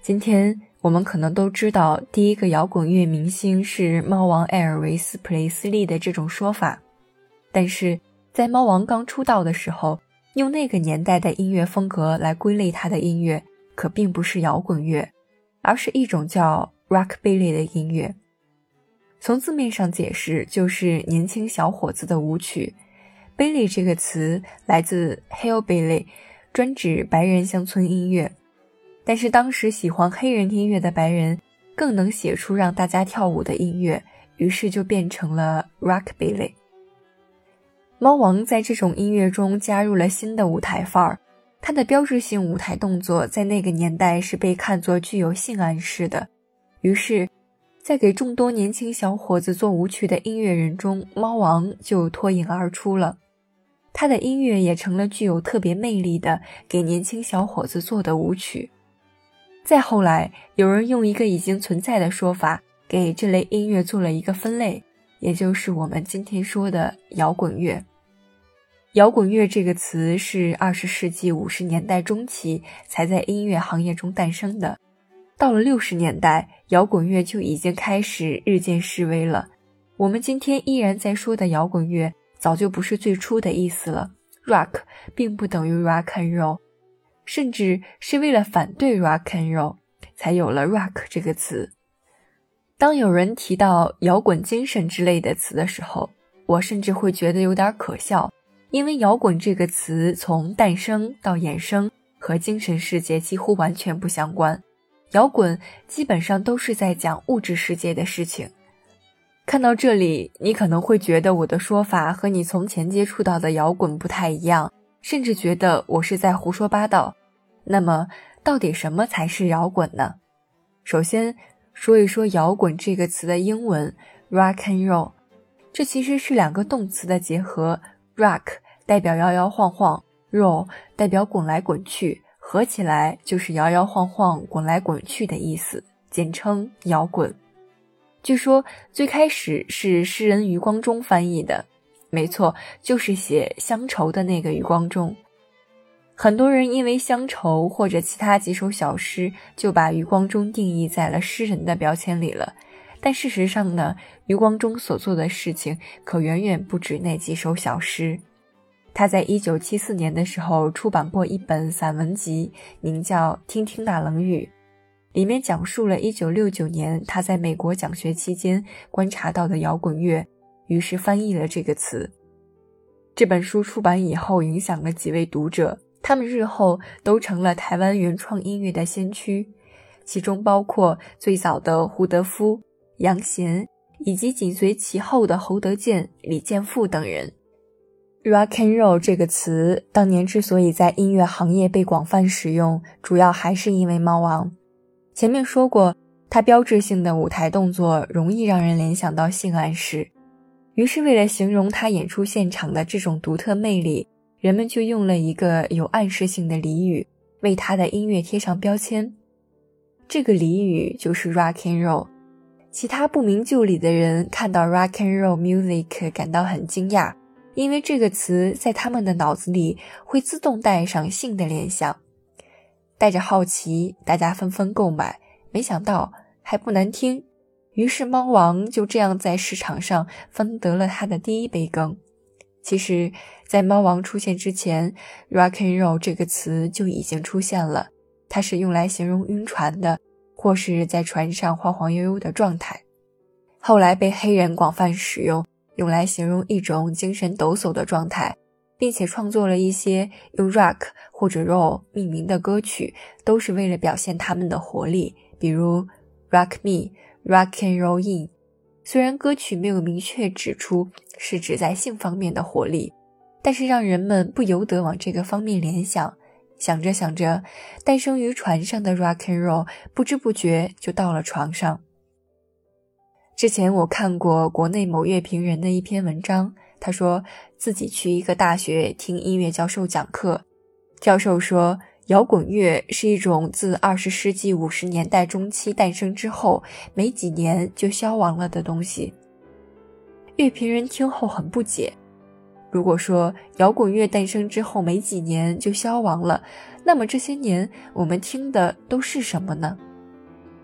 今天我们可能都知道，第一个摇滚乐明星是猫王艾尔维斯·普雷斯利的这种说法，但是在猫王刚出道的时候，用那个年代的音乐风格来归类他的音乐，可并不是摇滚乐，而是一种叫 rockabilly 的音乐。从字面上解释，就是年轻小伙子的舞曲。“Billy” 这个词来自 “hillbilly”。专指白人乡村音乐，但是当时喜欢黑人音乐的白人更能写出让大家跳舞的音乐，于是就变成了 rockabilly。猫王在这种音乐中加入了新的舞台范儿，他的标志性舞台动作在那个年代是被看作具有性暗示的，于是，在给众多年轻小伙子做舞曲的音乐人中，猫王就脱颖而出了。他的音乐也成了具有特别魅力的给年轻小伙子做的舞曲。再后来，有人用一个已经存在的说法给这类音乐做了一个分类，也就是我们今天说的摇滚乐。摇滚乐这个词是二十世纪五十年代中期才在音乐行业中诞生的，到了六十年代，摇滚乐就已经开始日渐式微了。我们今天依然在说的摇滚乐。早就不是最初的意思了。Rock 并不等于 rock and roll，甚至是为了反对 rock and roll，才有了 rock 这个词。当有人提到摇滚精神之类的词的时候，我甚至会觉得有点可笑，因为摇滚这个词从诞生到衍生和精神世界几乎完全不相关。摇滚基本上都是在讲物质世界的事情。看到这里，你可能会觉得我的说法和你从前接触到的摇滚不太一样，甚至觉得我是在胡说八道。那么，到底什么才是摇滚呢？首先说一说“摇滚”这个词的英文 “rock and roll”，这其实是两个动词的结合，“rock” 代表摇摇晃晃，“roll” 代表滚来滚去，合起来就是摇摇晃晃、滚来滚去的意思，简称摇滚。据说最开始是诗人余光中翻译的，没错，就是写乡愁的那个余光中。很多人因为乡愁或者其他几首小诗，就把余光中定义在了诗人的标签里了。但事实上呢，余光中所做的事情可远远不止那几首小诗。他在一九七四年的时候出版过一本散文集，名叫《听听那冷雨》。里面讲述了1969年他在美国讲学期间观察到的摇滚乐，于是翻译了这个词。这本书出版以后，影响了几位读者，他们日后都成了台湾原创音乐的先驱，其中包括最早的胡德夫、杨贤，以及紧随其后的侯德健、李健富等人。Rock and roll 这个词当年之所以在音乐行业被广泛使用，主要还是因为猫王。前面说过，它标志性的舞台动作容易让人联想到性暗示，于是为了形容他演出现场的这种独特魅力，人们就用了一个有暗示性的俚语，为他的音乐贴上标签。这个俚语就是 rock and roll。其他不明就里的人看到 rock and roll music 感到很惊讶。因为这个词在他们的脑子里会自动带上性的联想，带着好奇，大家纷纷购买，没想到还不难听，于是猫王就这样在市场上分得了他的第一杯羹。其实，在猫王出现之前，“rock and roll” 这个词就已经出现了，它是用来形容晕船的，或是在船上晃晃悠悠的状态，后来被黑人广泛使用。用来形容一种精神抖擞的状态，并且创作了一些用 rock 或者 roll 命名的歌曲，都是为了表现他们的活力，比如 Rock Me、Rock and Roll In。虽然歌曲没有明确指出是指在性方面的活力，但是让人们不由得往这个方面联想。想着想着，诞生于船上的 rock and roll，不知不觉就到了床上。之前我看过国内某乐评人的一篇文章，他说自己去一个大学听音乐教授讲课，教授说摇滚乐是一种自二十世纪五十年代中期诞生之后没几年就消亡了的东西。乐评人听后很不解，如果说摇滚乐诞生之后没几年就消亡了，那么这些年我们听的都是什么呢？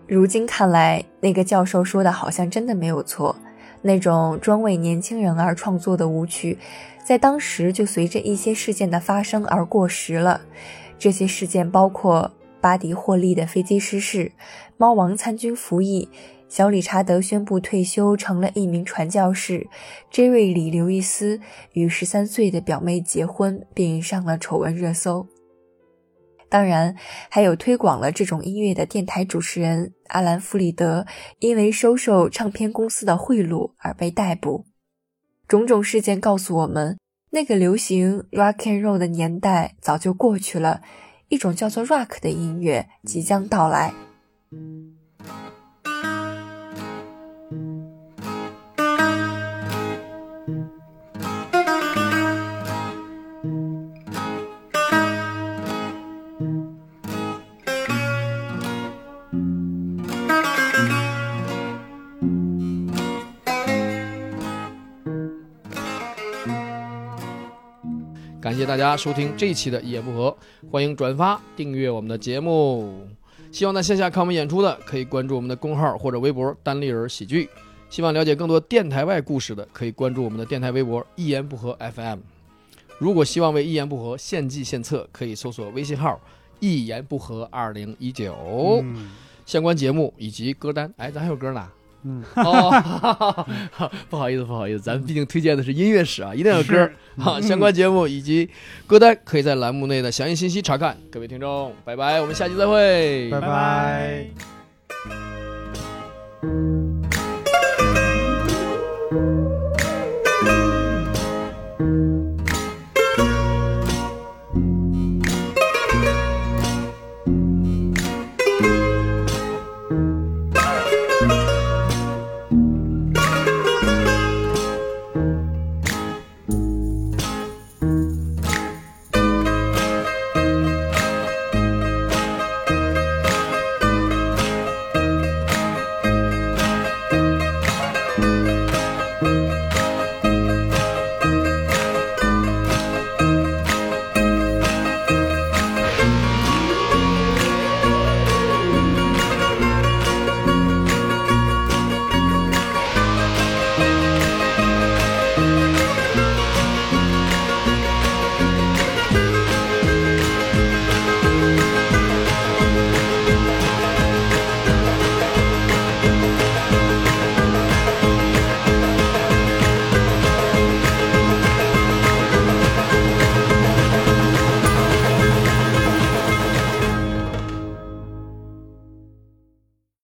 如今看来，那个教授说的好像真的没有错。那种专为年轻人而创作的舞曲，在当时就随着一些事件的发生而过时了。这些事件包括巴迪霍利的飞机失事、猫王参军服役、小理查德宣布退休成了一名传教士、Jerry 里刘易斯与十三岁的表妹结婚并上了丑闻热搜。当然，还有推广了这种音乐的电台主持人阿兰·弗里德，因为收受唱片公司的贿赂而被逮捕。种种事件告诉我们，那个流行 rock and roll 的年代早就过去了，一种叫做 rock 的音乐即将到来。
感谢大家收听这一期的《一言不合》，欢迎转发、订阅我们的节目。希望在线下看我们演出的，可以关注我们的公号或者微博“单立人喜剧”。希望了解更多电台外故事的，可以关注我们的电台微博“一言不合 FM”。如果希望为“一言不合”献计献策，可以搜索微信号“一言不合二零一九”
嗯
相关节目以及歌单。哎，咱还有歌呢。
嗯，
哦， 不好意思，不好意思，咱们毕竟推荐的是音乐史啊，一定要有歌。好，相关节目以及歌单可以在栏目内的详细信息查看。各位听众，拜拜，我们下期再会，
拜
拜拜。